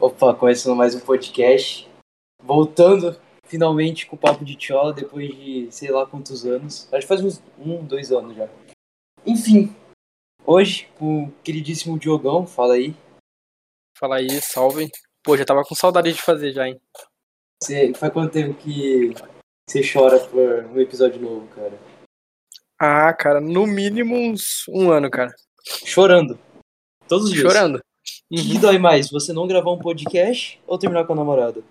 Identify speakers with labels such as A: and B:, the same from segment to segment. A: Opa, começando mais um podcast. Voltando finalmente com o papo de Tiola depois de sei lá quantos anos. Acho que faz uns um, dois anos já. Enfim, hoje com o queridíssimo Diogão, fala aí.
B: Fala aí, salve. Pô, já tava com saudade de fazer já, hein?
A: Você, faz quanto tempo que você chora por um episódio novo, cara?
B: Ah, cara, no mínimo uns um ano, cara.
A: Chorando. Todos os
C: Tá
A: dias.
B: Chorando.
A: O que
B: Uhum.
A: que dói mais? Você não gravar um podcast ou terminar com a namorada?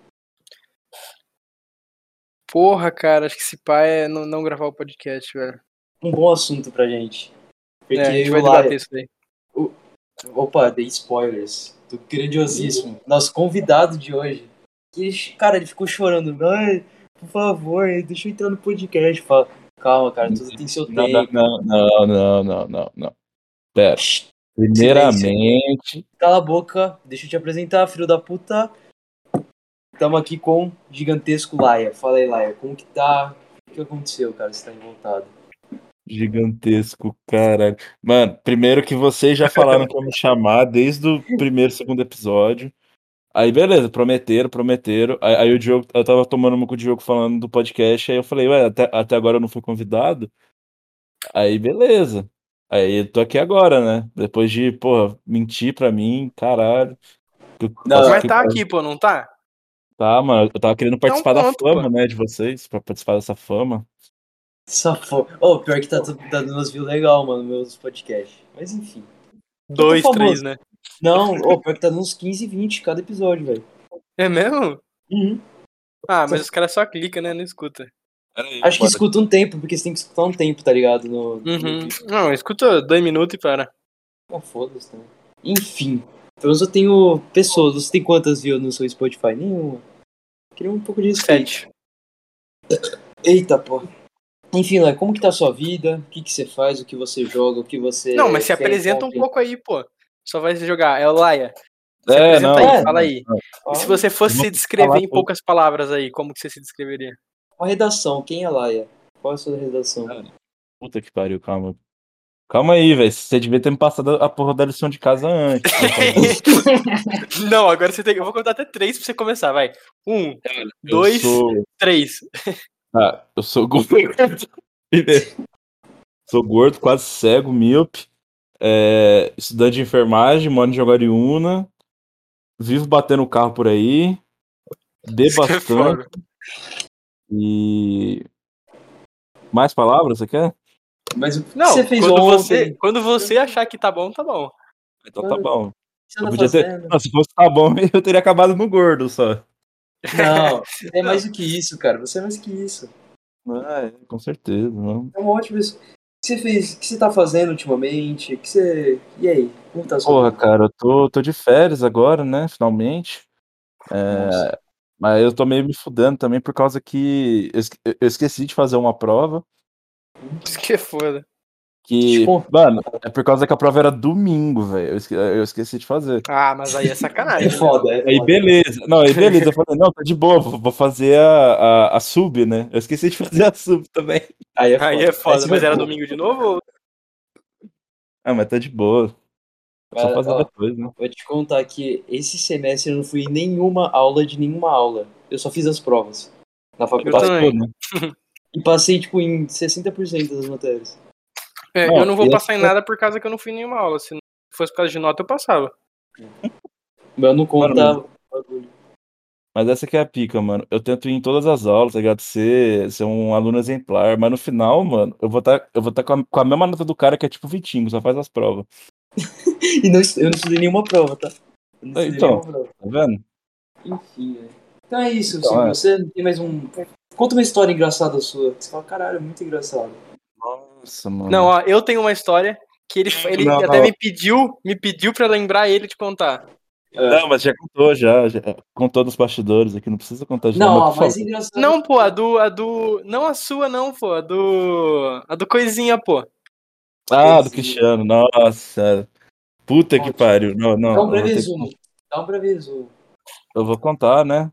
B: Porra, cara, acho que esse pai é não, não gravar o podcast, velho.
A: Um bom assunto pra gente. Porque
B: É, a gente
A: eu
B: vai
A: e o Lara-
B: debater isso daí.
A: Opa, dei spoilers do grandiosíssimo nosso convidado de hoje. Que, cara, ele ficou chorando. Ai, por favor, deixa eu entrar no podcast. Fala, calma, cara, tudo tem seu
C: Não,
A: tempo.
C: não, não, não, não, não, não. Pera.
A: Shh,
C: Primeiramente,
A: Cala a boca, deixa eu te apresentar, filho da puta. Tamo aqui com o gigantesco Laia. Fala aí, Laia, como que tá? O que aconteceu, cara? Você tá revoltado.
C: gigantesco, caralho. Mano, primeiro que vocês já falaram como chamar desde o primeiro, segundo episódio. Aí, beleza, prometeram, prometeram. Aí, aí o Diogo, eu tava tomando uma com o Diogo falando do podcast, aí eu falei, ué, até, até agora eu não fui convidado. Aí, beleza. Aí eu tô aqui agora, né? Depois de, porra, mentir pra mim, caralho. Eu-
A: Não,
B: Mas tá aqui, pô, não tá?
C: Tá, mano, eu tava querendo participar
B: É um ponto,
C: da fama, né, de vocês, pra participar dessa fama.
A: Safo. Oh, pior que tá, tudo- tá dando umas views legal, mano, meus podcasts. Mas enfim.
B: Dois,
A: famoso.
B: três, né?
A: Não, oh, pior que tá nos 15, 20 cada episódio, velho.
B: É mesmo?
A: Uhum.
B: Ah, mas os caras só clicam, né? Não escuta.
A: Acho que escuta um tempo, porque você tem que escutar um tempo, tá ligado? No, no
B: Uhum. Não, escuta dois minutos e para.
A: Ah, foda-se também. Enfim. Pelo menos eu tenho pessoas. Você tem quantas views no seu Spotify? Nenhuma. Queria um pouco de respeito.
B: Sete.
A: Eita, pô. Enfim, Léo, como que tá a sua vida? O que, que você faz? O que você joga? O que você.
B: Não, mas se
A: quer
B: apresenta um
A: ontem?
B: pouco aí, pô. Só vai jogar. É o Laia. Se
C: É,
B: apresenta
C: não.
B: aí,
A: é.
B: fala aí.
A: Ah,
B: E se você fosse
C: Eu vou
B: se descrever
C: falar
B: em
C: tudo.
B: poucas palavras aí, como que você se descreveria?
A: Uma redação. Quem é Laia? Qual é a sua redação?
C: Ah. Puta que pariu, calma. Calma aí, velho. Você devia ter me passado a porra da lição de casa antes.
B: Não, agora você tem. Eu vou contar até três pra você começar, vai. Um, dois,
C: Eu sou,
B: três.
C: ah, eu sou gordo. sou gordo, quase cego, míope. É, estudante de enfermagem, moro em Jaguariúna. Vivo batendo o carro por aí. Dê
B: Isso que é
C: bastante.
B: foda.
C: E. Mais palavras, você quer?
A: Mas o que
B: Não,
A: você fez
B: quando,
A: ontem?
B: você,
A: O que
B: quando você achar que tá bom, tá bom.
C: Então
B: Ah.
C: tá bom.
A: você
C: Eu
A: anda
C: podia ter-
A: fazendo?
C: Não, se fosse tá bom, eu teria acabado no gordo só.
A: Não, você é mais do que isso, cara. Você é mais que isso.
C: Ah, é, com certeza, não.
A: É uma ótima pessoa. O que você fez? O que você tá fazendo ultimamente? O que você. E aí? Como tá a sua
C: Porra,
A: vida?
C: cara, eu tô, tô de férias agora, né? Finalmente.
A: Nossa.
C: Mas eu tô meio me fudendo também por causa que eu esque- eu esqueci de fazer uma prova.
B: Isso que é foda.
C: Que,
A: Tipo?
C: mano, é por causa que a prova era domingo, velho. Eu, esque- eu esqueci de fazer.
B: Ah, mas aí é
A: É
B: sacanagem. né?
A: foda, é
C: Aí,
A: foda.
C: beleza. Não, aí, beleza. Eu falei, não, tá de boa, vou vou fazer a, a, a sub, né? Eu esqueci de fazer a sub também.
A: Aí é foda.
B: Aí é foda,
A: você
B: mas
A: vai-
B: era domingo de novo? ou-
C: Ah, mas tá de boa. Só
A: Mas,
C: fazer
A: ó,
C: depois, né?
A: Vou te contar que esse semestre eu não fui em nenhuma aula de nenhuma aula. Eu só fiz as provas na faculdade.
B: também.
C: né?
A: E passei, tipo, em 60% das matérias.
B: É,
C: Não,
B: eu não vou
C: eu-
B: passar em nada por causa que eu não fui em nenhuma aula. Se não fosse por causa de nota, eu passava.
A: Mas eu não
C: Mano,
A: contava. bagulho.
C: Mas essa que é a pica, mano. Eu tento ir em todas as aulas, tá ligado? Ser, ser um aluno exemplar, mas no final, mano, eu vou estar eu vou tá com, a, com a mesma nota do cara que é tipo o Vitinho, só faz as provas.
A: E não, eu não estudei nenhuma prova, tá? Eu não estudei
C: Então.
A: nenhuma prova.
C: Tá vendo?
A: Enfim, velho. Então é isso,
C: Então,
A: Silvio.
C: é.
A: Você não tem mais um. Conta uma história engraçada sua. Você fala, caralho, é muito engraçado.
C: Nossa, mano.
B: Não, ó, eu tenho uma história que ele, ele
C: Não,
B: até
C: não.
B: me pediu, me pediu pra lembrar ele de contar.
A: É.
C: Não, mas já contou, já, já. Contou nos bastidores aqui, não precisa contar de
A: Não,
C: novo.
A: a
C: mas por
A: mais
C: favor.
A: engraçada.
B: Não, pô, a do. A do. Não a sua, não, pô. A do. A do coisinha, pô.
C: Ah, do
A: Esse-
C: Cristiano, nossa. Puta que
A: Ótimo.
C: pariu. Não, não.
A: Dá um
C: eu,
A: breve
C: vou ter que-
A: resumo. Dá um breve resumo.
C: eu vou contar, né?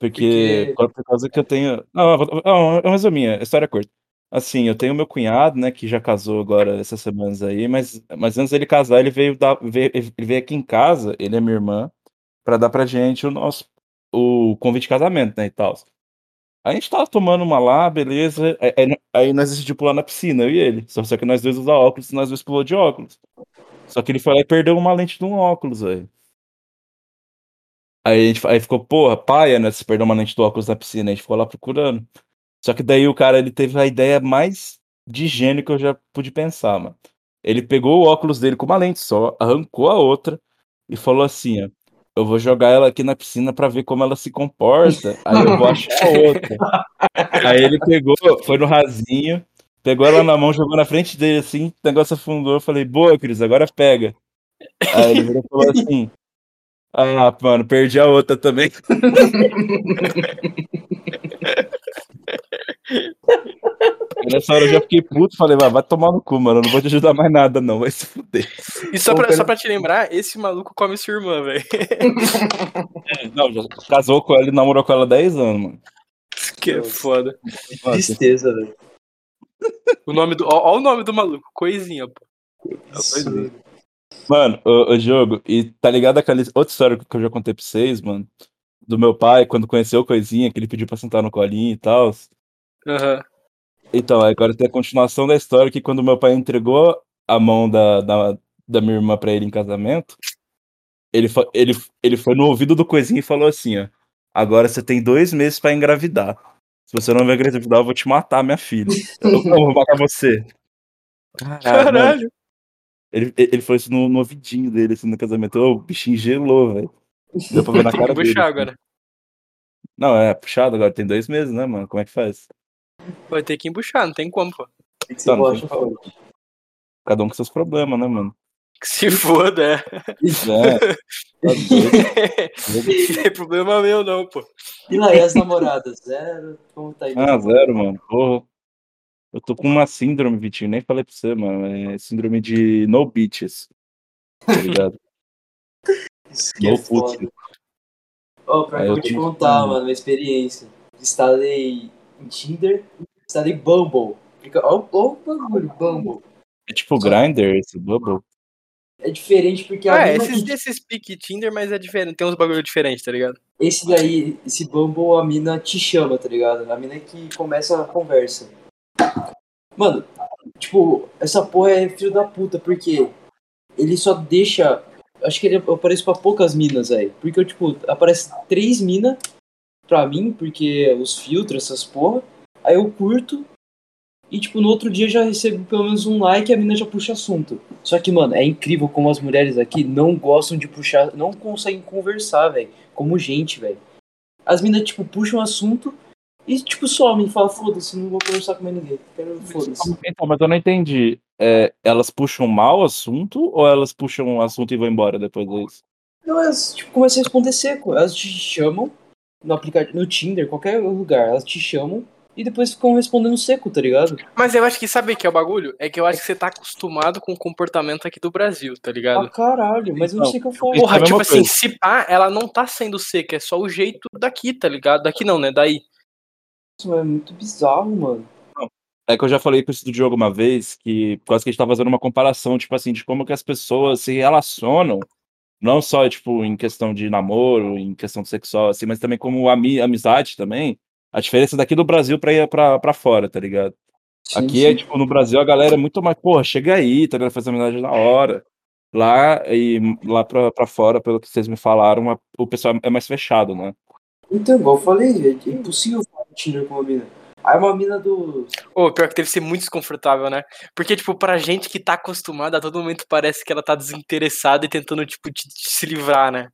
C: Porque
A: Porque-
C: por causa que eu tenho. Não, eu vou- não, é uma resuminha, é história curta. Assim, eu tenho meu cunhado, né, que já casou agora essas semanas aí, mas, mas antes dele casar, ele veio, dar, veio, ele veio aqui em casa, ele é minha irmã, pra dar pra gente o nosso o convite de casamento, né, e tal. A gente tava tomando uma lá, beleza. Aí, aí- aí nós decidimos pular na piscina, eu e ele. Só, só que nós dois usamos óculos e nós dois pulou de óculos. Só que ele foi lá e perdeu uma lente de um óculos, velho. Aí a gente aí ficou, porra, paia, né? Se perdeu uma lente do óculos na piscina. A gente ficou lá procurando. Só que daí o cara, ele teve a ideia mais de gênio que eu já pude pensar, mano. Ele pegou o óculos dele com uma lente só, arrancou a outra e falou assim, ó. Eu vou jogar ela aqui na piscina pra ver como ela se comporta. Aí eu vou achar a outra. Aí ele pegou, foi no rasinho, pegou ela na mão, jogou na frente dele assim, o negócio afundou. Eu falei, boa, Cris, agora pega. Aí ele virou e falou assim: Ah, mano, perdi a outra também. Aí Nessa hora eu já fiquei puto, falei, vai, vai tomar no cu, mano, eu não vou te ajudar mais nada, não, vai se fuder.
B: E só
A: Ô,
B: pra,
A: Pedro.
B: só pra te lembrar, esse maluco come sua irmã, velho.
C: É, Não, já casou com ela e namorou com ela há 10 anos, mano. assim,
B: Que é foda.
C: Ah,
A: Tristeza, velho.
B: O nome do. Ó, ó o nome do maluco, coisinha, pô.
C: É
A: Isso.
C: Mano, o, jogo, e tá ligado aquela outra história que eu já contei pra vocês, mano? Do meu pai, quando conheceu o Coisinha, que ele pediu pra sentar no colinho e tal.
B: Aham.
C: Então, agora tem a continuação da história que quando meu pai entregou a mão da, da, da minha irmã pra ele em casamento, ele, fa- ele, ele foi no ouvido do Coisinha e falou assim, ó. Agora você tem dois meses pra engravidar. Se você não vai engravidar, eu vou te matar, minha filha. Eu vou matar você. Caralho. Ah, mano,
B: Caralho.
C: ele, ele falou isso no, no ouvidinho dele, assim, no casamento. Ô, o bichinho gelou, velho. Deu pra ver na
B: Tem que
C: cara dele.
B: puxar
C: assim.
B: agora.
C: Não, é puxado agora, tem dois meses, né, mano? Como é que faz?
B: Vai ter que embuchar, não tem como, pô.
A: Tem que ser
C: Tá, não tem
A: bosta,
C: como.
A: forte.
C: Cada um com seus problemas, né, mano?
B: Que se foda, é.
C: É. tá doido.
B: Não tem problema meu, não, pô.
A: E lá, e as namoradas? Zero. Como tá aí?
C: ah, zero, mano. Porra. Eu tô com uma síndrome, Vitinho, nem falei pra você, mano. É síndrome de no bitches. Tá ligado?
A: Isso que
C: no
A: é foda.
C: pussy.
A: Ó, pra
C: Aí
A: que
C: eu
A: eu te
C: tenho
A: contar,
C: que-
A: mano, minha experiência. Instalei em Tinder, instalei Bumble. Fica- Ó, ó o bagulho, Bumble.
C: É tipo grinder esse bubble.
A: É diferente porque a
B: Ah, é,
A: mesma
B: esses,
A: que-
B: esses pique Tinder, mas é diferente. Tem uns bagulho diferente, tá ligado?
A: esse daí, esse Bumble, a mina te chama, tá ligado? A mina que começa a conversa. Mano, tipo, essa porra é filho da puta, porque ele só deixa. Acho que ele aparece pra poucas minas aí. Porque, eu, tipo, aparece três minas pra mim, porque os filtros, essas porra. Aí eu curto. E, tipo, no outro dia já recebo pelo menos um like e a mina já puxa assunto. Só que, mano, é incrível como as mulheres aqui não gostam de puxar, não conseguem conversar, velho. Como gente, velho. As minas, tipo, puxam assunto e, tipo, somem. Fala, foda-se, não vou conversar com mais ninguém. Quero, foda-se.
C: Então, mas eu não entendi. É, elas puxam mal o assunto ou elas puxam o assunto e vão embora depois disso?
A: Não, elas tipo, começam a responder seco. Elas te chamam no aplicativo, no Tinder, qualquer lugar, elas te chamam e depois ficam respondendo seco, tá ligado?
B: Mas eu acho que, sabe o que é o bagulho? É que eu acho que você tá acostumado com o comportamento aqui do Brasil, tá ligado?
A: Ah, caralho, mas eu não sei o que eu falo.
C: Isso é a
B: Porra, tipo
C: mesma
B: assim,
C: coisa.
B: se pá, ela não tá sendo seca, é só o jeito daqui, tá ligado? Daqui não, né? Daí.
A: Isso é muito bizarro, mano.
C: É que eu já falei com isso do Diogo uma vez, que quase que a gente tá fazendo uma comparação, tipo assim, de como que as pessoas se relacionam, não só, tipo, em questão de namoro, em questão sexual, assim, mas também como ami amizade também, a diferença daqui do Brasil pra ir pra, pra fora, tá ligado? Aqui é, tipo, no Brasil a galera é muito mais, porra, chega aí, tá ligado? Faz amizade na hora. Lá e lá pra, pra fora, pelo que vocês me falaram, a- o pessoal é mais fechado, né?
A: Então, igual eu falei, gente, é impossível falar no Tinder com uma mina. Aí uma mina do.
B: Ô, pior que deve ser muito desconfortável, né? Porque, tipo, pra gente que tá acostumada, a todo momento parece que ela tá desinteressada e tentando, tipo, te- te se livrar, né?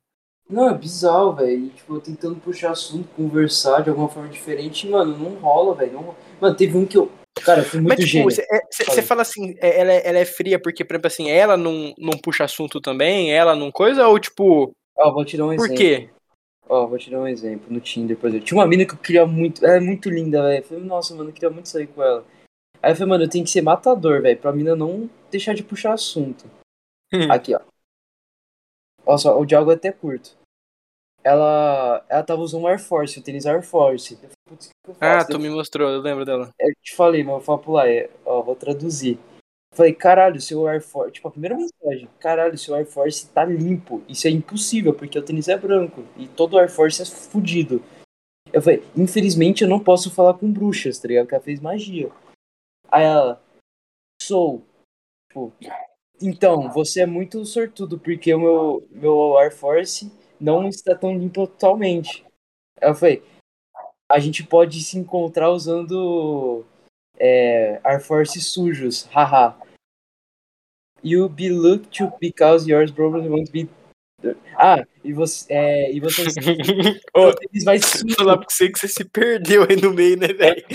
A: Não, é bizarro, velho. E, Tipo, eu tentando puxar assunto, conversar de alguma forma diferente, e, mano, não rola, velho. não rola. Mano, teve um que eu. Cara, eu fui muito
B: Mas, tipo,
A: gênio.
B: você
A: Fala.
B: fala assim, é- ela, é- ela é fria porque, por exemplo, assim, ela não, não puxa assunto também, ela não coisa, ou, tipo,
A: Ó, vou te dar um
B: por
A: exemplo.
B: quê?
A: Ó, vou te dar um exemplo. No Tinder, por exemplo. Tinha uma mina que eu queria muito. Ela é muito linda, velho. Eu Falei, nossa, mano, eu queria muito sair com ela. Aí eu falei, mano, eu tenho que ser matador, velho. Pra mina não deixar de puxar assunto.
B: Hum.
A: Aqui, ó. Nossa, o diálogo é até curto. Ela. Ela tava usando um Air Force, o tênis Air Force. Eu falei, putz, o que que eu
B: Ah,
A: faço? é
B: tu me mostrou, eu lembro dela.
A: Eu te falei, mas eu vou falar pro Laia. Ó, vou traduzir. Falei, caralho, seu Air Force. Tipo, a primeira mensagem, caralho, seu Air Force tá limpo. Isso é impossível, porque o tênis é branco. E todo Air Force é fudido. Eu falei, infelizmente eu não posso falar com bruxas, tá ligado? Porque ela fez magia. Aí ela, sou. Tipo, então, você é muito sortudo, porque o meu, meu Air Force não está tão limpo totalmente. Aí eu falei, a gente pode se encontrar usando é, Air Force sujos, haha. You be looked to because yours probably won't be. Ah, e você. É, e vocês.
B: Ô,
A: Eles vai
B: Preciso falar pra você que você se perdeu aí no meio, né, velho?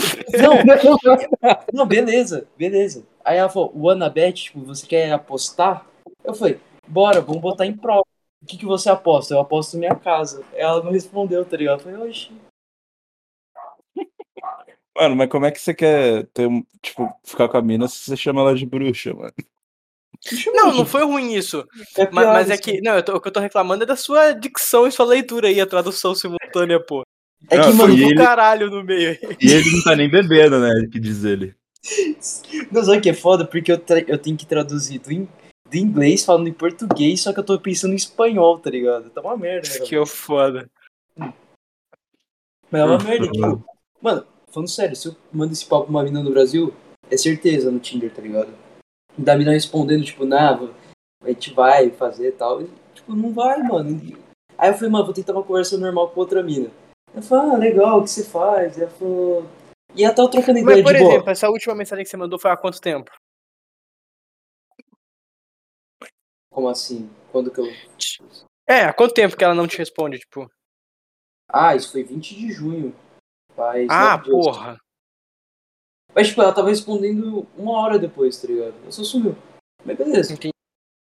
A: Não, não, beleza, beleza. Aí ela falou, Wanna bet, tipo, você quer apostar? Eu falei, bora, vamos botar em prova. O que, que você aposta? Eu aposto minha casa. Ela não respondeu, tá ligado? Eu falei, oxi.
C: Mano, mas como é que você quer ter, um- tipo, ficar com a mina se você chama ela de bruxa, mano?
A: deixa eu
B: Não,
A: ver.
B: não foi ruim isso.
A: É
B: Mas,
A: pior
B: mas é
A: isso.
B: que. Não, eu tô- o que eu tô reclamando é da sua dicção e sua leitura aí, a tradução simultânea, pô.
A: É que,
C: Ah,
A: mano,
B: Foi
C: E
B: do
C: ele-
B: caralho no meio aí.
C: E ele não tá nem bebendo, né? Que diz ele.
A: não sabe o que é foda? Porque eu, tra- eu tenho que traduzir do, in- do inglês falando em português, só que eu tô pensando em espanhol, tá ligado? Tá uma merda,
B: Isso
A: né?
B: que é o foda.
A: Mas é uma merda, tipo. Mano, falando sério, se eu mando esse papo pra uma mina no Brasil, é certeza no Tinder, tá ligado? Da mina respondendo, tipo, nah, vo- a gente vai fazer e tal. E, tipo, não vai, mano. Aí eu falei, mano, vou tentar uma conversa normal com outra mina. Ela falou, ah, legal, o que você faz? Ela falou. E ela tava trocando ideia
B: Mas, por
A: de boa.
B: exemplo, essa última mensagem que você mandou foi há quanto tempo?
A: Como assim? Quando que eu.
B: É, há quanto tempo que ela não te responde, tipo?
A: Ah, isso foi 20 de junho. Faz
B: Ah,
A: nove dias.
B: porra.
A: Mas, tipo, ela tava respondendo uma hora depois, tá ligado? Ela só sumiu. Mas beleza.
B: Entendi.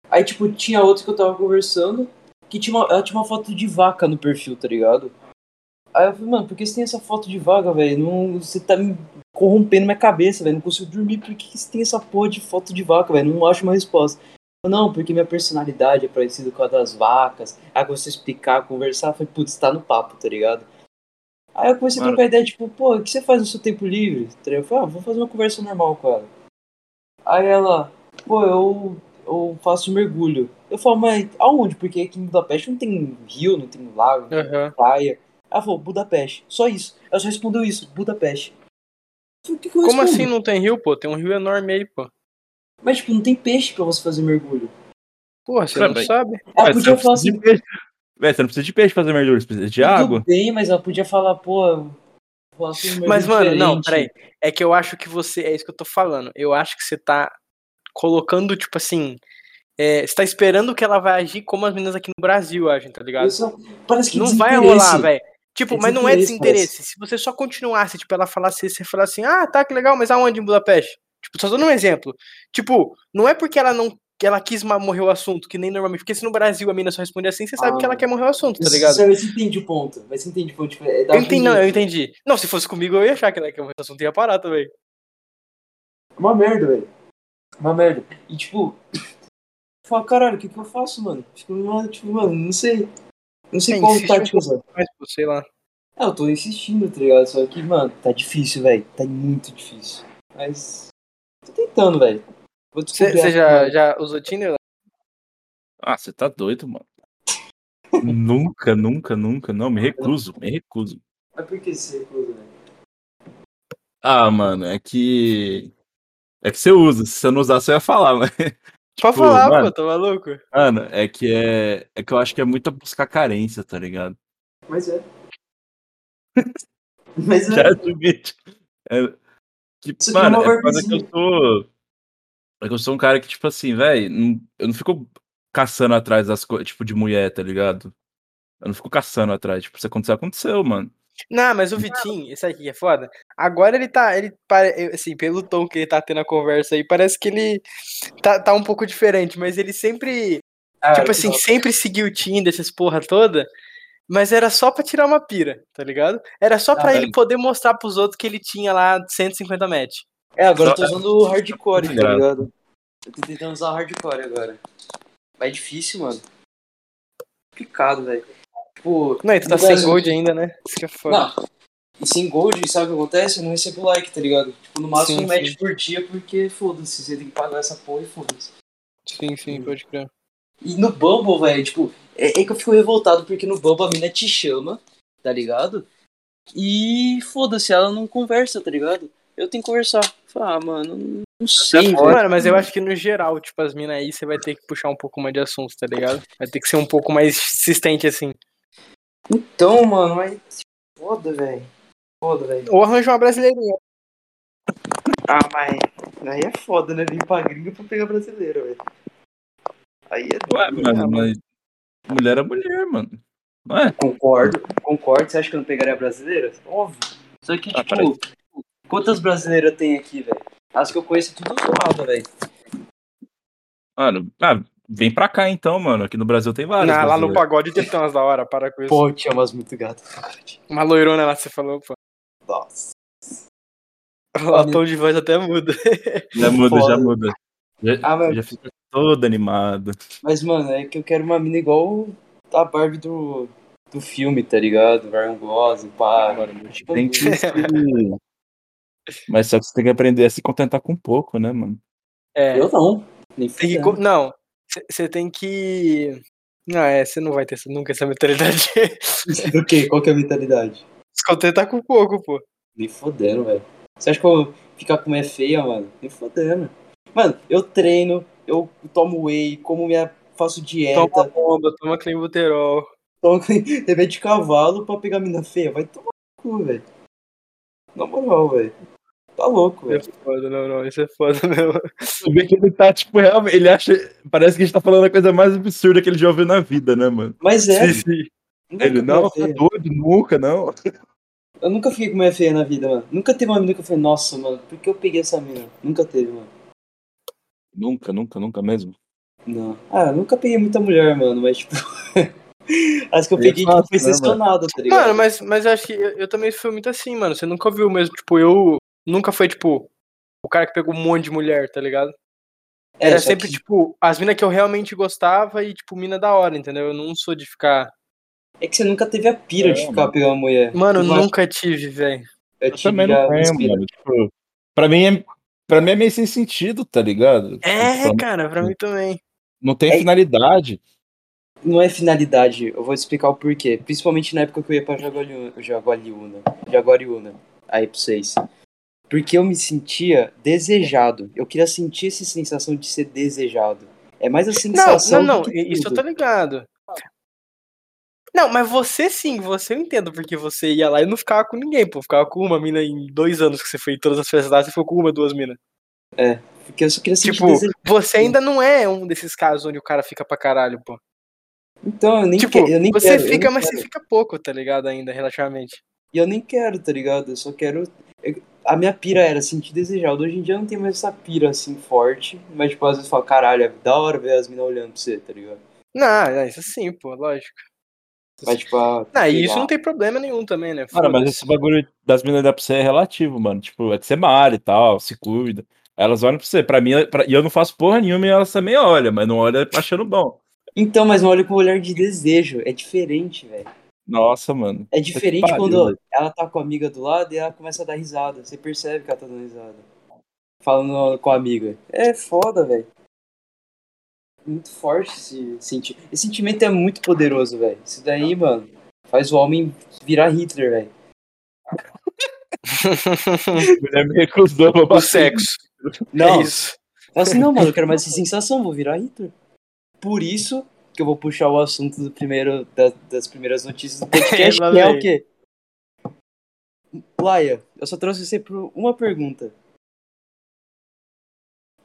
A: Aí, tipo, tinha outro que eu tava conversando, que tinha uma, ela tinha uma foto de vaca no perfil, tá ligado? Aí eu falei, mano, por que você tem essa foto de vaca, velho? Não- Você tá me corrompendo minha cabeça, velho. Não consigo dormir. Por que que você tem essa porra de foto de vaca, velho? Não acho uma resposta. Eu, Não, porque minha personalidade é parecida com a das vacas. Aí você explicar, conversar, eu falei, putz, tá no papo, tá ligado? Aí eu comecei a
C: Mano.
A: trocar ideia, tipo, pô, o que você faz no seu tempo livre? Tá ligado? Eu falei, ah, vou fazer uma conversa normal com ela. Aí ela, pô, eu, eu faço mergulho. Eu falo, mas aonde? Porque aqui em Budapeste não tem rio, não tem lago, não
B: Aham.
A: tem praia. Ela falou, Budapeste, só isso. Ela só respondeu isso, Budapeste. Eu falei, O que que eu
B: Como
A: respondo?
B: assim não tem rio, pô? Tem um rio enorme aí, pô.
A: Mas, tipo, não tem peixe pra você fazer mergulho.
B: Porra, você
C: Tá
B: não
C: bem.
B: sabe?
A: Ela
C: Ué, você
A: podia
C: não
A: falar
C: precisa de
A: assim,
C: peixe. Ué, você não precisa de peixe pra fazer mergulho, você precisa de
A: tudo
C: água.
A: bem, mas ela podia falar, pô, eu faço um mergulho
B: Mas, mano, não,
A: diferente.
B: peraí. É que eu acho que você. É isso que eu tô falando. Eu acho que você tá colocando, tipo assim. É, você tá esperando que ela vai agir como as meninas aqui no Brasil agem, tá ligado?
A: Eu só- Parece que
B: Não vai
A: desinteresse.
B: rolar, velho. Tipo,
A: É
B: mas não é
A: desinteresse,
B: desinteresse. Se você só continuasse, tipo, ela falasse isso, você falasse assim, ah, tá, que legal, mas aonde em Budapeste? Tipo, só dando um exemplo. Tipo, não é porque ela não. que Ela quis ma- morrer o assunto, que nem normalmente. Porque se no Brasil a mina só responde assim, você sabe que
A: Ah.
B: ela quer morrer o assunto, tá
A: Você-
B: ligado?
A: Você, você entende o ponto. Mas você entende o ponto. Tipo, é da
B: Eu entendi, não, eu entendi. Não, se fosse comigo, eu ia achar que ela quer morrer o assunto e ia parar também.
A: É Uma merda, velho. É Uma merda. E tipo, eu falo, caralho, o que, que eu faço, mano? Tipo, mano, tipo, mano, não sei. Não sei
B: É,
A: qual
B: insiste um
A: tática usar.
B: Mas, pô, sei lá.
A: É, eu tô insistindo, tá ligado? Só que, mano, tá difícil, velho. Tá muito difícil. Mas. Tô tentando, velho. Vou
B: Você
A: descobrir.
B: você já, já usou Tinder?
C: Ah, você tá doido, mano. nunca, nunca, nunca. Não, me recuso, me recuso.
A: Mas por que você recusa, velho?
C: Ah, mano, é que. É que você usa. Se você não usar, você ia falar, mas.
B: Pode
C: Tipo,
B: falar,
C: mano,
B: pô, tá maluco?
C: mano, é que é. É que eu acho que é muito buscar carência, tá ligado?
A: Mas é. Mas é.
C: Já joguei. tipo, É... Que,
A: Isso aqui é
C: mano,
A: uma
C: é foda que
A: barbezinha.
C: eu sou. É que eu sou um cara que, tipo assim, velho, eu não fico caçando atrás das coisas, tipo, de mulher, tá ligado? Eu não fico caçando atrás. Tipo, se acontecer, aconteceu, mano.
B: Não, mas o Vitinho, esse aqui é foda. Agora ele tá, ele pare- eu- assim, pelo tom que ele tá tendo a conversa aí, parece que ele tá, tá um pouco diferente, mas ele sempre,
A: Ah,
B: tipo assim,
A: não.
B: sempre seguiu o Tinder, essas porra toda, mas era só pra tirar uma pira, tá ligado? Era só pra
A: Ah,
B: ele poder mostrar pros outros que ele tinha lá 150 match.
A: É, agora eu tô
C: Só-
A: usando o hardcore, tá
C: Obrigado.
A: ligado? Eu tô tentando usar o hardcore agora. Mas é difícil, mano. Complicado, velho. Tipo,
B: Não, e tu tá
A: Brasil.
B: sem gold ainda, né? Isso que é foda.
A: Não, E sem gold, sabe o que acontece? Eu não recebo like, tá ligado? Tipo, no máximo
B: Sim,
A: um match por dia, porque foda-se, você tem que pagar essa porra e foda-se.
B: Sim,
A: Hum.
B: sim, pode crer.
A: E no Bumble, velho, tipo, é, é que eu fico revoltado porque no Bumble a mina te chama, tá ligado? E foda-se, ela não conversa, tá ligado? Eu tenho que conversar. Fala, ah, mano, não sei, velho.
B: Mano, mas eu acho que no geral, tipo, as minas aí, você vai ter que puxar um pouco mais de assunto, tá ligado? Vai ter que ser um pouco mais insistente, assim.
A: Então, mano, mas foda, velho. Foda, velho.
B: Ou arranja uma brasileirinha.
A: Ah, mas aí é foda, né? Vim pra gringa pra pegar brasileiro, velho. Aí é
C: Ué, mano, mas mulher é mulher, mano. Não é?
A: Concordo, concordo. Você acha que eu não pegaria brasileiras? Óbvio. Só que,
C: Ah,
A: tipo, quantas brasileiras tem aqui, velho? As que eu conheço é tudo zoada, velho.
C: Mano, ah, vem pra cá então, mano. Aqui no Brasil tem várias.
A: Ah,
B: Na, lá no
C: brasileiras.
B: pagode deve ter umas da hora, para com isso.
A: Pô, eu tinha umas muito gato.
B: Uma loirona lá, você falou, pô.
A: Nossa.
B: O tom de voz até muda.
C: Já muda, já
A: Foda.
C: muda. Já,
A: Ah, mas,
C: já fica todo animado.
A: mas, mano, é que eu quero uma mina igual a Barbie do, do filme, tá ligado? Ryan Gosling, pá. Tipo,
C: Tem que se- Mas só que você tem que aprender a se contentar com pouco, né, mano?
B: É,
A: Eu né? não. Nem
B: tem que.
A: fudendo.
B: co- Não, você tem que. Não, é, você não vai ter essa- nunca essa mentalidade.
A: Do quê? Qual que é a mentalidade?
B: Se contentar tá com pouco, pô.
A: Nem fodendo, velho. Você acha que eu vou ficar com mulher feia, mano? Nem fodendo. Mano, eu treino, eu tomo whey, como minha. faço dieta.
B: Toma bomba, toma clenbuterol.
A: Toma bebê de cavalo pra pegar mina feia. Vai tomar no cu, velho. Na moral, velho. Tá louco,
B: É
A: velho.
B: foda, não, não, isso é foda mesmo.
C: Você vê que ele tá, tipo, realmente. Ele acha. Parece que a gente tá falando a coisa mais absurda que ele já ouviu na vida, né, mano?
A: Mas é.
C: Sim, sim.
A: nunca
C: Ele
A: vi
C: não,
A: uma
C: tá
A: feia.
C: doido, nunca, não.
A: Eu nunca fiquei com mulher feia na vida, mano. Nunca teve uma mina que eu falei, nossa, mano, por que eu peguei essa mina? Nunca teve, mano.
C: Nunca, nunca, nunca mesmo.
A: Não. Ah, eu nunca peguei muita mulher, mano, mas tipo. As que eu
C: Aí é
A: peguei,
C: fácil,
A: tipo, foi
C: né, mano?
A: selecionada, tá ligado?
B: Mano, mas, mas eu acho que eu, eu também fui muito assim, mano. Você nunca viu mesmo, tipo, eu nunca foi, tipo, o cara que pegou um monte de mulher, tá ligado?
A: É,
B: Era
A: só
B: sempre,
A: que-
B: tipo, as minas que eu realmente gostava e, tipo, mina da hora, entendeu? Eu não sou de ficar.
A: É que você nunca teve a pira
C: É,
A: de ficar pegando uma mulher.
B: Mano, eu
A: Mas
B: nunca tive, velho.
A: Eu
C: Eu
A: tive
C: também
A: já
C: não
A: umas
C: tenho,
A: pira.
C: mano. Tipo, pra mim é. Pra mim é meio sem sentido, tá ligado?
B: É,
C: Tipo,
B: cara, pra mim também.
C: não tem
A: É-
C: finalidade.
A: não é finalidade, eu vou te explicar o porquê. Principalmente na época que eu ia pra Jaguariúna. Jaguariúna. Jaguariúna. Aí pra vocês. Porque eu me sentia desejado. Eu queria sentir essa sensação de ser desejado. É mais a
B: Não,
A: sensação.
B: não, não,
A: do que
B: i- isso eu
A: tudo.
B: tô ligado. Não, mas você sim, você eu entendo, porque você ia lá e não ficava com ninguém, pô. Ficava com uma mina em dois anos que você foi em todas as festas lá, você ficou com uma, duas minas.
A: Porque eu só queria sentir
B: Tipo,
A: desejado.
B: você ainda não é um desses casos onde o cara fica pra caralho, pô.
A: Então, eu nem,
B: tipo,
A: quero, eu nem
B: você
A: quero. eu
B: fica,
A: nem
B: mas
A: quero.
B: você fica pouco, tá ligado? Ainda, relativamente.
A: E eu nem quero, tá ligado? Eu só quero. eu- A minha pira era sentir desejado. Hoje em dia eu não tenho mais essa pira assim forte. Mas, tipo, às vezes eu falo, caralho, é da hora ver as minas olhando pra você, tá ligado?
B: Não, não, isso sim, pô, lógico.
A: Mas, tipo, ah,
B: Não,
A: sei
B: e isso
A: lá.
B: não tem problema nenhum também, né?
C: Cara, mas
B: Foda-se.
C: esse bagulho das meninas olhar pra você é relativo, mano. Tipo, é que você malha e tal, se cuida. Elas olham pra você. Pra mim, é- pra- e eu não faço porra nenhuma e elas também olham, mas não olham achando bom.
A: Então, mas não olha com olhar de desejo. É diferente, velho.
C: Nossa, mano.
A: É
C: que
A: diferente
C: pariu,
A: quando
C: velho.
A: ela tá com a amiga do lado e ela começa a dar risada. Você percebe que ela tá dando risada. Falando com a amiga. É foda, velho. Muito forte esse sentimento. Esse sentimento é muito poderoso, velho. Isso daí, mano, faz o homem virar Hitler, velho.
C: A mulher me recusou pra
B: o
C: bater.
B: sexo.
A: Não,
B: É isso.
A: fala assim, não, mano, eu quero mais essa sensação, vou virar Hitler. Por isso que eu vou puxar o assunto do primeiro, da- das primeiras notícias do podcast,
B: Lá
A: que é
B: vem.
A: o quê? Laia, eu só trouxe você por uma pergunta.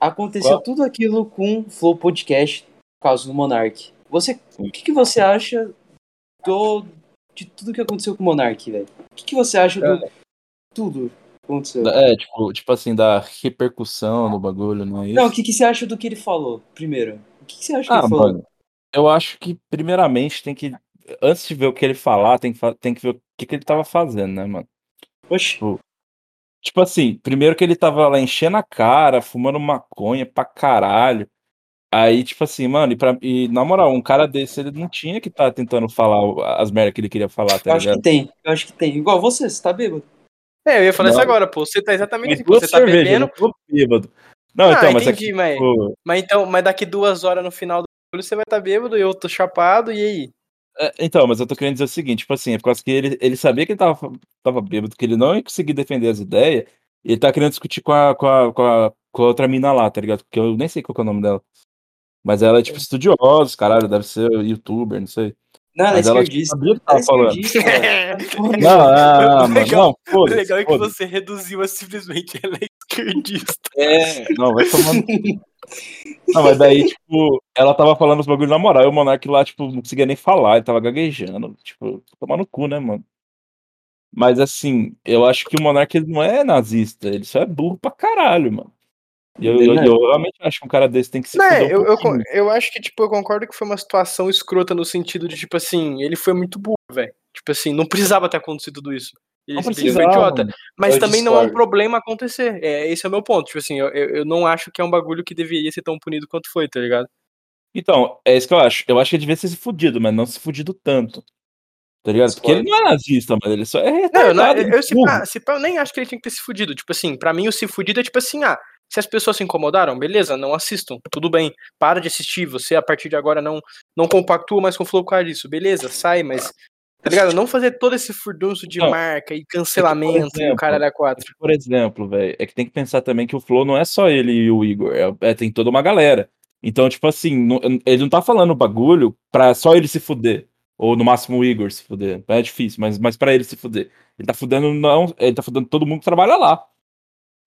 A: Aconteceu
C: Qual?
A: tudo aquilo com o Flow Podcast, caso do Monark. Você, o que, que você acha do, de tudo que aconteceu com o Monark, velho? O que, que você acha do tudo que aconteceu?
C: É, tipo, tipo assim, da repercussão do bagulho, não é isso?
A: Não, o que, que você acha do que ele falou, primeiro? O que, que você acha que
C: Ah,
A: ele falou?
C: mano, eu acho que primeiramente tem que. Antes de ver o que ele falar, tem que, fa- tem que ver o que, que ele tava fazendo, né, mano?
A: Oxi,
C: Tipo assim, primeiro que ele tava lá enchendo a cara, fumando maconha pra caralho. Aí, tipo assim, mano, e, pra, e na moral, um cara desse, ele não tinha que estar tá tentando falar o- as merdas que ele queria falar,
A: Eu
C: tá
A: acho
C: ligado?
A: que tem, eu acho que tem. Igual você, você tá bêbado.
B: É, eu ia falar isso
C: Não.
B: agora, pô. Você tá exatamente
C: Mas
B: assim, pô. Você tá
C: cerveja,
B: bebendo.
C: eu não tô bêbado. Não,
B: ah,
C: né? então, mas é
B: entendi,
C: que,
B: mas.
C: tipo,
B: Mas então, mas daqui duas horas no final do bagulho você vai estar bêbado e eu tô chapado, e aí?
C: é, então, mas eu tô querendo dizer o seguinte, tipo assim, é por causa que ele, ele sabia que ele tava, tava bêbado, que ele não ia conseguir defender as ideias, e ele tá querendo discutir com a, com a, com a, com a outra mina lá, tá ligado? Porque eu nem sei qual que é o nome dela. Mas ela é, tipo, estudiosa, caralho, deve ser youtuber, não sei.
A: Não, ela é
C: Mas ela tipo,
A: esquerdista.
C: sabia o que
A: Ela
C: tava
A: é
C: falando.
A: esquerdista, cara.
C: Não, ah, mano,
B: É, legal- é
C: não, foda-se, foda-se.
B: você reduziu a simplesmente ela é esquerdista.
C: É, não, vai tomando. Não, mas daí, tipo, ela tava falando os bagulho na moral e o Monark lá, tipo, não conseguia nem falar, ele tava gaguejando, tipo, tomar no cu, né, mano? Mas assim, eu acho que o Monark ele não é nazista, ele só é burro pra caralho, mano. E eu, eu- eu realmente acho que um cara desse tem que se fuder um
B: eu, eu, con-
C: pouquinho.
B: eu acho que, tipo, eu concordo que foi uma situação escrota no sentido de, tipo assim, ele foi muito burro, velho. Tipo assim, não precisava ter acontecido tudo isso. Ele
C: Não
B: simplesmente
C: precisava,
B: foi idiota.
C: mano.
B: Mas
A: Eu
B: também não é um
A: discordo.
B: problema acontecer. É, esse é o meu ponto. Tipo assim, eu, eu, eu não acho que é um bagulho que deveria ser tão punido quanto foi, tá ligado?
C: Então, é isso que eu acho. Eu acho que ele devia ser se fudido, mas não se fudido tanto. Tá ligado? Porque ele não é nazista, mano, ele só é
B: Não, eu,
C: retardado.
B: não, eu,
C: ele é
B: eu se
C: burro.
B: pá- se pá, eu nem acho que ele tinha que ter se fudido. Tipo assim, pra mim o se fudido é tipo assim, ah, se as pessoas se incomodaram, beleza, não assistam, tudo bem. Para de assistir, você a partir de agora não, não compactua mais com o Flow por causa disso, beleza, sai, mas. Tá ligado? Não fazer todo esse furdunço de
C: Não, É tipo um
B: marca e cancelamento e o
C: exemplo,
B: cara da
C: É
B: quatro.
C: que, Por exemplo, velho, é que tem que pensar também que o Flow não é só ele e o Igor, é, é- tem toda uma galera. Então, tipo assim, não- ele não tá falando o bagulho pra só ele se fuder. Ou no máximo o Igor se fuder. É difícil, mas, mas pra ele se fuder. Ele tá fudendo, não, ele tá fudendo todo mundo que trabalha lá.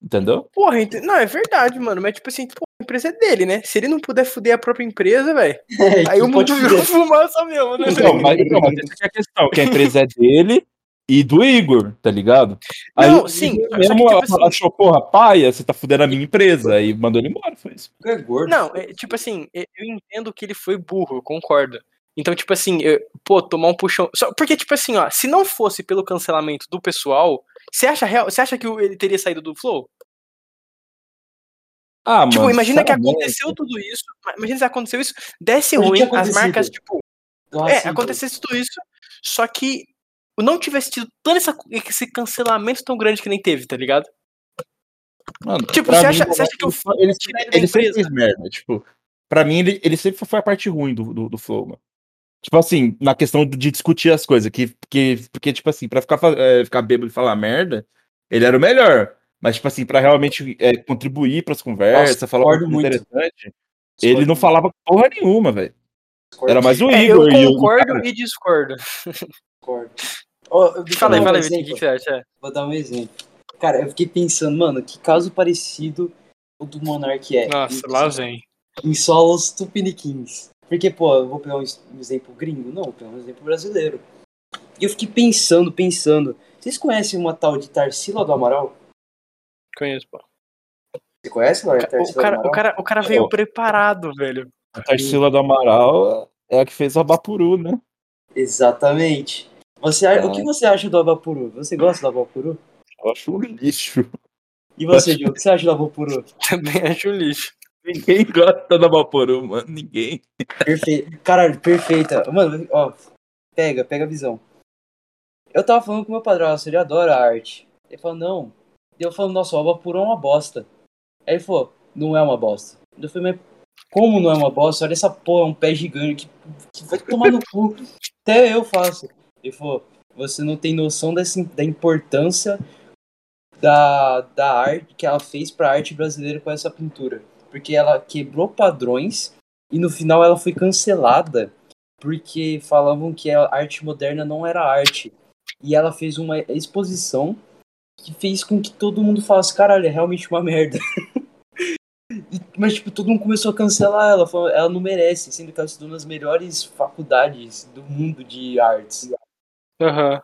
C: Entendeu?
B: Porra, ente- não, é verdade, mano. Mas tipo assim, pô, a empresa é dele, né? Se ele não puder fuder a própria empresa, velho,
A: É,
B: aí o
A: tu pode
B: mundo virou
A: fuder.
B: fumaça mesmo, né?
C: Então, mas, então, mas essa que é a questão, que a empresa é dele e do Igor, tá ligado?
B: Não,
C: o
B: sim,
C: Igor
B: só que,
C: mesmo
B: tipo
C: ela
B: assim-
C: achou, porra, paia, você tá fudendo a minha empresa. Aí mandou ele embora, foi isso.
A: Tu é gordo.
B: Não, é, tipo assim, é, eu entendo que ele foi burro, eu concordo. Então, tipo assim, eu- pô, tomar um puxão. Só, porque, tipo assim, ó, se não fosse pelo cancelamento do pessoal, você acha real? Você acha que o- ele teria saído do Flow?
C: Ah,
B: tipo,
C: mano,
B: imagina que
C: sinceramente.
B: aconteceu tudo isso. ma- Imagina se aconteceu isso, desse
A: Mas já
B: ruim,
A: tinha
B: as marcas,
A: acontecido.
B: tipo,
A: Então,
B: é,
A: assim,
B: acontecesse tudo isso, só que não tivesse tido todo essa- esse cancelamento tão grande que nem teve, tá ligado?
C: Mano,
B: Tipo,
C: pra
B: você acha-
C: mim,
B: você acha que o Flow
C: ele,
B: tira ele da
C: ele sempre
B: empresa?
C: fez merda, tipo, pra mim ele, ele sempre foi a parte ruim do, do, do Flow, mano. Tipo assim, na questão de discutir as coisas, que, que, porque, tipo assim, pra ficar, fa- eh, ficar bêbado e falar merda, ele era o melhor. Mas, tipo assim, pra realmente eh, contribuir pras conversas,
A: Nossa,
C: falar uma
A: concordo muito.
C: coisa interessante,
A: discordo,
C: ele não falava porra nenhuma, velho.
A: discordo,
C: Era mais o
B: É, eu
C: Igor e o-
B: concordo e discordo.
A: discordo. Ó, eu- deixa eu
B: Fala aí,
A: dar um
B: fala aí, Vitinho, o
A: exemplo.
B: que que você acha?
A: Vou dar um exemplo. Cara, eu fiquei pensando, mano, que caso parecido o do Monark é.
B: Nossa, lá vem.
A: Em solos tupiniquins. Porque, pô, eu vou pegar um es- um exemplo gringo? Não, vou pegar um exemplo brasileiro. E eu fiquei pensando, pensando. Vocês conhecem uma tal de Tarsila do Amaral?
B: Conheço, pô.
A: Você conhece, Laura?
B: O
A: Tarsila
B: cara,
A: do
B: o,
A: Amaral?
B: cara, o cara veio
C: Pô.
B: preparado, velho.
C: A Tarsila do Amaral é a que fez a Bapuru, né?
A: Exatamente. Você, a- O que
C: Ah.
A: você acha do Abapuru? Você gosta do Abapuru?
C: Eu acho um lixo.
A: E você, Diogo, o que você acha do Abapuru?
B: Também acho um lixo.
C: Ninguém gosta da Bapuru, mano, ninguém.
A: Perfeito. Caralho, perfeita. Mano, ó. Pega, pega a visão. Eu tava falando com meu padrasto, ele adora arte. Ele falou, não. E eu falo, nossa, o Abapuru é uma bosta. Aí ele falou, não é uma bosta. Eu falei, mas como não é uma bosta? Olha essa porra, é um pé gigante que, que vai tomar no cu. Até eu faço. Ele falou, você não tem noção dessa, da importância da, da arte que ela fez pra arte brasileira com essa pintura. Porque ela quebrou padrões e no final ela foi cancelada porque falavam que a arte moderna não era arte. E ela fez uma exposição que fez com que todo mundo falasse, caralho, é realmente uma merda. E- Mas, tipo, todo mundo começou a cancelar ela, falando, ela não merece, sendo que ela estudou nas melhores faculdades do mundo de artes.
B: Aham.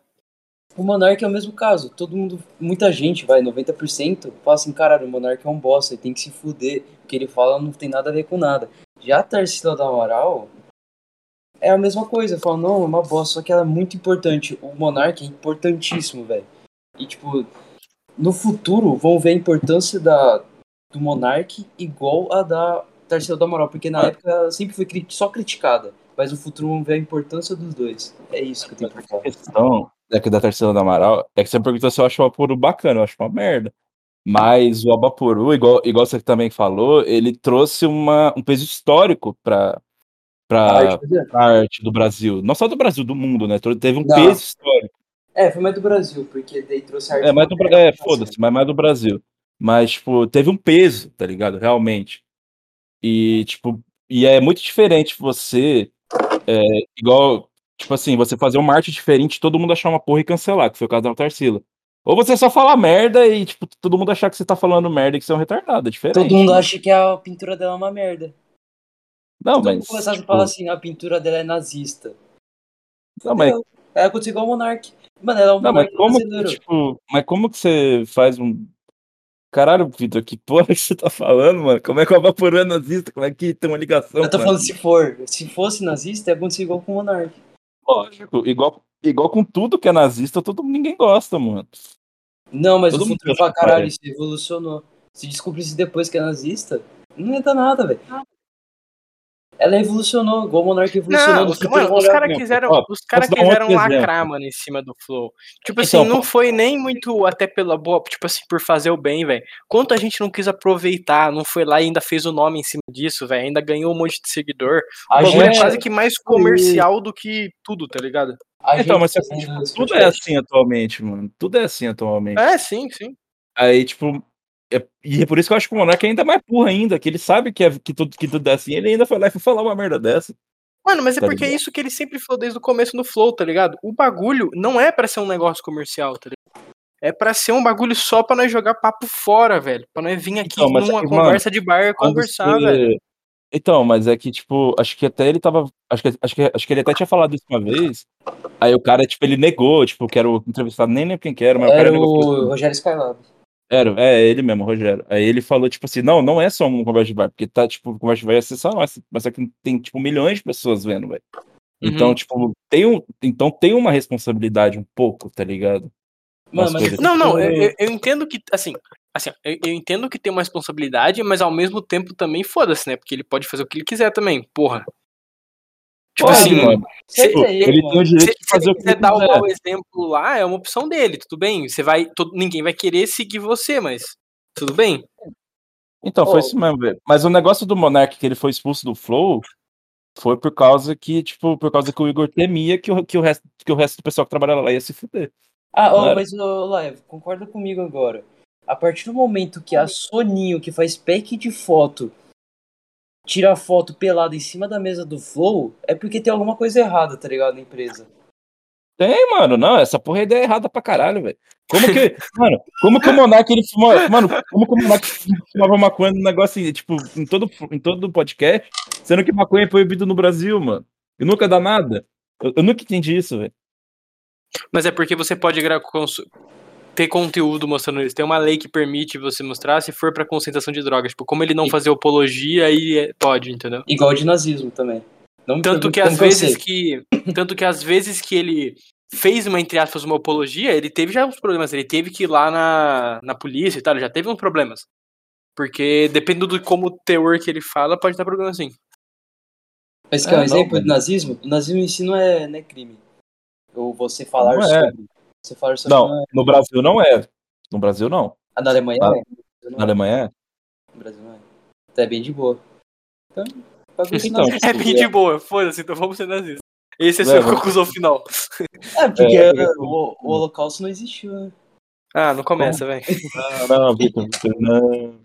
A: O Monark é o mesmo caso. Todo mundo, muita gente, vai, 90%, fala assim, caralho, o Monark é um bosta, ele tem que se fuder. O que ele fala não tem nada a ver com nada. Já a Tarsila da Amaral é a mesma coisa. Fala, não, é uma bosta, só que ela é muito importante. O Monark é importantíssimo, velho. E, tipo, no futuro vão ver a importância da, do Monark igual a da Tarsila da Moral, porque na
C: Ah.
A: época ela sempre foi cri- só criticada. Mas o futuro vamos ver a importância dos dois. É isso que eu tenho pra falar.
C: A questão é que da Tarsila da Amaral é que você perguntou se eu acho o Apuru bacana, eu acho uma merda. Mas o Abapuru, igual, igual você também falou, ele trouxe uma, um peso histórico para a arte do Brasil. Não só do Brasil, do mundo, né? Tro- Teve um
A: Não.
C: peso histórico.
A: É, foi mais do Brasil, porque daí trouxe a arte.
C: É, mais do, Bra-
A: moderna.
C: é foda-se, mas mais do Brasil. Mas, tipo, teve um peso, tá ligado? Realmente. E, tipo, e é muito diferente você. é, igual, tipo assim, você fazer uma arte diferente, todo mundo achar uma porra e cancelar, que foi o caso da Tarsila. Ou você só falar merda e, tipo, todo mundo achar que você tá falando merda e que você é um retardado. É diferente.
A: Todo mundo acha que a pintura dela é uma merda.
C: Não,
A: Todo
C: mas.
A: mundo começava a
C: tipo,
A: falar assim, a pintura dela é nazista.
C: não, mas,
A: Ela aconteceu igual o Monark. Mano, ela é um
C: não, mas
A: monarca
C: como que,
A: brasileiro.
C: tipo, mas como que você faz um. Caralho, Vitor, que porra que você tá falando, mano? Como é que o Vaporã é nazista? Como é que tem uma ligação?
A: Eu tô
C: mano?
A: falando se for. Se fosse nazista, ia acontecer igual com o Monark.
C: Lógico, igual, igual com tudo que é nazista, todo ninguém gosta, mano.
A: Não, mas
C: Todo
A: o
C: mundo
A: futuro
C: acha
A: pra
C: que
A: caralho
C: parece.
A: se evolucionou. Se descobrisse depois que é nazista, não ia dar nada, velho. Ela evolucionou, igual o Monark evolucionou
B: Não,
A: do futuro
B: mano,
A: ao
B: os
A: Monark.
C: né?
B: caras quiseram,
C: Ó,
B: os cara
C: posso dar um
B: quiseram
C: outro exemplo.
B: lacrar, mano, em cima do Flow. Tipo assim,
C: Então,
B: não foi nem muito até pela boa, tipo assim, por fazer o bem, velho. Quanto a gente não quis aproveitar, não foi lá e ainda fez o nome em cima disso, velho. Ainda ganhou um monte de seguidor.
A: A
B: O bagulho é
A: gente,
B: quase que mais comercial do que tudo, tá ligado?
A: a gente
C: Então, mas você-
A: fazendo esse
C: Tudo é
A: podcast.
C: assim atualmente, mano. Tudo é assim atualmente.
B: É, sim, sim.
C: Aí, tipo. é- e é por isso que eu acho que o Monark é ainda mais burro ainda, que ele sabe que, é, que, tudo, que tudo é assim, ele ainda foi lá e foi falar uma merda dessa.
B: Mano, mas é
C: Tá
B: porque é
C: ligado?
B: isso que ele sempre falou desde o começo no Flow, tá ligado? O bagulho não é pra ser um negócio comercial, tá ligado? É pra ser um bagulho só pra nós jogar papo fora, velho. Pra nós vir aqui
C: Então, mas
B: numa
C: é que, mano,
B: conversa de bar
C: Quando
B: conversar,
C: você-
B: velho.
C: Então, mas é que, tipo, acho que até ele tava. Acho que, acho, que, acho que ele até tinha falado isso uma vez. Aí o cara, tipo, ele negou, tipo, que era o entrevistado, nem lembro quem que era, mas o cara
A: Era
C: negou. falou assim,
A: o Rogério Skylab.
C: Era, é ele mesmo, Rogério. Aí ele falou, tipo assim, não, não é só um conversa de bar, porque tá, tipo, conversa de bar é só nossa, mas só que tem, tipo, milhões de pessoas vendo, velho.
B: Uhum.
C: Então, tipo, tem um, então tem uma responsabilidade um pouco, tá ligado?
A: Mano,
C: Umas
A: mas
C: coisas-
A: o
B: Não, não, eu,
A: futuro-
B: eu- eu entendo que, assim, assim eu, eu entendo que tem uma responsabilidade, mas ao mesmo tempo também foda-se, né? Porque ele pode fazer o que ele quiser também, porra. Tipo
A: Pode,
B: assim,
C: mano.
A: Sei
C: Tipo,
A: lá, eu,
C: ele tem
A: mano.
C: o
B: se,
C: direito de
B: se
C: fazer
B: ele
C: o que ele
B: quiser dar um
C: quiser.
B: mau exemplo lá, é uma opção dele, tudo bem. Você vai, todo, ninguém vai querer seguir você, mas tudo bem.
C: Então, foi
A: Ô.
C: isso mesmo, velho. Mas o negócio do Monark que ele foi expulso do Flow foi por causa que, tipo, por causa que o Igor temia que o, que o, resto, que o resto do pessoal que trabalhava lá ia se fuder.
A: Ah, ó,
C: Claro.
A: mas ô, Live, concorda comigo agora. A partir do momento que a Soninho, que faz pack de foto, tira foto pelada em cima da mesa do Flow, é porque tem alguma coisa errada, tá ligado, na empresa.
C: Tem, mano, não, essa porra é ideia errada pra caralho, velho. Como que, mano, como que o Monark, ele fuma- mano, como que o Monark fumava maconha no negócio, assim, tipo, em todo, em todo podcast, sendo que maconha é proibido no Brasil, mano. E nunca dá nada. Eu, eu nunca entendi isso, velho.
B: Mas é porque você pode gra- cons- ter conteúdo mostrando isso. Tem uma lei que permite você mostrar se for pra concentração de drogas. Tipo, como ele não
A: E-
B: fazer apologia, aí é- pode, entendeu?
A: Igual de nazismo também. Não me
B: Tanto
A: pergunte
B: que
A: como
B: às
A: eu
B: vezes
A: sei.
B: que. Tanto que às vezes que ele fez uma, entre aspas, uma apologia, ele teve já uns problemas. Ele teve que ir lá na, na polícia e tal, ele já teve uns problemas. Porque dependendo de como o teor que ele fala, pode dar problema assim.
A: Mas que é um
C: Ah, não,
A: exemplo
C: mano.
A: de nazismo? O nazismo em si não é, não é crime. Ou você falar
C: Não é.
A: sobre. Você falar sobre.
C: Não, no Brasil não é. No Brasil não.
A: Ah, na Alemanha
C: Ah.
A: não é.
C: Na Alemanha
A: No Brasil não é. Então é bem de boa. Então, bagulho de
C: Então,
A: nazismo.
B: É bem de boa, foda-se, então vamos ser nazistas. Esse é
C: Não,
B: seu
C: mano.
B: conclusão final.
A: É, porque
C: É,
A: uh,
C: eu-
A: o, o holocausto não existiu, né?
B: Ah, não começa, velho.
C: é. Não, não, Vitor, Vitor, não.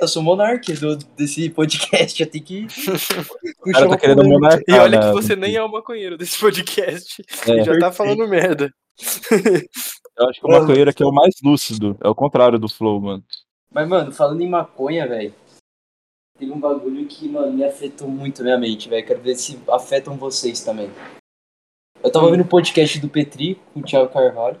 A: Eu sou monarca do, desse podcast, eu tenho que.
C: O cara tá querendo monarcar.
B: E olha que
C: né?
B: você nem é o maconheiro desse podcast.
C: É.
B: E já tá falando merda.
C: Eu acho que o maconheiro aqui é o mais lúcido. É o contrário do Flow, mano.
A: Mas, mano, falando em maconha, velho. Teve um bagulho que, mano, me afetou muito minha mente, velho. Quero ver se afetam vocês também. Eu tava ouvindo o podcast do Petri com o Thiago Carvalho.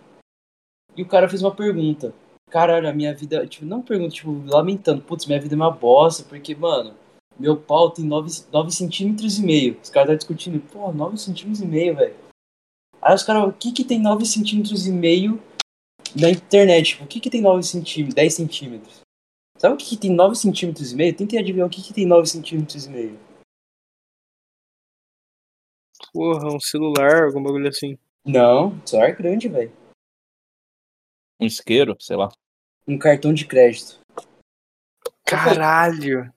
A: E o cara fez uma pergunta. Caralho, a minha vida. Tipo, não pergunta, tipo, lamentando. Putz, minha vida é uma bosta, porque, mano, meu pau tem 9, nove centímetros e meio. Os caras tá discutindo, pô, 9 centímetros e meio, velho. Aí os caras, o que que tem 9 centímetros e meio na internet? Tipo, o que que tem 9 centímetros, 10 centímetros? Sabe o que, que tem 9 centímetros e meio? Tentem adivinhar o que, que tem 9 centímetros e meio.
B: Porra, um celular, algum bagulho assim.
A: Não, celular grande, velho.
C: Um isqueiro, sei lá.
A: Um cartão de crédito.
B: Caralho!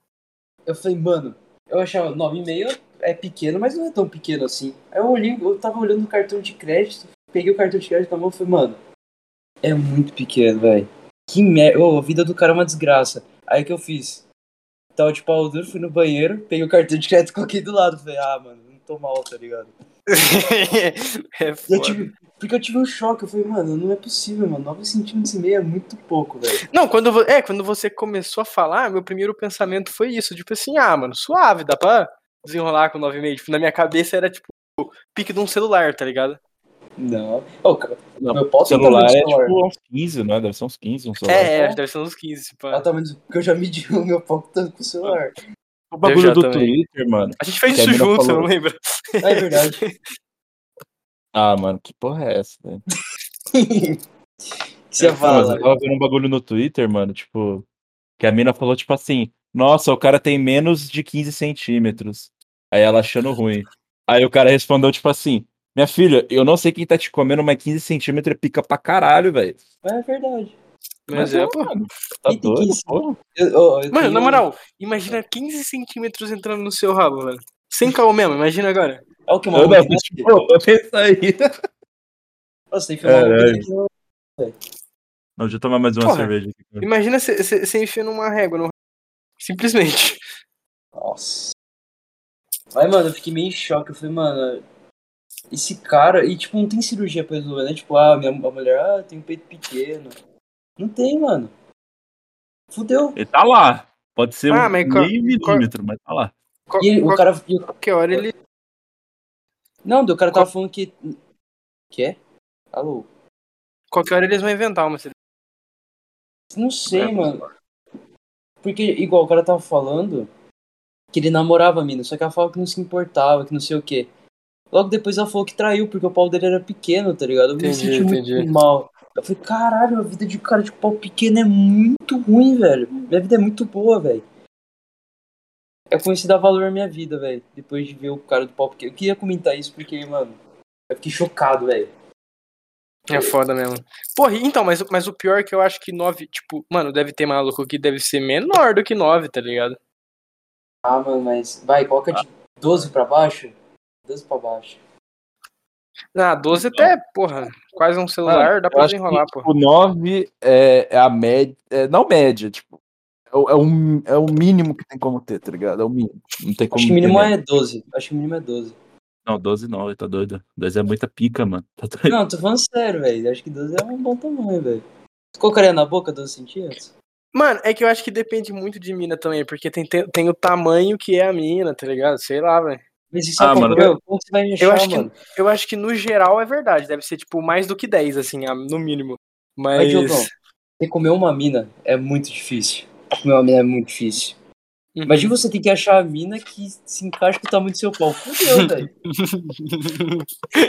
A: Eu falei, mano, eu achava 9,5 é pequeno, mas não é tão pequeno assim. Aí eu olhei, eu tava olhando o cartão de crédito, peguei o cartão de crédito na mão e falei, mano, é muito pequeno, velho. Que merda. Ô, a vida do cara é uma desgraça. Aí o que eu fiz? Tal de pau duro, fui no banheiro, peguei o cartão de crédito e coloquei do lado. Falei, ah, mano, não tô mal, tá ligado?
B: é
A: E eu
B: foda.
A: tive, porque eu tive um choque, eu falei, mano, não é possível, mano. 9 centímetros e meio é muito pouco, velho.
B: Não, quando, vo- é, quando você começou a falar, meu primeiro pensamento foi isso. Tipo assim, ah, mano, suave, dá pra desenrolar com 9,5. Tipo, na minha cabeça era tipo o pique de um celular, tá ligado?
A: Não. Ô, cara,
C: Não,
A: meu pau tá tem
C: celular
A: tamanho de
C: é
A: celular.
C: tipo uns 15, né? Deve ser uns 15, um celular.
B: É, é, deve ser uns 15, pá.
A: Ela tá menos que eu já medi o meu pau tanto com o celular.
C: o bagulho
B: já
C: do
B: também.
C: Twitter, mano.
B: A gente fez
C: Que a
B: isso
C: mina
B: junto, eu
C: falou.
B: não lembro.
A: Ah, é verdade.
C: Ah, mano, que porra é essa, velho?
A: Você
C: Mas
A: fala.
C: eu tava vendo um bagulho no Twitter, mano, tipo, que a mina falou, tipo assim, nossa, o cara tem menos de 15 centímetros. Aí ela achando ruim. Aí o cara respondeu, tipo assim, minha filha, eu não sei quem tá te comendo, mas 15 centímetros é pica pra caralho, velho.
A: É verdade.
B: Mas é, pô.
C: mano, Tá
A: E tem
C: doido,
A: 15.
C: pô?
A: Eu- ó, eu
B: Mano,
A: tenho-
B: na moral, imagina 15 centímetros entrando no seu rabo, velho. Sem caô mesmo, imagina agora.
A: É o que uma
C: Eu não,
B: né?
A: roubada.
C: mas, tipo, eu pensei aí.
A: Nossa, tem que um filmar
C: Caralho.
A: uma roubada aqui. no-
C: Não, deixa eu tomar mais uma
B: Porra.
C: cerveja aqui.
B: Imagina você enfiando uma régua no Simplesmente.
A: Nossa. Aí, mano, eu fiquei meio em choque. Eu falei, mano, esse cara. E, tipo, não tem cirurgia pra resolver, né? Tipo, ah, minha a mulher, ah, tem um peito pequeno. Não tem, mano. Fudeu.
C: Ele tá lá. Pode
B: Ah,
C: ser um
B: mas
C: meio
B: qual-
C: milímetro, mas tá lá.
B: Qual-
A: E ele- o
B: qual-
A: cara. e o-
B: Qualquer hora ele.
A: Não, daí o cara tava falando que. Quê? Alô?
B: Qualquer hora eles vão inventar uma.
A: Não sei, mano. Porque, igual, o cara tava falando que ele namorava a mina, só que ela falava que não se importava, que não sei o quê. Logo depois ela falou que traiu, porque o pau dele era pequeno, tá ligado? Eu me
B: Entendi,
A: senti
B: entendi.
A: muito mal. Eu falei, caralho, a vida de um cara de pau pequeno é muito ruim, velho. Minha vida é muito boa, velho. Eu comecei a dar valor à minha vida, velho. Depois de ver o cara do pau pequeno. Eu queria comentar isso porque, mano, eu fiquei chocado, velho.
B: É foda mesmo. Porra, então, mas, mas o pior é que eu acho que 9, tipo, mano, deve ter maluco que deve ser menor do que 9, tá ligado?
A: Ah, mano, mas. Vai, coloca de 12 pra baixo? 12 pra baixo.
B: Ah, 12 até, porra, quase um celular,
C: Mano,
B: dá
C: eu
B: pra
C: acho
B: desenrolar,
C: que,
B: porra.
C: O 9 é, é a média. É, não média, tipo. É, o- é, o, mi- é o mínimo que tem como ter, tá ligado? É o mínimo. Não tem como
A: Acho que o mínimo
C: ter, né?
A: é 12. Acho que o mínimo é 12.
C: Não, 12 não, tá doido. 12 é muita pica, mano. Tá doido.
A: Não, tô falando sério, velho. Acho que 12 é um bom tamanho, velho. Tu colocaria na boca 12 centímetros?
B: Mano, é que eu acho que depende muito de mina também, porque tem, tem, tem o tamanho que é a mina, tá ligado? Sei lá, velho.
A: Mas isso é
C: Ah, mano,
A: meu, como você vai me achar,
B: Eu acho, que,
A: mano?
B: eu acho que no geral é verdade, deve ser, tipo, mais do que 10, assim, a- no mínimo. Mas.
A: Diogão, Você comer uma mina é muito difícil. Comer uma mina é muito difícil.
B: Uhum.
A: Imagina você ter que achar a mina que se encaixa com o tamanho do seu pau. Fudeu, velho.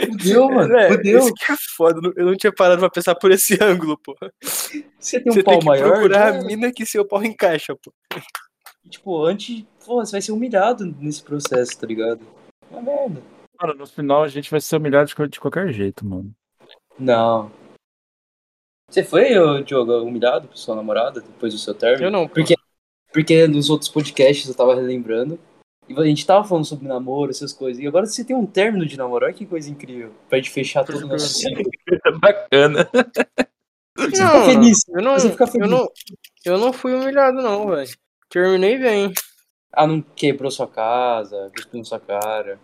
A: Fudeu, mano.
B: É,
A: Fudeu.
B: Isso que é foda, eu não- eu não tinha parado pra pensar por esse ângulo, pô.
A: Você tem um
B: Você
A: pau
B: tem que
A: maior.
B: procurar
A: né?
B: a mina que seu pau encaixa, pô.
A: Tipo, antes. Porra, você vai ser humilhado nesse processo, tá ligado? Uma merda.
C: Mano, no final a gente vai ser humilhado de, qual- de qualquer jeito, mano.
A: Não. Você foi, ô, Diogo, humilhado por sua namorada depois do seu término?
B: Eu não, pô.
A: Porque, porque nos outros podcasts eu tava relembrando. E a gente tava falando sobre namoro, essas coisas. E agora você tem um término de namoro, olha que coisa incrível. Pra gente fechar todo o nosso ciclo.
C: É bacana.
A: Você fica feliz.
B: Eu não,
A: Você fica
B: eu
A: feliz.
B: não, eu não fui humilhado, não, velho. Terminei bem.
A: Ah, não quebrou sua casa, cuspiu na sua cara.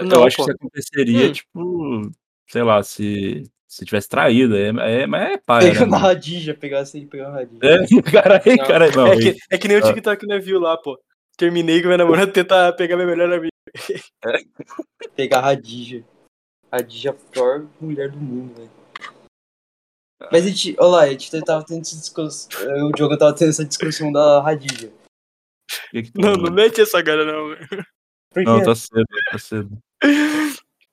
B: Não,
C: eu acho
B: pô.
C: que isso aconteceria,
B: Hum.
C: tipo, sei lá, se, se tivesse traído. É, é, mas é pai, né?
A: Pegando a
C: mano?
A: radija, pegasse ele, pegando a radija.
C: É, caralho,
B: Não.
C: caralho. Não,
B: É que, é que nem o
C: Ah.
B: TikTok né, viu lá, pô. Terminei com meu namorado tentar pegar minha melhor amiga.
A: Pegar a radija. Radija é a pior mulher do mundo, velho. Mas a gente, olha lá, a gente tava tendo essa discussão. O Diogo tava tendo essa discussão da radija.
C: que que tá
B: Não,
C: doido?
B: não mete essa cara, não, velho.
A: Por
C: Não,
A: quê?
C: tá cedo, tá cedo.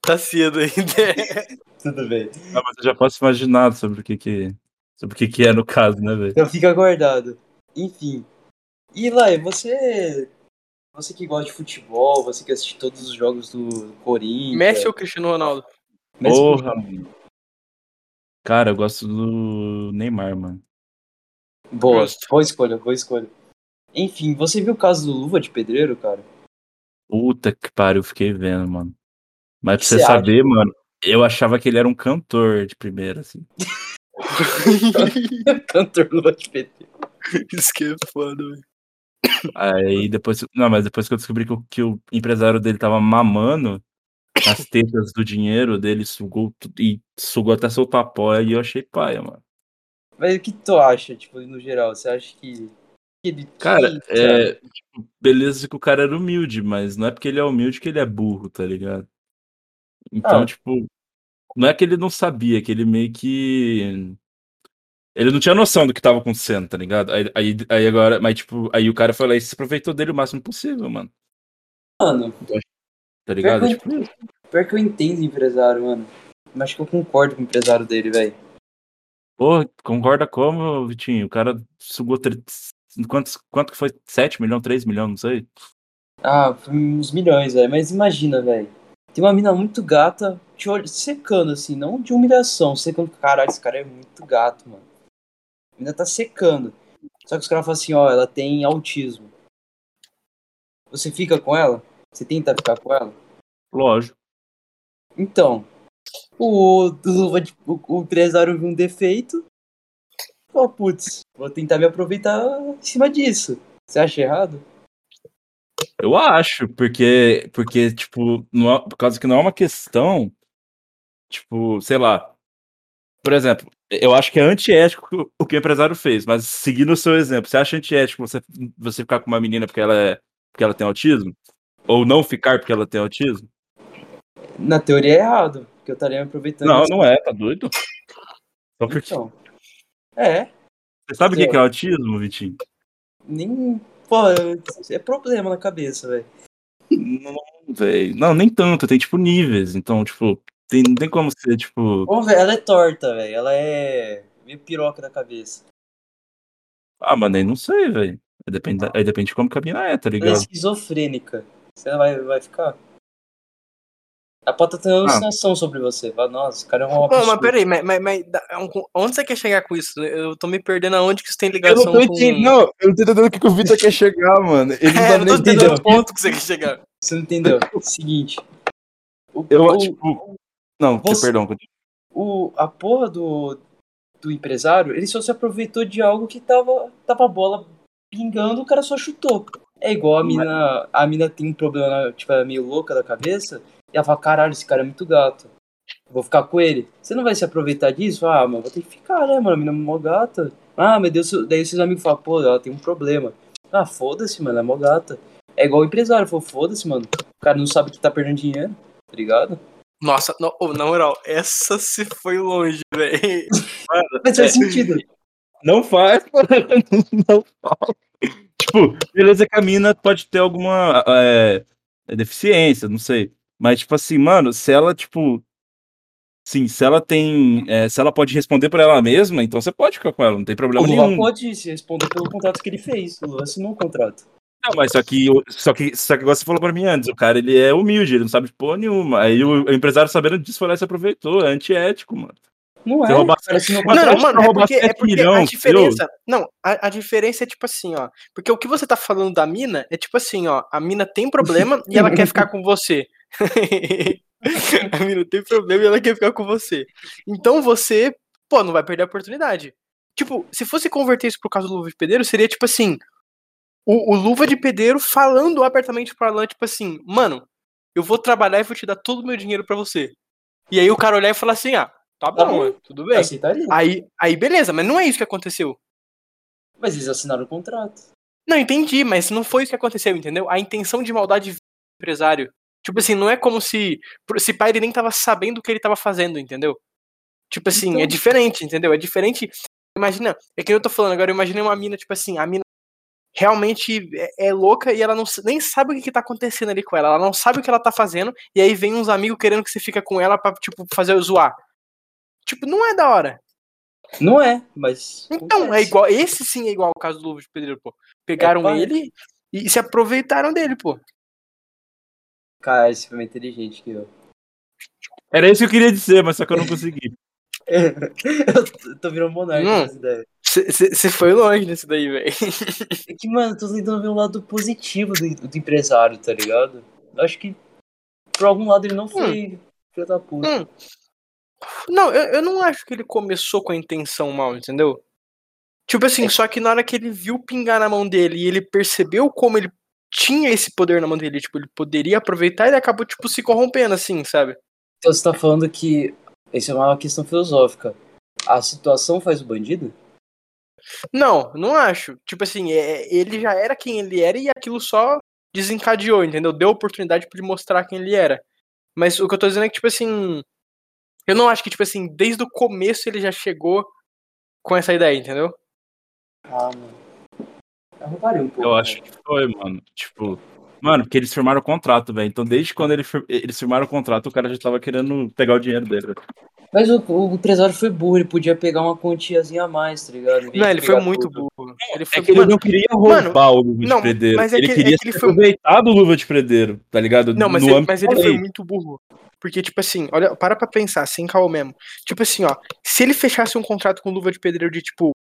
B: Tá cedo ainda.
A: Tudo bem.
C: Ah, Não, mas eu já posso imaginar sobre o que que... Sobre o que, que é no caso, né, velho?
A: Então fica guardado. Enfim. E Lai, você. Você que gosta de futebol, você que assiste todos os jogos do Corinthians.
B: Messi ou Cristiano Ronaldo?
A: Messi ou
C: Porra, mano. Cara, eu gosto do Neymar, mano.
A: Boa,
B: Justo.
A: boa escolha, boa escolha. Enfim, você viu o caso do Luva de Pedreiro, cara?
C: Puta que pariu, eu fiquei vendo, mano. Mas pra
A: que
C: você
A: você acha?
C: saber, mano, eu achava que ele era um cantor de primeira, assim.
A: Cantor Luva de Pedreiro.
B: Isso que é foda, velho.
C: Aí depois. Não, mas depois que eu descobri que o, que o empresário dele tava mamando as tetas do dinheiro dele, sugou tu- e sugou até soltar pó, aí eu achei paia, mano.
A: Mas o que tu acha, tipo, no geral? Você acha que. que ele-
C: Cara,
A: que-
C: é. tipo, beleza que o cara era humilde, mas não é porque ele é humilde que ele é burro, tá ligado? Então,
A: Ah.
C: tipo. Não é que ele não sabia, é que ele meio que. Ele não tinha noção do que tava acontecendo, tá ligado? Aí, aí, aí agora. Mas, tipo, aí o cara foi lá e se aproveitou dele o máximo possível, mano.
A: Mano,
C: Tá ligado? É
A: Pergunta.
C: tipo isso.
A: pior que eu entendo o empresário, mano. Mas acho que eu concordo com o empresário dele, velho.
C: Pô, concorda como, Vitinho? O cara sugou. Tre... Quantos, quanto que foi? 7 milhões, 3 milhões, não sei.
A: Ah, foi uns milhões, velho. Mas imagina, velho. Tem uma mina muito gata te olhando, secando, assim, não de humilhação, secando. Caralho, esse cara é muito gato, mano. A mina tá secando. Só que os caras falam assim, ó, ela tem autismo. Você fica com ela? Você tenta ficar com ela?
C: Lógico.
A: Então, o, o, o, o empresário viu um defeito. Falou, putz, vou tentar me aproveitar em cima disso. Você acha errado?
C: Eu acho, porque, porque tipo, não é- por causa que não é uma questão, tipo, sei lá. Por exemplo, eu acho que é antiético o- o que o empresário fez, mas seguindo o seu exemplo, você acha antiético você, você ficar com uma menina porque ela, é, porque ela tem autismo? Ou não ficar porque ela tem autismo?
A: Na teoria é errado, porque eu estaria me aproveitando.
C: Não,
A: dessa-
C: não é, tá doido? Só porque-
A: Então, é,
C: Você sabe o que que é autismo, Vitinho?
A: Nem. Pô, é problema na cabeça, velho.
C: Não, velho. Não, nem tanto, tem tipo níveis. Então, tipo, tem, não tem como ser, tipo.
A: Ô, velho, ela é torta, velho. Ela é meio piroca da cabeça.
C: Ah, mano, aí não sei, velho. Aí depende, da- aí depende de como que a mina é, tá
A: Ela é
C: ligado?
A: esquizofrênica. Você vai, vai ficar? A pata tem alucinação sobre você. Fala, nossa, o cara é uma
B: Não, mas peraí, mas, mas, mas da- é um- onde você quer chegar com isso? Eu tô me perdendo aonde que isso tem ligação com...
C: não, eu não tô entendendo o que, o Vitor quer chegar, mano. Ele
B: É, eu não tô entendendo
A: entendendo.
B: o ponto que você quer chegar.
A: Você não entendeu? Seguinte. O,
C: Eu,
A: É, o,
C: tipo. Não,
A: Você-
C: perdão. continua.
A: o- a porra do, do empresário, ele só se aproveitou de algo que tava, tava a bola pingando, o cara só chutou. É igual a mina. A mina tem um problema, tipo, ela é meio louca da cabeça, e ela fala, caralho, esse cara é muito gato. Vou ficar com ele. Você não vai se aproveitar disso? Ah, mano, vou ter que ficar, né, mano? A mina é mó gata. Ah, meu Deus, daí seus amigos falam, pô, ela tem um problema. Ah, foda-se, mano, ela é mó gata. É igual o empresário, falou, foda-se, mano. O cara não sabe que tá perdendo dinheiro, tá ligado?
B: Nossa, não, ô, na moral, essa se foi longe, velho.
A: Mas faz sentido.
C: Não faz, mano. Não faz. Tipo, beleza que a mina pode ter alguma é, deficiência, não sei. Mas, tipo assim, mano, se ela, tipo. Sim, se ela tem. é, se ela pode responder por ela mesma, então você pode ficar com ela, não tem
A: O
C: problema
A: Lula
C: nenhum.
A: pode se responder pelo contrato que ele fez. O Lula assinou o contrato.
C: Não, mas só que, só que, só que igual você falou pra mim antes, o cara ele é humilde, ele não sabe de porra nenhuma. Aí o, o empresário sabendo disso foi lá e se aproveitou, é antiético, mano.
A: Não
C: Se
A: é?
C: roubar-
A: O cara assinou o
C: Mas eu
B: Não,
A: contrato.
B: mano,
C: acho que
B: é
C: um roubar
B: porque, é
C: sete
B: porque a
C: milhões,
B: diferença. Não, a, a diferença é tipo assim, ó. Porque o que você tá falando da mina é tipo assim, ó. A mina tem problema e ela quer ficar com você. a mina tem problema e ela quer ficar com você. Então você, pô, não vai perder a oportunidade. Tipo, se fosse converter isso pro caso do Luva de Pedreiro, seria tipo assim. O, o Luva de Pedreiro falando abertamente pra ela, tipo assim, mano, eu vou trabalhar e vou te dar todo o meu dinheiro pra você. E aí o cara olhar e falar assim, ah,
A: Tá
B: tá bom,
A: bom.
B: é, tudo bem.
A: Aceitaria.
B: Aí, aí beleza, mas não é isso que aconteceu.
A: Mas eles assinaram o contrato.
B: Não, entendi, mas não foi isso que aconteceu, entendeu? A intenção de maldade do empresário. Tipo assim, não é como se. Se pai ele nem tava sabendo o que ele tava fazendo, entendeu? Tipo assim, é
A: Então.
B: diferente, entendeu? É diferente. Imagina, é que eu tô falando agora, eu imaginei uma mina, tipo assim, a mina realmente é, é louca e ela não, s- nem sabe o que, que tá acontecendo ali com ela. Ela não sabe o que ela tá fazendo, e aí vem uns amigos querendo que você fica com ela pra, tipo, fazer eu zoar. Tipo, não é da hora.
A: Não é, mas.
B: Então, é
A: acontece.
B: igual. Esse sim é igual ao caso do Luva de Pedreiro, pô. Pegaram
A: É,
B: ele e se aproveitaram dele, pô.
A: Cara, esse filme é inteligente que eu.
C: Era isso que eu queria dizer, mas só que eu não consegui.
A: eu tô virando monarca
B: Hum.
A: nessa ideia.
B: Você foi longe nesse daí, velho.
A: É que, mano, eu tô tentando ver o lado positivo do, do empresário, tá ligado? Eu acho que por algum lado ele não foi filho da puta.
B: Hum. Não, eu, eu não acho que ele começou com a intenção mal, entendeu? Tipo assim, só que na hora que ele viu pingar na mão dele e ele percebeu como ele tinha esse poder na mão dele, tipo, ele poderia aproveitar, ele acabou, tipo, se corrompendo, assim, sabe?
A: Então você tá falando que. Isso é uma questão filosófica. A situação faz o bandido?
B: Não, não acho. Tipo assim, é- ele já era quem ele era e aquilo só desencadeou, entendeu? Deu oportunidade pra ele mostrar quem ele era. Mas o que eu tô dizendo é que, tipo assim. Eu não acho que, tipo assim, desde o começo ele já chegou com essa ideia, entendeu?
A: Ah, mano. Eu reparei um pouco.
C: Eu acho que foi, mano. Tipo, mano, porque eles firmaram o contrato, velho. Então, desde quando ele fir- eles firmaram o contrato, o cara já tava querendo pegar o dinheiro dele. velho.
A: Mas o, o empresário foi burro, ele podia pegar uma quantiazinha a mais, tá ligado? Em vez
B: Não,
A: de
B: ele foi
A: pegar
B: muito
A: tudo.
B: burro. Ele
C: É
B: foi,
C: que ele
B: mano,
C: não queria roubar o Luva de
B: não,
C: Predeiro.
B: mas é
C: ele
B: que- é
C: queria
B: que ele
C: se
B: foi-
C: aproveitar do Luva de Predeiro, tá ligado?
B: Não, mas
C: No
B: ele,
C: âmbito
B: mas
C: da
B: ele foi
C: lei.
B: muito burro. Porque, tipo assim, olha, para pra pensar, sem caô mesmo. Tipo assim, ó, se ele fechasse um contrato com luva de pedreiro de, tipo,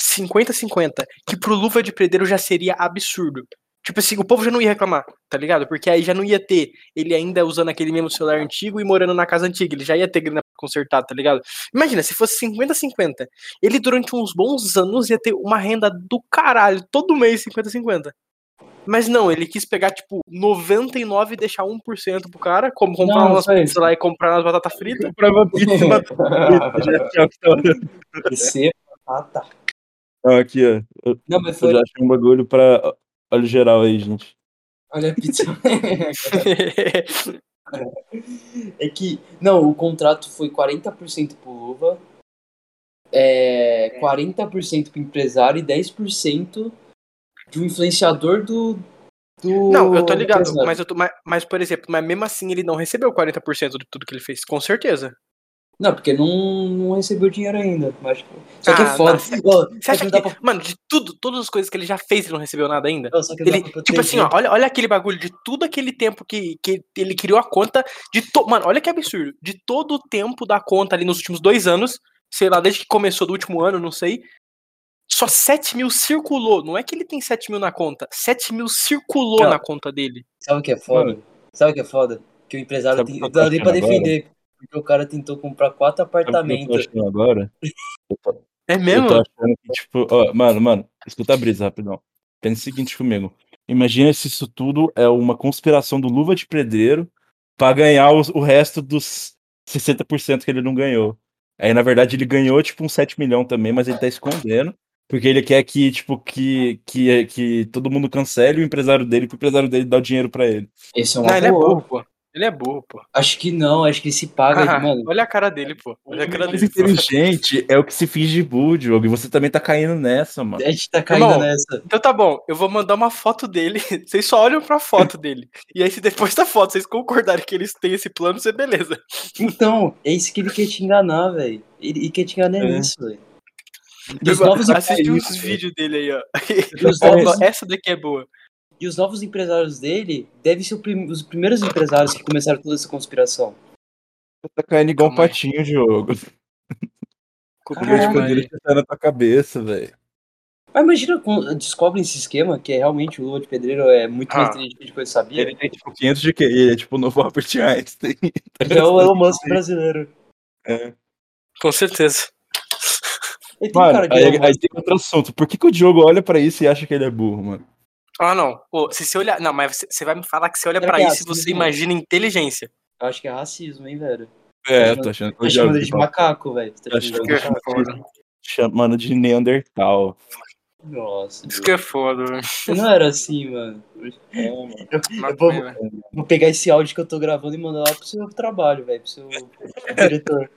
B: 50-50, que pro luva de pedreiro já seria absurdo. Tipo assim, o povo já não ia reclamar, tá ligado? Porque aí já não ia ter ele ainda usando aquele mesmo celular antigo e morando na casa antiga. Ele já ia ter grana pra consertar, tá ligado? Imagina, se fosse 50-50, ele durante uns bons anos ia ter uma renda do caralho, todo mês 50-50. Mas não, ele quis pegar, tipo, 99 e deixar 1% pro cara, como comprar
A: Não,
B: umas
A: foi
B: pizzas lá e comprar umas batatas fritas.
C: Comprava pizza na
B: Ah.
C: pizza, já tinha o que tava-
A: Esse- Ah, tá.
C: Ó, Aqui, ó. Eu
A: Não, mas
C: eu
A: foi.
C: já achei um bagulho pra. Olha o geral aí, gente.
A: Olha a pizza. É que, não, o contrato foi 40% pro Luva, é, 40% pro empresário e 10% de um influenciador do. do
B: não, eu tô ligado,
A: empresário.
B: mas, eu tô, mas, mas, por exemplo, mas mesmo assim ele não recebeu 40% de tudo que ele fez, com certeza.
A: Não, porque não, não recebeu dinheiro ainda. Mas, só que
B: Ah,
A: é foda.
B: nossa.
A: Ó, só
B: Você
A: que
B: acha
A: não
B: que,
A: dá pra-
B: mano, de tudo, todas as coisas que ele já fez, ele não recebeu nada ainda?
A: ó, só que não dá
B: Ele,
A: pra
B: tipo assim, ó,
A: proteger.
B: olha, olha aquele bagulho de tudo aquele tempo que, que ele criou a conta. De to... Mano, olha que absurdo. De todo o tempo da conta ali nos últimos dois anos, sei lá, desde que começou do último ano, não sei. Só 7 mil circulou. Não é que ele tem 7 mil na conta. 7 mil circulou
A: Não.
B: na conta dele.
A: Sabe o que é foda? Sabe o que é foda? Que o empresário
C: Sabe o
A: tem.
C: que eu
A: Não
C: tô
A: dá nem pra
C: achando agora?
A: defender. Porque o cara tentou comprar quatro
C: Sabe o que eu tô
A: apartamentos.
C: achando agora? Eu tô-
B: É
C: Eu
B: mesmo?
C: tô achando que, tipo, ó, mano, mano, escuta a brisa, rapidão. Pensa o seguinte comigo. Imagina se isso tudo é uma conspiração do Luva de Pedreiro pra ganhar os- o resto dos 60% que ele não ganhou. Aí, na verdade, ele ganhou, tipo, uns 7 milhões também, mas ele tá escondendo. Porque ele quer que, tipo, que, que, que todo mundo cancele o empresário dele, que o empresário dele dá o dinheiro pra ele.
A: Esse é uma
B: Não, ele é
A: boa.
B: burro, pô. Ele é burro, pô.
A: Acho que não, acho que se paga. mano,
B: olha a cara dele, pô. Olha a cara
C: mais
B: dele. pô.
C: inteligente é o que se finge de burro, Diogo, e você também tá caindo nessa, mano.
A: a gente tá caindo
B: Irmão,
A: nessa.
B: Então tá bom, eu vou mandar uma foto dele. Vocês só olham pra foto dele. E aí, se depois da foto vocês concordarem que eles têm esse plano, você é beleza.
A: Então, é isso que ele quer te enganar, velho. Ele, ele quer te enganar
C: É.
A: nisso, velho. Dos novos
B: Assiste uns
A: empresários-
B: vídeos dele aí, ó.
A: E os
B: Ó,
A: novos,
B: Essa daqui é boa.
A: e os novos empresários dele devem ser o prim- os primeiros empresários que começaram toda essa conspiração.
C: Tá caindo igual um
B: Calma aí.
C: patinho, Diogo.
B: Culpa do
A: Caralho.
B: meu pai.
C: tá na tua cabeça, velho.
A: Mas imagina, quando descobrem esse esquema, que é realmente o Lua de Pedreiro é muito mais
B: Ah.
A: inteligente do que eu sabia.
C: Ele tem tipo 500 de QI, ele é tipo o novo Albert Einstein.
A: Ele é o Elon Musk brasileiro.
C: É.
B: Com certeza.
A: Ele tem um
C: Mano,
A: cara de
C: aí,
A: Elon
C: aí
A: Musk.
C: tem outro assunto. Por que, que o Diogo olha pra isso e acha que ele é burro, mano?
B: Ah, não. Ô, se você olhar. Não, mas você- você vai me falar que você olha
A: Será
B: pra
A: que é
B: isso e você
A: racismo?
B: imagina inteligência.
A: Eu acho que é racismo, hein, velho.
C: É, eu tô achando que
A: Tá
C: o
A: chamando
C: Diogo.
A: ele de macaco, velho. Tá
C: Tá
B: é
A: chamando ele de
C: achando- Chamando de Neandertal.
A: Nossa, Deus.
B: Isso que é foda, velho.
A: Você não era assim, mano.
C: É, mano.
A: Eu vou, Vou pegar esse áudio que eu tô gravando e mandar lá pro seu trabalho, velho, pro seu diretor.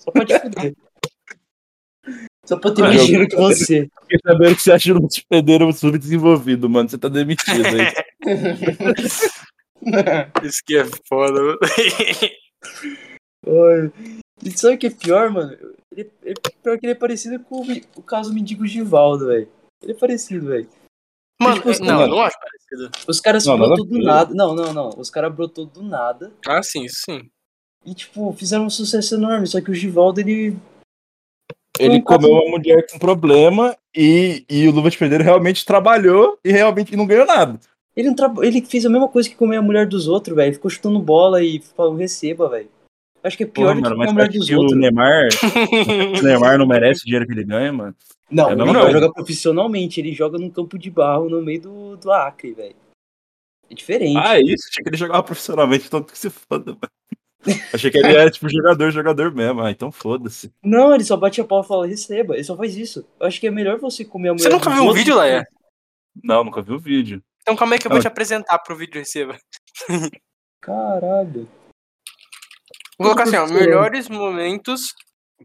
A: Só pra te fuder. Só pra eu ter
C: Ah,
A: mais
C: eu-
A: dinheiro que você.
C: Fiquei sabendo que você acha um hospedeiro subdesenvolvido, mano. Você tá demitido aí.
B: Isso que é foda, mano.
A: Oi. E sabe o que é pior, mano? Ele, ele Pior que ele é parecido com o, me- o caso Mendigo Givaldo, velho. Ele é parecido, velho.
B: Mano,
A: Tipo, os
B: não,
C: caras-
B: eu não acho parecido.
A: Os caras
C: Não, nada
A: brotou
C: a
A: do
C: ver.
A: nada. Não, não, não. Os caras brotou do nada.
B: Ah, sim, sim.
A: E, tipo, fizeram um sucesso enorme. Só que o Givaldo, ele.
C: Ele
A: Não, tá
C: comeu uma mulher com problema e, e o Luva de Pedreiro realmente trabalhou e realmente não ganhou nada.
A: Ele, não traba- ele fez a mesma coisa que comer a mulher dos outros, velho. Ficou chutando bola e falou, receba, velho. Acho que é pior
C: Porra,
A: do que
C: mano,
A: comer
C: mas
A: a mulher
C: acho
A: dos
C: que o
A: outros.
C: Neymar, o Neymar não merece o dinheiro que ele ganha, mano.
A: Não,
C: É a
A: ele
C: mesma
A: não
C: coisa.
A: joga profissionalmente, ele joga num campo de barro no meio do, do Acre, velho. É diferente.
C: Ah, é isso? Achei que ele jogava profissionalmente, tanto que se foda, mano. Achei que ele era tipo jogador, jogador mesmo. Ah, então foda-se.
A: Não, ele só bate a pau e fala, receba. Ele só faz isso. Eu acho que é melhor você comer a mulher
B: Você nunca
A: dos
B: viu um
A: outros
B: vídeo,
A: do que-
B: Laia?
C: Não, nunca vi o vídeo.
B: Então calma aí que eu vou
C: Ah.
B: te apresentar pro vídeo receba.
A: Caralho.
B: Vou colocar assim, ó,
A: Professor.
B: melhores momentos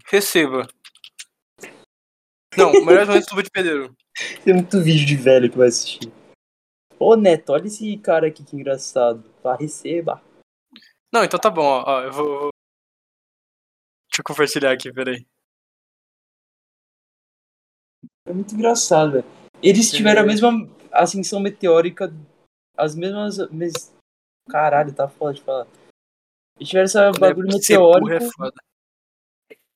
B: receba. Não, melhores momentos do Luva de Pedreiro.
A: Tem muito vídeo de velho que vai assistir. Ô, Neto, olha esse cara aqui que engraçado. Fala, receba.
B: Não, então tá bom, ó, ó, eu vou, vou- Deixa eu compartilhar aqui, peraí.
A: É muito engraçado, velho. Eles tiveram a mesma ascensão meteórica, as mesmas... mes- Caralho, tá foda de falar. Eles tiveram essa É um bagulho
B: é Ser burro
A: meteórico...
B: é foda.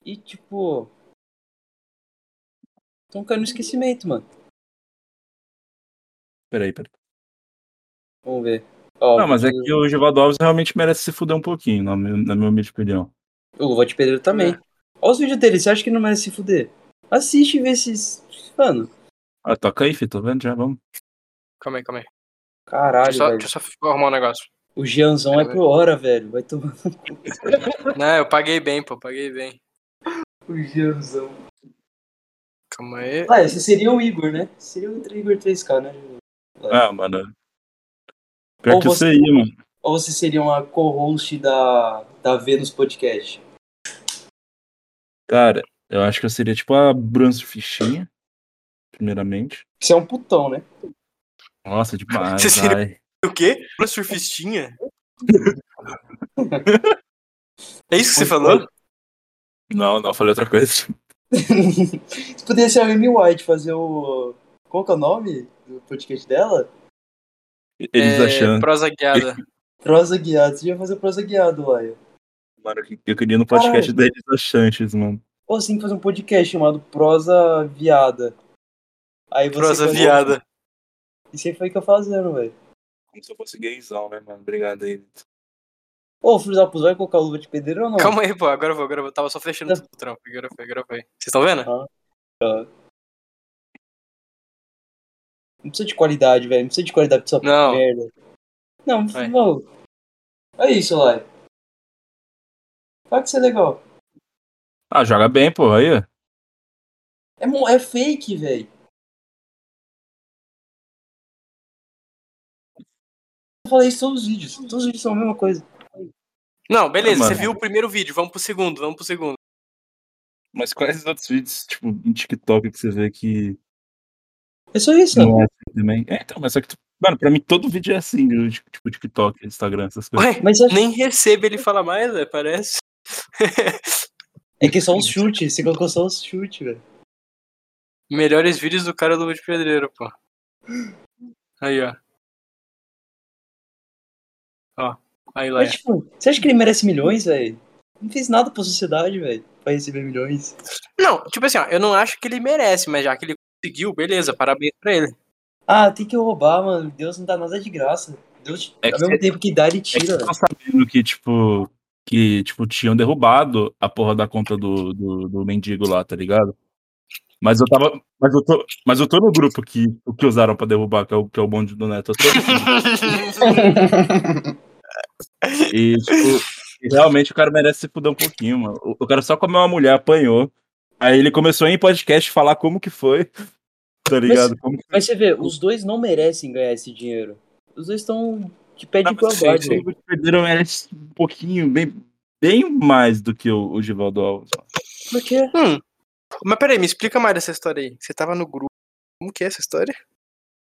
A: E tipo. Estão caindo no esquecimento, mano.
C: Peraí, peraí.
A: Vamos ver. Ó,
C: Não, mas é
A: o-
C: que o Givaldo Alves realmente merece se fuder um pouquinho, na minha, na minha humilde opinião.
A: O Luva de Pedreiro também.
B: É.
A: Olha os vídeos dele, você acha que não merece se fuder? Assiste e vê esses. Mano.
C: Ah, toca aí, filho, tô vendo já, vamos.
B: Calma aí, calma aí.
A: Caralho,
B: Deixa eu, só,
A: velho.
B: deixa eu só arrumar um negócio.
A: O Jeanzão é pro hora, velho. Vai tomar
B: Não, eu paguei bem, pô, paguei bem.
A: o Jeanzão.
B: Calma aí.
A: Ah, esse seria o Igor, né? Seria o Igor 3K, né?
C: Ah, mano. Pior
A: Ou
C: que
A: você-
C: isso aí, mano.
A: Ou você seria uma co-host da, da Vênus Podcast?
C: Cara, eu acho que eu seria tipo a Brunson Fichinha, primeiramente.
A: Você é um putão, né?
C: Nossa, demais,
B: Você seria-
C: vai.
B: O quê? Uma surfistinha? é isso que você falou?
C: Não, não, falei outra coisa.
A: Você poderia ser a Amy White, fazer o. Qual que é o nome do podcast dela?
C: Eles
B: é,
C: achando.
B: Prosa guiada.
A: Prosa guiada, você já fazer prosa guiada, Laia.
C: Mano, eu- eu queria no podcast deles achantes, mano.
A: Ou você tem que fazer um podcast chamado Prosa Viada. Aí você
B: Prosa
A: faz- um
B: viada.
A: E você fica fazendo, velho.
C: Como se eu fosse gaysão, né, mano? Obrigado aí.
A: Ô, Filho da Pus, vai colocar luva de pedreiro ou não?
B: Calma aí, pô. Agora eu vou, agora eu vou. Tava só fechando
A: Tá.
B: tudo o trampo. Agora foi, agora foi. Vocês estão vendo?
A: Ah. Não precisa de qualidade, velho. Não precisa de qualidade pra sua
B: Não.
A: merda. Não,
B: Vai.
A: não. É isso, Laia. Vai que isso é legal.
C: Ah, joga bem, porra, aí. ó.
A: É, mo- é fake, velho. Eu falei isso em todos os vídeos. Todos os vídeos são a mesma coisa.
B: Não, beleza.
C: Ah,
B: você
C: mano.
B: viu o primeiro vídeo. Vamos pro segundo, vamos pro segundo.
C: Mas quais outros vídeos, tipo, em TikTok que você vê que
A: É só isso, né?
C: não é assim também? É, então, mas só que, tu- mano, pra mim todo vídeo é assim, de- tipo, TikTok, Instagram, essas coisas.
B: Ué,
A: Mas é
B: nem recebe ele fala mais, né? Parece.
A: É que só os chutes, você colocou só os chutes, velho.
B: Melhores vídeos do cara do Luva de Pedreiro, pô. Aí, ó. Ó. Aí, lá.
A: Mas, tipo, você acha que ele merece milhões, velho? Não fez nada pra sociedade, velho, pra receber milhões.
B: Não, tipo assim, ó. Eu não acho que ele merece, mas já que ele conseguiu, beleza. Parabéns pra ele.
A: Ah, tem que roubar, mano. Deus não dá nada de graça. Deus,
C: É que
A: ao mesmo
C: você-
A: tempo que dá, ele
C: É que
A: tira,
C: eu
A: velho.
C: tô sabendo que, tipo, que, tipo, tinham derrubado a porra da conta do, do, do mendigo lá, tá ligado? Mas eu tava. Mas eu tô, mas eu tô no grupo que, que usaram pra derrubar, que é o, que é o bonde do Neto. Eu tô nesse grupo. E, tipo, realmente o cara merece se fuder um pouquinho, mano. O, o cara só comeu uma mulher, apanhou. Aí ele começou a ir em podcast falar como que foi. Tá ligado? Como que-
A: Mas você vê, os dois não merecem ganhar esse dinheiro. Os dois estão de pé de
B: Ah, mas sim,
A: igualdade,
B: sim.
A: velho.
C: O Perdeiro merece um pouquinho, bem, bem mais do que o, o Givaldo Alves. mano.
A: Por quê?
B: Hum. Mas peraí, me explica mais dessa história aí. Você tava no grupo. Como que é essa história?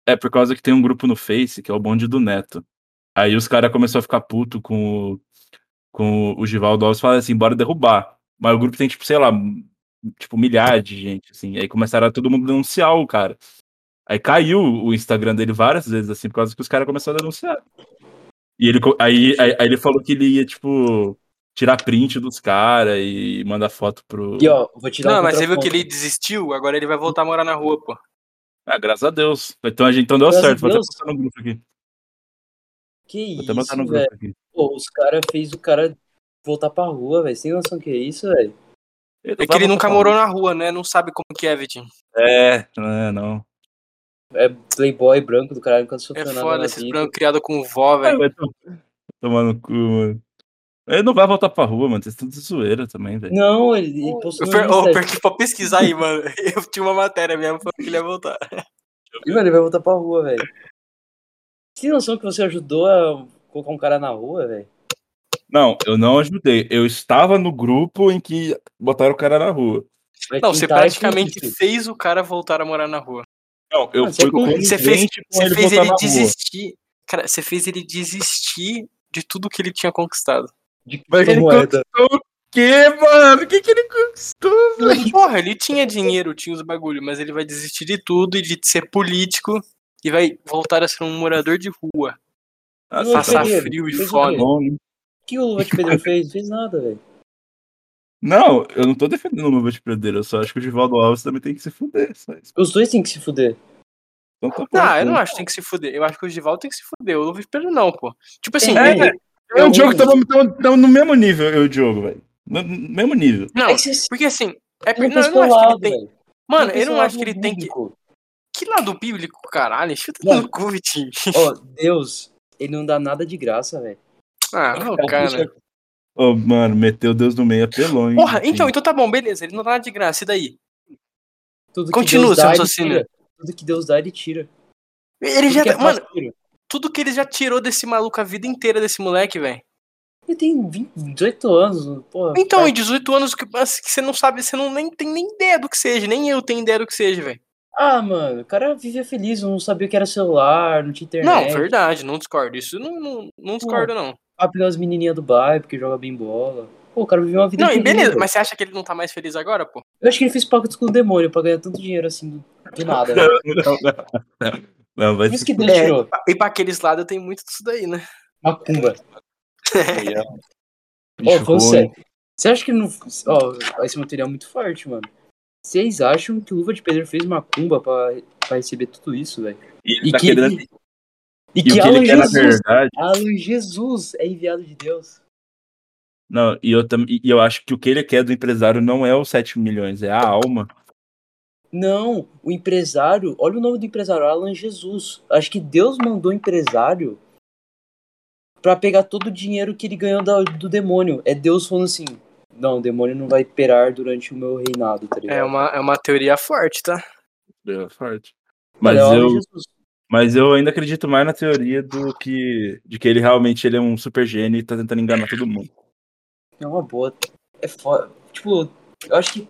C: É por causa que tem um grupo no Face que é o bonde do Neto. Aí os caras começaram a ficar puto com o, com o Givaldo Alves e falaram assim: bora derrubar. Mas o grupo tem, tipo, sei lá, tipo, milhares de gente, assim. Aí começaram a todo mundo denunciar o cara. Aí caiu o Instagram dele várias vezes, assim, por causa que os caras começaram a denunciar. E ele, co- aí, aí, aí ele falou que ele ia, tipo, tirar print dos caras e mandar foto pro.
A: E ó, vou te dar
B: Não,
A: um
B: mas você viu que
A: contraponto.
B: ele desistiu, agora ele vai voltar a morar na rua, pô. É
C: Ah, graças a Deus. Então, a gente, então deu
A: Graças a
C: certo. Vou até
A: Deus.
C: botar no grupo aqui.
A: Que
C: Vou até botar no
A: isso, é. velho.
C: grupo aqui.
A: Pô, Os caras fez o cara voltar pra rua, velho. Sem noção que é isso, velho.
C: Eu
B: É que
C: tava
B: ele nunca
C: falando.
B: morou na rua, né? Não sabe como que é, Vitinho.
C: É, não é, não.
A: É playboy branco do cara, nunca sofreu
B: É
A: nada
B: foda
A: na
B: esses
A: vida.
B: brancos criados com vó,
C: Vai
B: velho.
C: vai tom- tomar no cu, mano. Ele não vai voltar pra rua, mano. Vocês estão de zoeira também, velho.
A: Não, ele, ele postou
B: Eu,
A: no
B: per... eu
A: Insta.
B: perdi pra pesquisar aí, mano. Eu tinha uma matéria mesmo falando que ele ia voltar.
A: E, mano, ele vai voltar pra rua, velho. Sem noção que você ajudou a colocar um cara na rua, velho.
C: Não, eu não ajudei. Eu estava no grupo em que botaram o cara na rua.
A: Vai
B: Não, você
A: pintar
B: praticamente
A: tudo, filho.
B: fez o cara voltar a morar na rua.
C: Não, eu
A: Ah, você
C: fui
A: com-
C: conivente
B: você fez-
C: com
B: Você fez
C: botar então na
B: ele
C: rua.
B: desistir. Cara, você fez ele desistir de tudo que ele tinha conquistado.
A: De
C: Mas ele
A: moeda.
C: conquistou o quê, mano? O que, que ele conquistou?
B: Porra, ele tinha dinheiro, tinha os bagulho, mas ele vai desistir de tudo e de ser político e vai voltar a ser um morador de rua.
C: Ah,
A: Nossa,
B: Ah,
C: tá
B: Passar
A: Pedreiro,
B: frio e
A: fez o
B: fome.
A: quê? O que o Luva de Pedreiro fez? Não fez nada, velho.
C: Não, eu não tô defendendo o Luva de Pedreiro. Eu só acho que o Divaldo Alves também tem que se fuder. Só isso.
A: Os dois têm que se fuder.
C: Então tá bom,
B: Não, Ah, eu não
C: pô.
B: acho que tem que se fuder. Eu acho que o Gival tem que se fuder. O Luvic Pedro não, pô. Tipo assim,
A: É,
B: ele-
C: Eu e o
A: É
C: Diogo
A: um-
C: estamos no mesmo nível, eu e o Diogo, velho. No no mesmo nível.
B: não,
A: É que vocês
B: porque assim, é
A: não
B: porque não, eu
A: pensam
B: não
A: pelo
B: acho que
A: lado,
B: ele tem.
A: velho.
B: Mano,
A: pensam
B: eu não
A: pelo
B: acho que
A: um lado
B: ele tem que.
A: bíblico.
B: Que lado bíblico, caralho? Chuta
A: Mano.
B: no cu, Vitinho.
A: Ó, Deus, ele não dá nada de graça, velho.
B: Ah, não, cara.
C: Ô, mano, meteu Deus no meio, apelou, hein?
B: Porra, então,
C: Vitinho.
B: então tá bom, beleza. Ele não dá nada de graça. E daí?
A: Tudo que
B: Continua
A: Deus
B: o seu
A: dá, ele
B: raciocínio.
A: tira. Tudo que Deus dá, ele tira.
B: Ele
A: Tudo
B: já.
A: que é
B: tá- Mano,
A: fácil,
B: tudo que ele já tirou desse maluco a vida inteira desse moleque, velho.
A: Ele tem 20, 18 anos, porra.
B: Então,
A: cara,
B: em 18 anos que, assim, que você não sabe, você não nem tem nem ideia do que seja, nem eu tenho ideia do que seja, velho.
A: Ah, mano, o cara vivia feliz, não sabia o que era celular, não tinha
B: Não,
A: internet.
B: verdade, não discordo. Isso não, não, não discordo, não.
A: Ah, pegou as menininhas do bairro, porque joga bem bola. Pô, o cara viveu uma vida
B: Não, e
A: feliz,
B: beleza,
A: velho.
B: mas você acha que ele não tá mais feliz agora, pô?
A: Eu acho que ele fez pacto com o demônio pra ganhar tanto dinheiro assim, de nada. né?
C: Não, não, não. Não, vai
A: Por isso que
C: se
A: Deus
B: É.
A: tirou.
B: E pra aqueles lados tem muito disso daí, né?
A: Macumba.
C: fuder.
A: Ó,
C: Bicho
A: falando
C: ruim.
A: sério. Você acha que não. Ó, esse material é muito forte, mano. Vocês acham que o Luva de Pedreiro fez macumba pra, pra receber tudo isso, velho?
C: E ele
A: E
C: tá
A: que-
C: querendo-
A: e E
C: e o
A: que
C: que ele
A: Alan
C: quer, na
A: Jesus.
C: verdade.
A: Alan Jesus é enviado de Deus.
C: Não, e eu, tam- e eu acho que o que ele quer do empresário não é os 7 milhões, é a alma.
A: Não, o empresário. Olha o nome do empresário, Alan Jesus. Acho que Deus mandou o empresário pra pegar todo o dinheiro que ele ganhou da- do demônio. É Deus falando assim: Não, o demônio não vai imperar durante o meu reinado, tá ligado?
B: É uma, é uma teoria forte, tá?
C: É forte.
A: Olha,
C: Mas
A: Alan
C: eu,
A: Jesus.
C: mas eu ainda acredito mais na teoria do que de que ele realmente ele é um super gênio e tá tentando enganar todo mundo.
A: É uma boa. É foda. Tipo, eu acho que.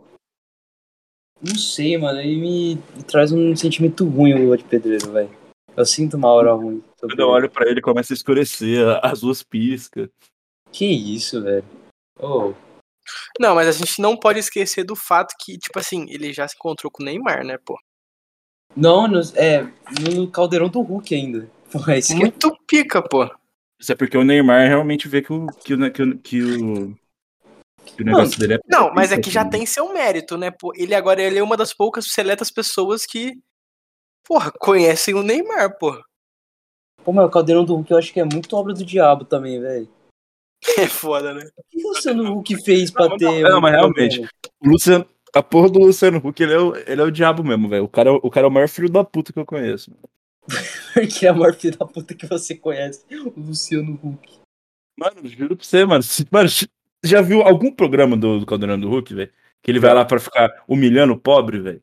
A: Não sei, mano. Ele me, me traz um sentimento ruim o Lua de Pedreiro, velho. Eu sinto uma aura ruim. sobre
C: Quando eu
A: ele.
C: olho pra ele, começa a escurecer, as luzes piscam.
A: Que isso, velho. Oh,
B: Não, mas a gente não pode esquecer do fato que, tipo assim, ele já se encontrou com o Neymar, né, pô?
A: Não, no, é. No caldeirão do Hulk ainda. Pô, é isso que é
B: Muito pica, pô.
C: Isso é porque o Neymar realmente vê que o, que o, ne- que o, que o, que o negócio dele é.
B: Não, mas é que já tem seu mérito, né, pô? Ele agora ele é uma das poucas seletas pessoas que, porra, conhecem o Neymar, pô.
A: Pô, mas o Caldeirão do Hulk eu acho que é muito obra do diabo também, velho.
B: É foda, né?
A: O que o Luciano Hulk fez pra
C: Não, não,
A: ter.
C: não,
A: um
C: mas realmente.
A: problema?
C: O Luciano, a porra do Luciano Huck, ele é o, ele é o diabo mesmo, velho. O cara, é o o cara é o maior filho da puta que eu conheço.
A: Porque é a maior filha da puta que você conhece. O Luciano Hulk.
C: Mano, juro pra você, mano. Se- mano, se- já viu algum programa do, do Caldeirão do Hulk, velho? Que ele vai lá pra ficar humilhando o pobre, velho?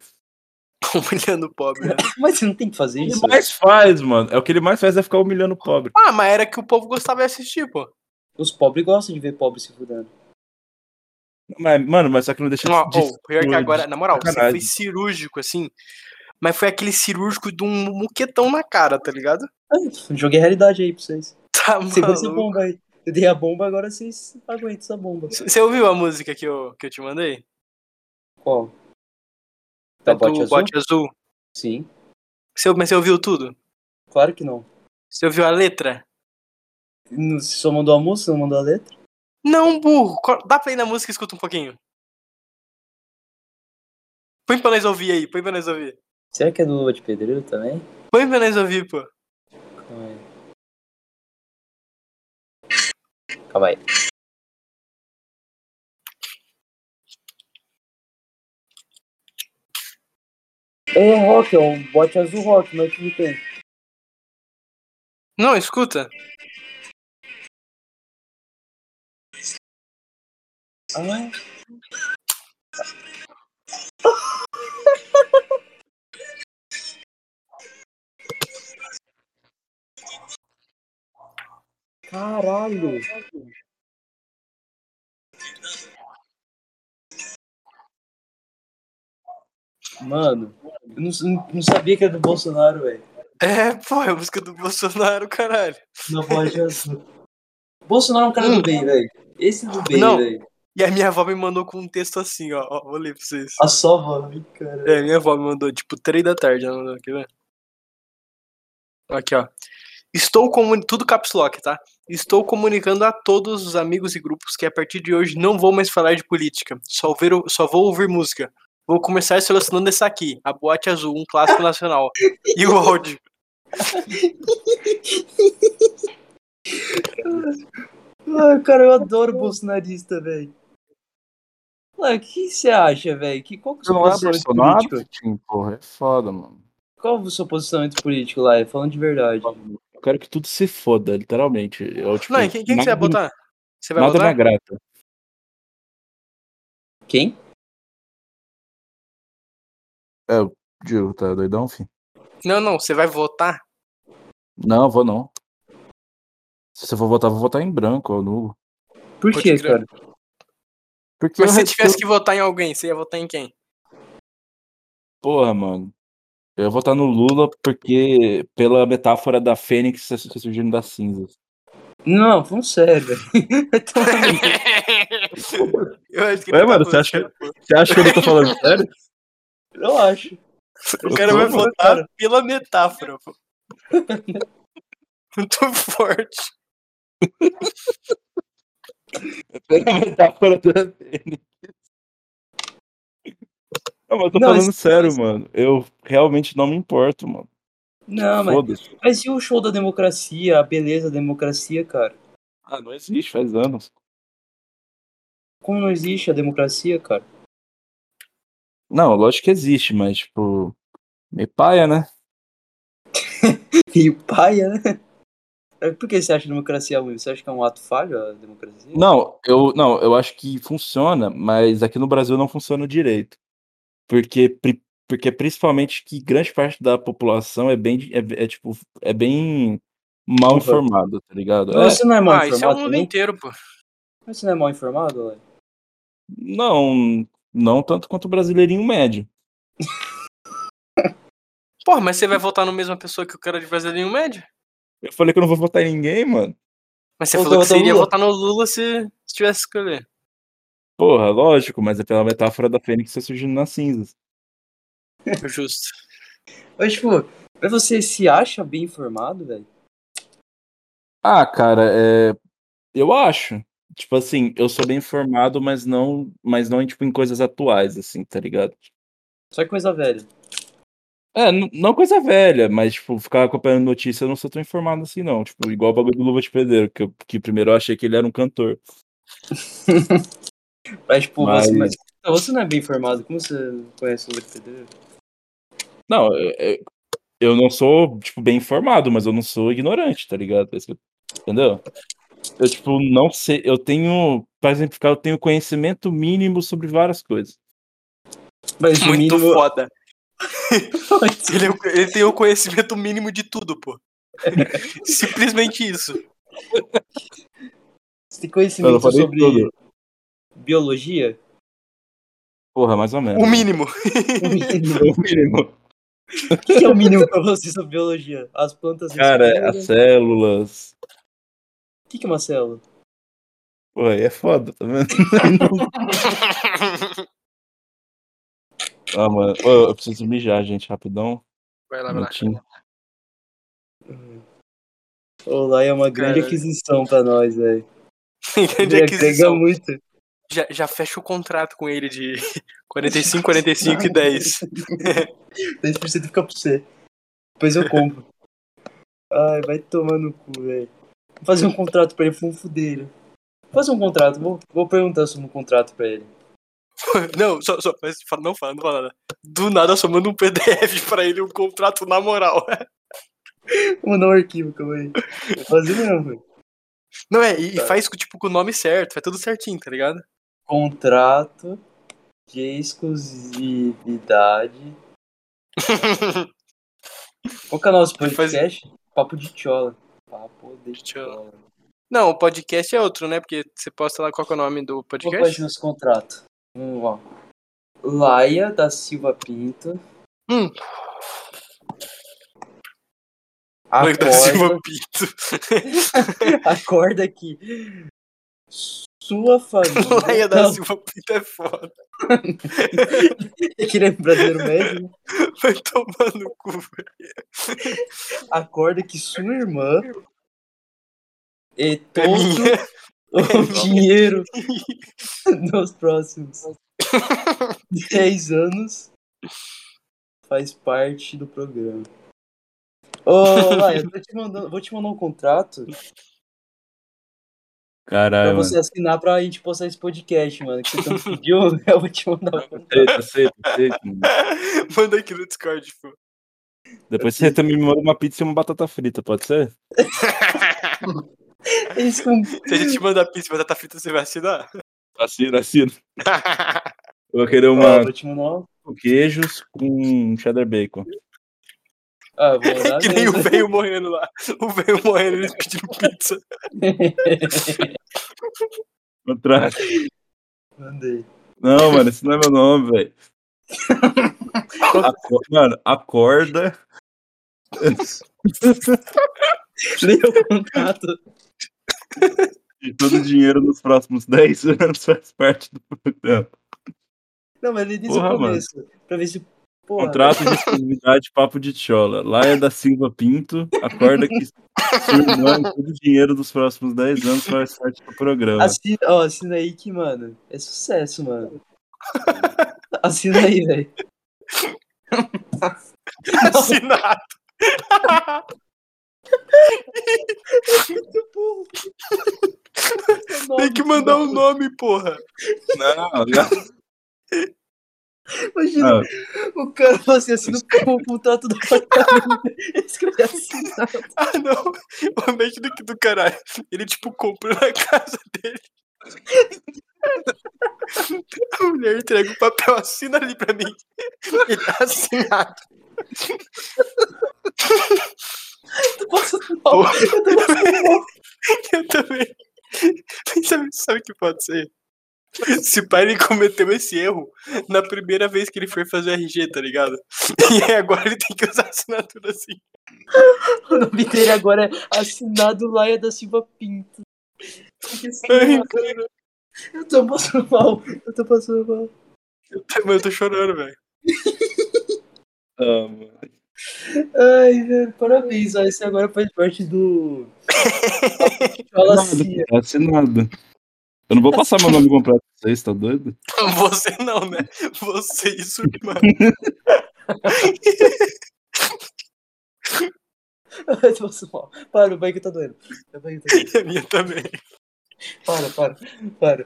B: Humilhando o pobre, né?
A: Mas você não tem que fazer
C: O que
A: isso.
C: ele mais faz, mano? É o que ele mais faz é ficar humilhando o pobre.
B: Ah, mas era que o povo gostava de assistir, pô.
A: Os pobres gostam de ver pobres se fudendo.
C: Mas, mano, mas só que não deixa
B: Ó,
C: de,
B: ô, pior que
C: de-
B: agora, na moral, você
C: sacanagem.
B: foi cirúrgico, assim. Mas foi aquele cirúrgico de um muquetão na cara, tá ligado?
A: Ah, Joguei a realidade aí pra vocês.
B: Tá
A: Segura essa
B: maluco.
A: bomba aí. Eu dei a bomba, agora vocês aguentam essa bomba.
B: Você ouviu a música que eu, que eu te mandei?
A: Qual?
B: Da
A: Da
B: do
A: Tá, bote azul?
B: bote azul.
A: Sim.
B: Você- mas você ouviu tudo?
A: Claro que não.
B: Você ouviu a letra?
A: Não- Você só mandou a música, não mandou a letra?
B: Não, burro. Co- Dá play na música e escuta um pouquinho. Põe pra nós ouvir aí, põe pra nós ouvir.
A: Será que é do Lua de Pedreiro também?
B: Põe pra nós ouvir, pô.
A: Calma aí. Calma aí. É rock, é um bote azul rock, mas tudo bem.
B: Não, escuta.
A: Ah, caralho. Mano, eu não, não sabia que era do Bolsonaro, velho.
B: É, pô, é a música do Bolsonaro, caralho.
A: Na voz de azul. Bolsonaro é um cara do bem, velho. Esse é do bem,
B: Não.
A: velho.
B: E a minha avó me mandou com um texto assim, ó. ó vou ler pra vocês.
A: A sua voz, cara.
B: É, minha avó me mandou, tipo, três da tarde. Ela mandou, quer ver? Aqui, ó. Estou comuni... Tudo caps lock, tá? Estou comunicando a todos os amigos e grupos que a partir de hoje não vou mais falar de política. Só, ouvir o- Só vou ouvir música. Vou começar selecionando essa aqui, a Boate Azul, um clássico nacional. E o áudio.
A: Ai, cara, eu adoro bolsonarista, velho. Mano, o que você acha, velho? Que, qual que é a sua
C: Não é
B: um
A: posição
C: Bolsonaro,
A: política?
C: Tim, porra, é foda, mano.
A: Qual o seu posicionamento político lá? É falando de verdade.
C: Eu quero que tudo se foda, literalmente. Eu, tipo,
B: Não, e quem, quem que você vai
C: nada-
B: botar? Você vai
C: nada
B: botar?
C: me agrada.
A: Quem?
C: Digo, tá doidão, filho?
B: Não, não, você vai votar?
C: Não, vou não. Se você for votar, vou votar em branco ou nulo.
A: Por
B: Pode
A: quê,
B: crer.
A: cara?
C: Porque
B: Mas
C: eu
B: se você
C: respeito-
B: tivesse que votar em alguém, você ia votar em quem?
C: Porra, mano. Eu ia votar no Lula porque, pela metáfora da Fênix se se surgindo das cinzas.
A: Não, falando sério, Então, velho. Vai tomar no cu.
B: Eu acho que ele tá
C: Ué, mano, você
B: falando
C: acha-
B: sério, pô.
C: Você acha que eu não tô falando sério?
A: eu acho.
B: O cara
C: tô,
B: vai
C: mano.
B: votar pela metáfora, pô. Muito forte.
C: Pela metáfora da Fênix. Não, mas eu tô
A: Não,
C: falando
A: mas-
C: sério, mano. Eu realmente não me importo, mano.
A: Não, mas,
C: Foda-se.
A: mas e o show da democracia, a beleza da democracia, cara?
C: Ah, não existe, faz anos.
A: Como não existe a democracia, cara?
C: Não, lógico que existe, mas, tipo. Me paia, né?
A: E paia, né? Mas Por que você acha a democracia ruim? Você acha que é um ato falho a democracia?
C: Não, eu não, eu acho que funciona, mas aqui no Brasil não funciona direito. Porque, pri- porque principalmente que grande parte da população é bem é, é, tipo é bem mal
A: Porra.
C: informada, tá ligado?
A: Mas
C: É,
A: Você não é mal
B: Ah, isso é o
A: informado
B: mundo
A: também?
B: inteiro, pô.
A: Mas Você não é mal informado, Léo?
C: não, não tanto quanto o brasileirinho médio.
B: Porra, mas você vai votar na mesma pessoa que o cara de brasileirinho médio?
C: Eu falei que eu não vou votar em ninguém, mano.
B: Mas você
A: Ou
B: falou
A: você
B: que você
A: vota no
B: iria
A: Lula?
B: votar no Lula se, se tivesse que escolher.
C: Porra, lógico, mas é pela metáfora da Fênix surgindo nas cinzas.
B: Justo.
A: Mas, tipo, mas você se acha bem informado, velho?
C: Ah, cara, é, eu acho. Tipo assim, eu sou bem informado, mas não, mas não tipo em coisas atuais assim, tá ligado?
A: Só que coisa velha.
C: É, n- não coisa velha, mas, tipo, ficar acompanhando notícia, eu não sou tão informado assim, não. Tipo, igual o bagulho do Luva de Pedreiro, que, eu- que primeiro eu achei que ele era um cantor.
A: Mas, tipo,
C: Mas-
A: Você, mas- não, você não é bem informado. Como você conhece o Lula de Pedreiro?
C: Não, eu, eu- eu não sou, tipo, bem informado, mas eu não sou ignorante, tá ligado? É isso que eu- Entendeu? Eu, tipo, não sei, eu tenho, pra exemplificar, eu tenho conhecimento mínimo sobre várias coisas.
A: Mas o
B: Muito
A: mínimo-
B: foda. Ele, é o- ele tem o conhecimento mínimo de tudo, pô. Simplesmente isso.
A: Você tem
C: Eu não
A: conhecimento
C: falei
A: sobre
C: tudo.
A: biologia?
C: Porra, mais
A: É.
C: ou menos.
B: O mínimo.
A: O mínimo.
C: O mínimo.
A: O que que é o mínimo pra você sobre biologia? As plantas
C: Cara,
A: respiram?
C: as células.
A: O que que é uma célula?
C: Porra, aí é foda, tá vendo? Ah, mano. Ô, eu preciso mijar, gente, rapidão.
B: Vai lá,
C: Um
B: vai lá.
C: minutinho.
A: O Lai é uma grande
B: Caralho.
A: aquisição pra nós, velho.
B: Grande
A: Ele é Agrega
B: aquisição.
A: muito.
B: Já, já fecha o contrato com ele de 45, 45 e 10.
A: 10% fica pra você. Depois eu compro. Ai, vai tomar no cu, velho. Vou fazer um contrato pra ele, foi um fudeiro. Vou fazer um contrato, vou, vou perguntar sobre um contrato pra ele.
B: Não, só, só, mas fala- não fala, não fala nada. Do nada, só manda um PDF pra ele, um contrato na moral.
A: Vou mandar um arquivo, calma aí. Vou fazer mesmo, velho.
B: Não é, e, e
A: Tá.
B: faz tipo, com o nome certo, faz tudo certinho, tá ligado?
A: Contrato de exclusividade. Qual que é o nosso
B: Faz-
A: podcast? Papo de Tchola. Papo de
B: Tchola.
A: Tchola.
B: Não, o podcast é outro, né? Porque você posta lá qual que é o nome do
A: Vou fazer
B: podcast.
A: os contratos. Vamos lá. Laia da Silva Pinto.
B: Hum. Mãe da
A: Acorda,
B: Silva Pinto.
A: acorda aqui. Sua família.
B: Laia da
A: Não,
B: Silva Pinto é foda.
A: é que ele é brasileiro médio. né?
B: Vai tomar no cu, velho.
A: Acorda que sua irmã é
B: É
A: todo
B: minha.
A: o
B: minha.
A: dinheiro nos próximos 10 anos faz parte do programa. Ô, Laia, eu tô te mandando- vou te mandar um contrato pra
C: Caralho, mano.
A: você assinar pra gente postar esse podcast, mano. Que você tanto pediu, eu vou te mandar um contrato.
C: Aceita, aceita, aceita, mano.
B: Manda aqui no Discord, pô.
C: Depois você também me manda uma pizza e uma batata frita, pode ser?
A: Eles com
B: Se a gente mandar pizza e batata frita, você vai assinar?
C: Assino, assino. Eu vou querer uma
A: Ah, vou te mandar um.
C: com queijos com cheddar bacon.
A: Ah, vou mandar
B: que nem o
A: mesmo.
B: veio morrendo lá. O veio morrendo, eles pedindo pizza.
C: Contrato.
A: Mandei.
C: Não, mano, esse não é meu nome, velho. Aco- Mano, acorda.
A: Dei o contrato.
C: E todo o dinheiro nos próximos 10 anos faz parte do programa.
A: Não, mas ele disse
C: Porra,
A: o
C: mano.
A: começo. Pra ver se. Porra,
C: Contrato de exclusividade Papo de Chola. Laia da Silva Pinto, acorda que sua irmã e todo o dinheiro dos próximos 10 anos faz parte do programa.
A: Assina, ó, assina aí que, mano, é sucesso, mano. Assina aí, velho.
B: Assinado. Tem que mandar um nome, porra.
C: Não, não.
A: Imagina, o cara fala assim, assina o o contrato do apartamento. Escreve assinar.
B: Ah, não. Imagina que do caralho. Ele, tipo, comprou na casa dele. A mulher entrega o papel, assina ali pra mim. Ele assinado.
A: Tu passa mal. Eu tô passando mal.
B: Eu também. Sabe, sabe o que pode ser? Se pai ele cometeu esse erro na primeira vez que ele foi fazer RG, tá ligado? E aí agora ele tem que usar a assinatura assim.
A: O nome dele agora é assinado Laia da Silva Pinto. Porque assim,
B: Ai,
A: mano,
B: cara,
A: eu tô passando mal. Eu tô passando mal.
B: eu tô- mas eu tô chorando, velho.
C: Ah, mano.
A: Ai, velho, parabéns. Ó, esse agora faz parte do. Fala assim.
C: Assinado, assinado. Eu não vou passar meu nome completo pra vocês, tá doido?
B: Você não, né? Você e sua irmã.
A: Eu tô passando mal. Para, o banho tá doendo. O banho tá doendo.
B: E a minha também.
A: Para, para, para.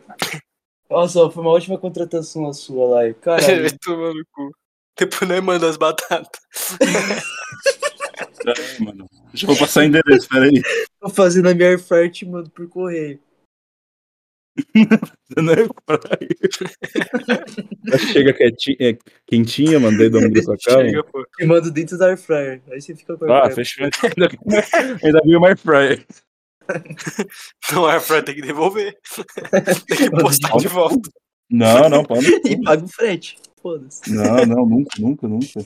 A: Olha só, foi uma ótima contratação a sua lá. Caralho,
B: Vai tomar no cu. Depois nós manda as batatas.
C: Peraí, mano. Deixa eu passar o endereço, peraí.
A: tô fazendo a minha airfryer e te mando por correio.
C: Você não é pra- Chega quietinha, é, quentinha, mandei do ombro pra cá. mano.
B: Chega, tá pô.
A: Te mando dentro da airfryer. Aí você fica com a
C: Ah,
A: airfryer.
C: fechou. Ainda, ainda viu mais fryer.
B: Não é pra ter que devolver. Tem que
A: Manda
B: postar de volta.
C: Não, não, pode.
A: E paga o frete. Foda-se.
C: Não, não, nunca, nunca, nunca.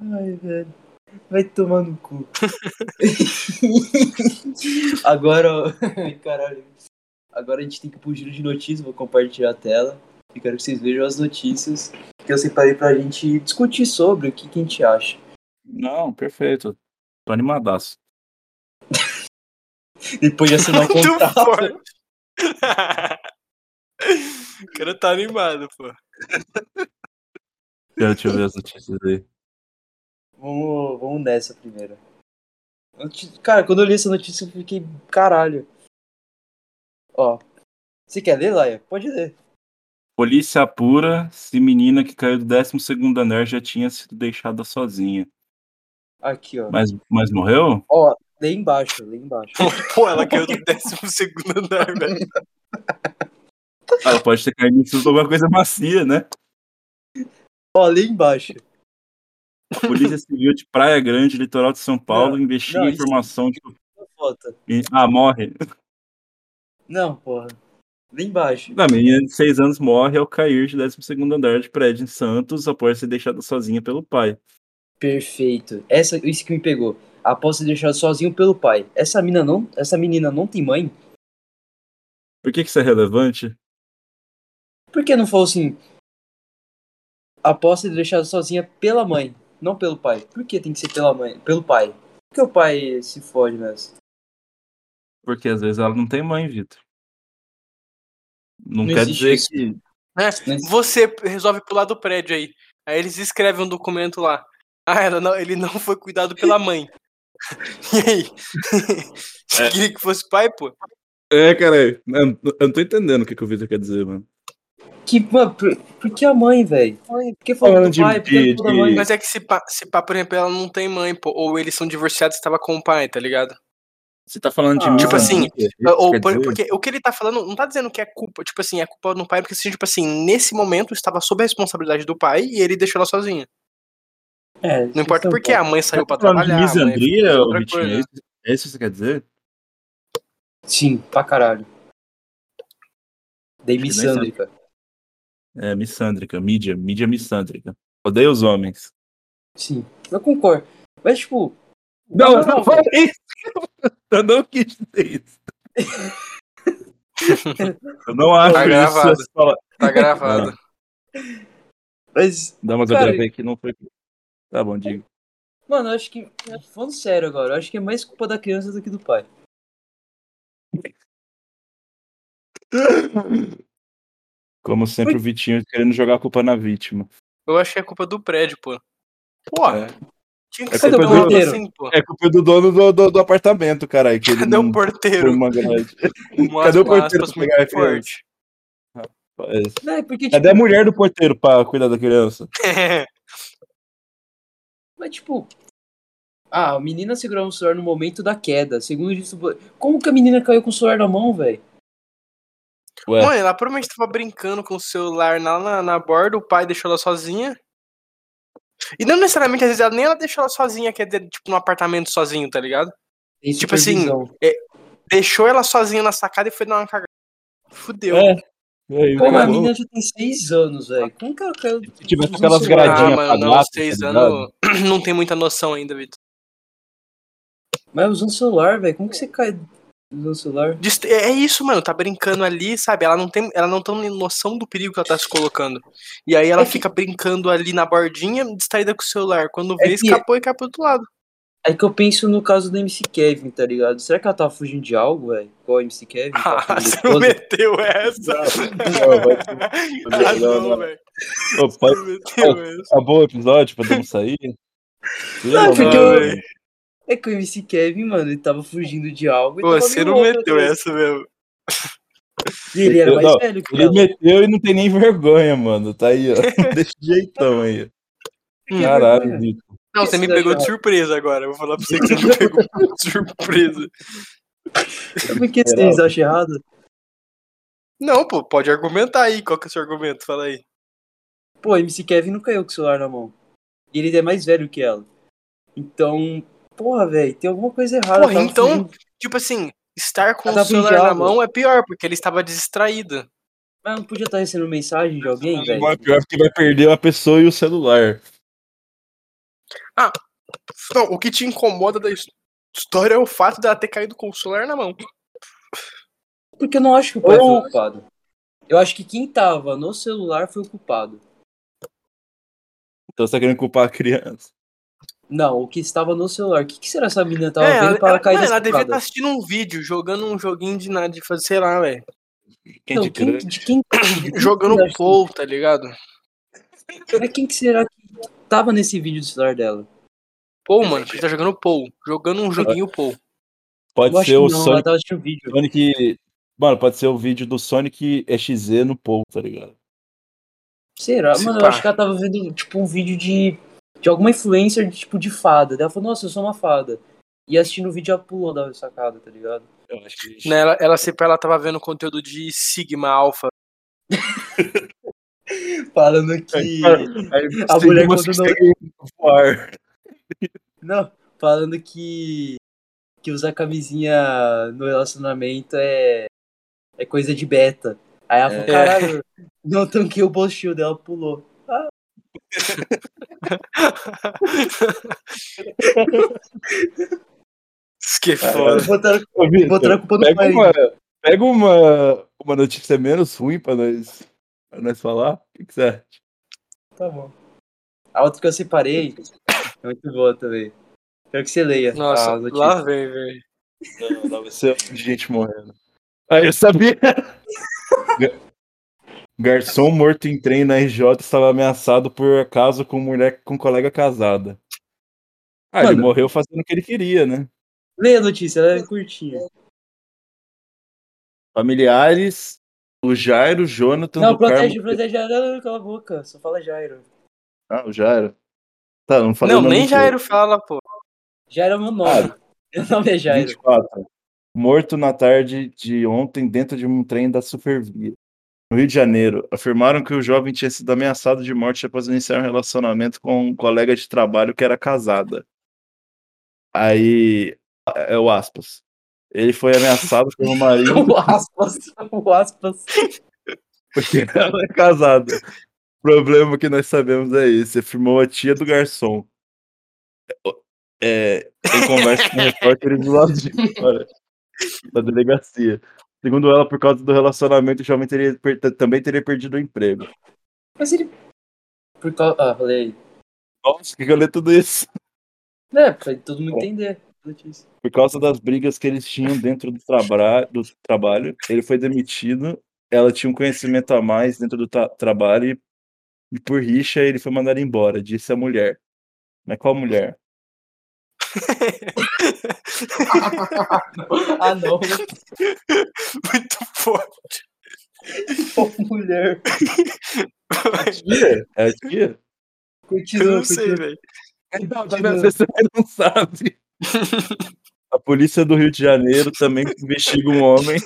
A: Ai, velho. Vai tomar no cu. Agora, ó, ai, caralho. Agora a gente tem que ir pro giro de notícias. Vou compartilhar a tela. E quero que vocês vejam as notícias que eu separei pra gente discutir sobre o que, que a gente acha.
C: Não, perfeito. Tô animadaço.
A: Depois de assinar o
B: Muito
A: contrato.
B: forte. o cara tá animado, pô.
C: Deixa eu ver as notícias aí.
A: Vamos, vamos nessa primeiro. Noti- Cara, quando eu li essa notícia eu fiquei. caralho. Ó. Você quer ler, Laia? Pode ler.
C: Polícia apura se menina que caiu do 12 andar já tinha sido deixada sozinha.
A: Aqui, ó.
C: Mas, mas morreu?
A: Ó, lê embaixo, lê embaixo.
B: Pô, ela caiu do 12 andar, velho.
C: Ah, Ela pode ter caído em cima de alguma coisa macia, né?
A: Ó, lê embaixo.
C: A Polícia Civil de Praia Grande, litoral de São Paulo, investiga
A: não, isso-
C: informação de.
A: Uma foto.
C: Ah, morre.
A: Não, porra. Lê embaixo.
C: Da menina de 6 anos morre ao cair de 12 andar de prédio em Santos após ser deixada sozinha pelo pai.
A: Perfeito. Essa, isso que me pegou. Após ser deixado sozinho pelo pai. Essa menina não, essa menina não tem mãe?
C: Por que, que isso é relevante?
A: Por que não falou assim? Após ser deixado sozinha pela mãe, não pelo pai. Por que tem que ser pela mãe, pelo pai? Por que o pai se foge né? nessa?
C: Porque às vezes ela não tem mãe, Vitor. Não,
A: Não
C: quer
A: existe
C: dizer
A: isso.
C: que.
A: Né?
B: Você resolve pular do prédio aí. Aí eles escrevem um documento lá. Ah, ela não- ele não foi cuidado pela mãe. E aí? Você
C: É.
B: queria que fosse pai, pô?
C: É, cara, eu eu não tô entendendo o que, que o Vitor quer dizer, mano.
A: Que, mano, por, por que a mãe, velho? Por que falou
C: Falando
A: do
C: de-
A: pai? Por que
C: de-
A: não falou da mãe?
C: de-
A: Mas,
B: Mas é que se pá, se pá, por exemplo, ela não tem mãe, pô. Ou eles são divorciados e estava com o pai, tá ligado?
C: Você tá falando de
A: Ah.
C: mim,
A: Tipo
C: tá
B: assim,
C: ligado? Isso
B: Ou,
C: quer
B: por-
C: dizer?
B: porque o que ele tá falando não tá dizendo que é culpa, tipo assim, é culpa do pai, porque assim, tipo assim, nesse momento estava sob a responsabilidade do pai e ele deixou ela sozinha.
A: é,
B: Não
A: isso
B: importa
A: é um
B: porque a mãe
C: Você
B: saiu pra
C: tá falando de
B: trabalhar. a mãe fez
C: misandria, ô
B: outra
C: Vitinho?
B: coisa.
C: É isso- É isso que você quer dizer?
A: ponto. Sim, pra caralho. Dei
C: Acho que nem
A: missândrica.
C: É, missândrica, mídia, mídia missândrica. Odeio os homens.
A: Sim, eu concordo. Mas, tipo,
C: Não,
A: não, não,
C: fala isso! Eu não quis dizer isso. Eu não acho
B: Tá gravado.
C: isso. Fala...
B: Tá
C: é.
B: gravado.
A: mas,
C: Não, mas eu
A: Cara,
C: gravei que não foi. Tá bom, digo.
A: mano, eu acho que. Falando sério agora, eu acho que é mais culpa da criança do que do pai.
C: Como sempre, o Vitinho querendo jogar a culpa na vítima.
B: Eu acho que é culpa do prédio, pô. Pô,
C: É.
B: tinha
C: É
B: que ser
C: culpa
B: do
C: do
B: dono
A: porteiro.
B: assim, pô.
C: É culpa do dono do, do, do apartamento, caralho. Que ele
B: Cadê o
C: não foi
B: porteiro?
C: uma grade.
B: Um
C: Cadê o
B: aspas
C: porteiro pra pegar a
B: muito forte.
C: É.
A: Não, é porque, tipo,
C: Cadê a mulher do porteiro pra cuidar da criança?
A: Mas, tipo. Ah, a menina segurava o celular no momento da queda. Segundo disse. o- Como que a menina caiu com o celular na mão, velho?
C: Ué,
B: Mãe, ela provavelmente tava brincando com o celular lá na, na borda, o pai deixou ela sozinha. E não necessariamente, às vezes, ela, nem ela deixou ela sozinha, quer dizer, tipo, num apartamento sozinho, tá ligado?
A: Tem
B: Tipo assim,
A: supervisão.
B: Deixou ela sozinha na sacada e foi dar uma cagada. Fudeu.
C: É, e aí,
A: Pô, mas a
C: acabou.
A: menina já tem seis anos, velho. Ah, Como que ela caiu.
C: Se tivesse
A: usando
C: aquelas
A: celular?
C: gradinhas
B: ah, mano, não,
C: apagadas,
B: seis
C: tá
B: anos não tem muita noção ainda, Vitor.
A: Mas usando celular, velho. Como que você cai usando celular?
B: Dist- É é isso, mano. Tá brincando ali, sabe? Ela não tem, ela não tem noção do perigo que ela tá se colocando. E aí ela
A: É que-
B: fica brincando ali na bordinha, distraída com o celular. Quando
A: É
B: vê,
A: que-
B: escapou e caiu pro outro lado.
A: É que eu penso no caso do MC Kevin, tá ligado? Será que ela tava fugindo de algo, velho? Qual o MC Kevin? Tava
C: Tá
A: fugindo da
B: Ah, você não
A: esposa?
B: meteu essa.
C: Não, vai ter-
B: Ah,
C: não,
B: não,
C: não.
B: velho.
C: Ô,
B: Você
C: pai,
B: não meteu essa.
C: acabou o episódio, podemos sair?
A: Não, porque
B: Ah,
A: eu-
B: velho.
A: É que o MC Kevin, mano, ele tava fugindo de algo. e
B: Pô,
A: tava
B: Você
A: meio
B: não
A: louco,
B: meteu
A: né?
B: essa mesmo.
A: E Ele era mais
C: Não,
A: velho que
C: Ele
A: ela.
C: meteu e não tem nem vergonha, mano. Tá aí, ó. Desse jeitão aí.
A: Que
C: Caralho,
A: vergonha.
C: Vitor.
B: Não, você me pegou de surpresa agora. Eu vou falar pra você que você me pegou de surpresa.
A: Por que vocês acham errado?
B: Não, pô, pode argumentar aí. Qual que é o seu argumento? Fala aí.
A: Pô, MC Kevin não caiu com o celular na mão. E ele é mais velho que ela. Então, porra, velho, tem alguma coisa errada.
B: Porra,
A: Tava
B: então-
A: fugindo.
B: Tipo assim, estar com
A: Ela tá
B: o celular
A: brigada.
B: na mão é pior, porque ele estava distraído.
A: Mas não podia estar recebendo mensagem de alguém, velho?
C: Mas é Pior que vai perder uma pessoa e o celular.
B: Não, o que te incomoda da his- história é o fato dela ter caído com o celular na mão.
A: Porque eu não
B: Então-
A: acho que o pai
C: Ou-
A: foi o culpado. Eu acho que quem tava no celular foi o culpado.
C: Então você tá querendo culpar a criança.
A: Não, o que estava no celular. O que, que será essa menina tava
B: é,
A: vendo
B: ela,
A: para
B: ela,
A: cair
B: mano,
A: dessa
B: ela devia
A: escada?
B: estar assistindo um vídeo, jogando um joguinho de nada, de fazer, sei lá, velho.
C: Candy
A: Não, Então, quem,
C: Crush.
A: de quem,
B: Jogando
A: Acho que-
B: Pou, tá ligado?
A: mas né, quem que será que tava nesse vídeo do celular dela?
B: Pou, mano, você tá jogando Pou. Jogando um joguinho Pou.
A: Eu
C: Pode
A: acho
C: ser
A: que
C: o
A: não, ela
C: Sonic,
A: tava assistindo o vídeo.
C: Sonic. Mano, pode ser o vídeo do Sonic EXZ no Paul, tá ligado?
A: Será?
B: Se
A: Mano, eu
B: pá.
A: acho que ela tava vendo, tipo, um vídeo de, de alguma influencer, de, tipo, de fada. Daí ela falou, nossa, eu sou uma fada. E assistindo o vídeo, ela pulou da sacada, tá ligado?
C: Eu acho que.
B: Né, ela, ela, se pá, ela tava vendo conteúdo de Sigma Alpha.
A: Falando que...
C: A
A: A mulher quando
C: voar.
A: Não, falando que que usar camisinha no relacionamento é é coisa de beta. Aí ela falou,
C: É.
A: caralho, não tanquei o bochil dela, pulou.
B: Isso que é
A: Botaram,
B: foda.
C: Ô, Vitor,
A: botaram a culpa no
C: pega
A: marido.
C: uma, pega uma, uma notícia menos ruim pra nós, pra nós falar. O que, que você acha?
A: Tá bom. A outra que eu separei é muito boa também. Quero que você leia Ah,
B: Nossa,
A: a notícia.
B: lá vem, velho.
C: Não, não, vai ser um de gente morrendo. Ah, eu sabia! Ga- Garçom morto em trem na RJ estava ameaçado por acaso com mulher com colega casada. Ah, ele
A: Mano.
C: morreu fazendo o que ele queria, né?
A: Leia a notícia, ela é curtinha.
C: Familiares, o Jairo, o Jonathan
A: Não,
C: do Carmo.
A: protege, protege, não, não, não, cala a boca, só fala Jairo.
C: Ah, o Jairo. Tá, não falei o
B: Não,
C: nome
B: nem
C: dele.
B: Jairo fala, pô.
A: Jairo é o meu nome. Meu nome é Jairo.
C: 24. Morto na tarde de ontem dentro de um trem da Supervia. No Rio de Janeiro, afirmaram que o jovem tinha sido ameaçado de morte após iniciar um relacionamento com um colega de trabalho que era casada. Aí, é o aspas. Ele foi ameaçado pelo marido
A: O aspas, o aspas.
C: porque ela é casada. O problema que nós sabemos é esse, afirmou a tia do garçom. É, em conversa com repórteres do lado de fora da delegacia. Segundo ela, por causa do relacionamento, o jovem teria per- t- também teria perdido o emprego.
A: Mas ele. Por causa. Ah, falei.
C: Nossa, que eu li tudo isso?
A: É, pra todo mundo entender a notícia.
C: Por causa das brigas que eles tinham dentro do, trabra- do trabalho, ele foi demitido. Ela tinha um conhecimento a mais dentro do tra- trabalho e, e por rixa ele foi mandado embora, disse a mulher. Mas qual mulher?
A: Ah, não.
B: Muito foda.
A: Pô, mulher.
C: Tia? É a tia?
B: Eu
A: Continua,
B: não sei,
A: continua.
B: velho.
C: Não,
A: tá vendo?
C: Você não sabe. A polícia do Rio de Janeiro também investiga um homem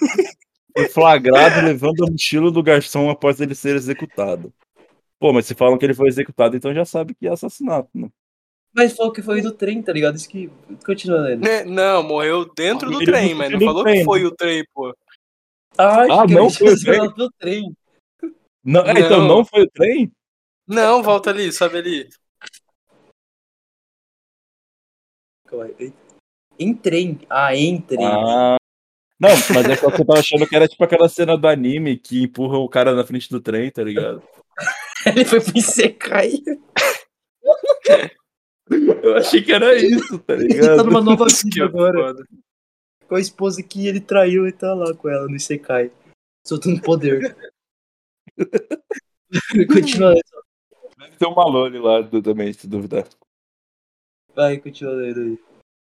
C: foi flagrado levando a mochila do garçom após ele ser executado. Pô, mas se falam que ele foi executado, então já sabe que é assassinato, né?
A: Mas falou que foi do trem, tá ligado? Isso que. Continua lendo.
B: Né, Não, morreu dentro do
C: Ele
B: trem,
C: não
B: mas não
C: foi no
B: falou
C: trem. né?
B: que foi o trem, pô.
A: Ah, acho
C: Ah,
A: que
C: não,
A: eu
C: foi o trem?
A: do trem.
C: Não, é, então
B: Não.
C: não foi o trem?
B: Não, volta ali, sobe ali.
A: Calma aí. Em trem. Ah, em trem.
C: Ah. Não, mas é só que eu tava achando que era tipo aquela cena do anime que empurra o cara na frente do trem, tá ligado?
A: Ele foi pro Isekai.
C: Eu achei que era isso, tá
A: Ele tá
C: ligado?
A: numa nova
B: Isso que
A: vida
B: é
A: agora.
B: foda.
A: Com a esposa que ele traiu e tá lá com ela no Isekai. Soltando poder. continua lendo.
C: Deve ter um Malone lá do- também, se duvidar.
A: Vai, continua lendo aí.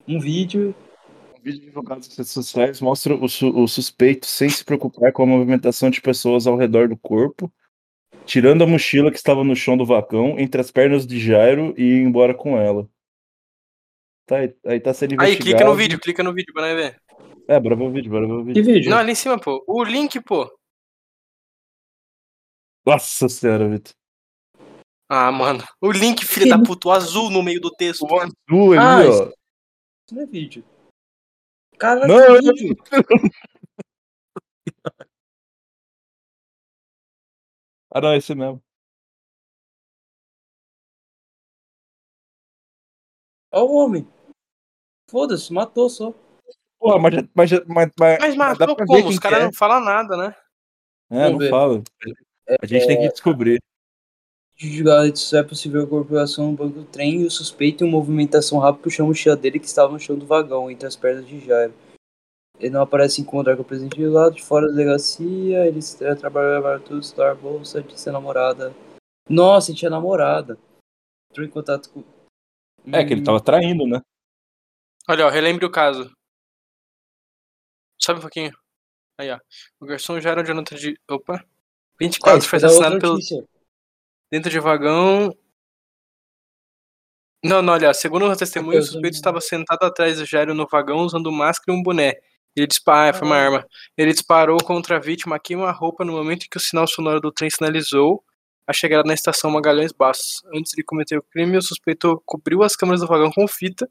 A: Um vídeo.
C: Um vídeo divulgado nas redes sociais mostra o, su- o suspeito sem se preocupar com a movimentação de pessoas ao redor do corpo, tirando a mochila que estava no chão do vacão, entre as pernas de Jairo e ir embora com ela. Tá, aí- aí tá sendo investigado.
B: Aí, clica no vídeo, clica no vídeo pra nós ver.
C: É, bora ver o vídeo, bora ver o
A: Que
C: vídeo.
A: vídeo?
B: Não, ali em cima, pô. O link, pô.
C: Nossa senhora, Vitor.
B: Ah, mano. O link, filho da puta, o azul no meio do texto.
C: O azul ali,
A: Ah,
C: ó.
A: Isso não é vídeo. Cara,
C: Não,
A: é
C: é
A: vídeo.
C: Ah, não, é esse mesmo.
A: Olha o homem. Foda-se, matou só.
C: Porra, mas, já- mas, já- mas, mas,
B: Mas
C: dá
B: matou
C: pra ver
B: como?
C: quem
B: Os
C: que
B: caras
C: é.
B: não falam nada, né?
C: É,
A: Vamos
C: não
A: ver.
C: É, fala. A gente tem que descobrir.
A: Julgado só é possível a corporação no banco do trem e o suspeito em uma movimentação rápida puxou a mochila dele que estava no chão do vagão, entre as pernas de Jairo. Ele não aparece em encontrar com o presidente do lado de fora da delegacia, ele é, trabalhava para tudo, estudar bolsa, de ser namorada. Nossa, ele tinha namorada. Entrou em contato com.
C: É que ele
B: Hum.
C: tava traindo, né?
B: Olha, ó, relembre o caso. Sobe um pouquinho. Aí, ó. O garçom já era de nota de. Opa. 24
C: É,
A: isso
B: foi
A: era Hum, é, outra
B: assassinado pelo.
A: notícia.
B: Dentro de vagão. Não, não, olha, segundo o testemunho, o
A: Deus,
B: suspeito
A: eu-
B: estava sentado atrás do Jairo no vagão usando máscara e um boné. Ele disparou, ah, foi uma arma. Ele disparou contra a vítima, queima a roupa no momento em que o sinal sonoro do trem sinalizou a chegada na estação Magalhães Bastos. Antes de cometer o crime, o suspeito cobriu as câmeras do vagão com fita.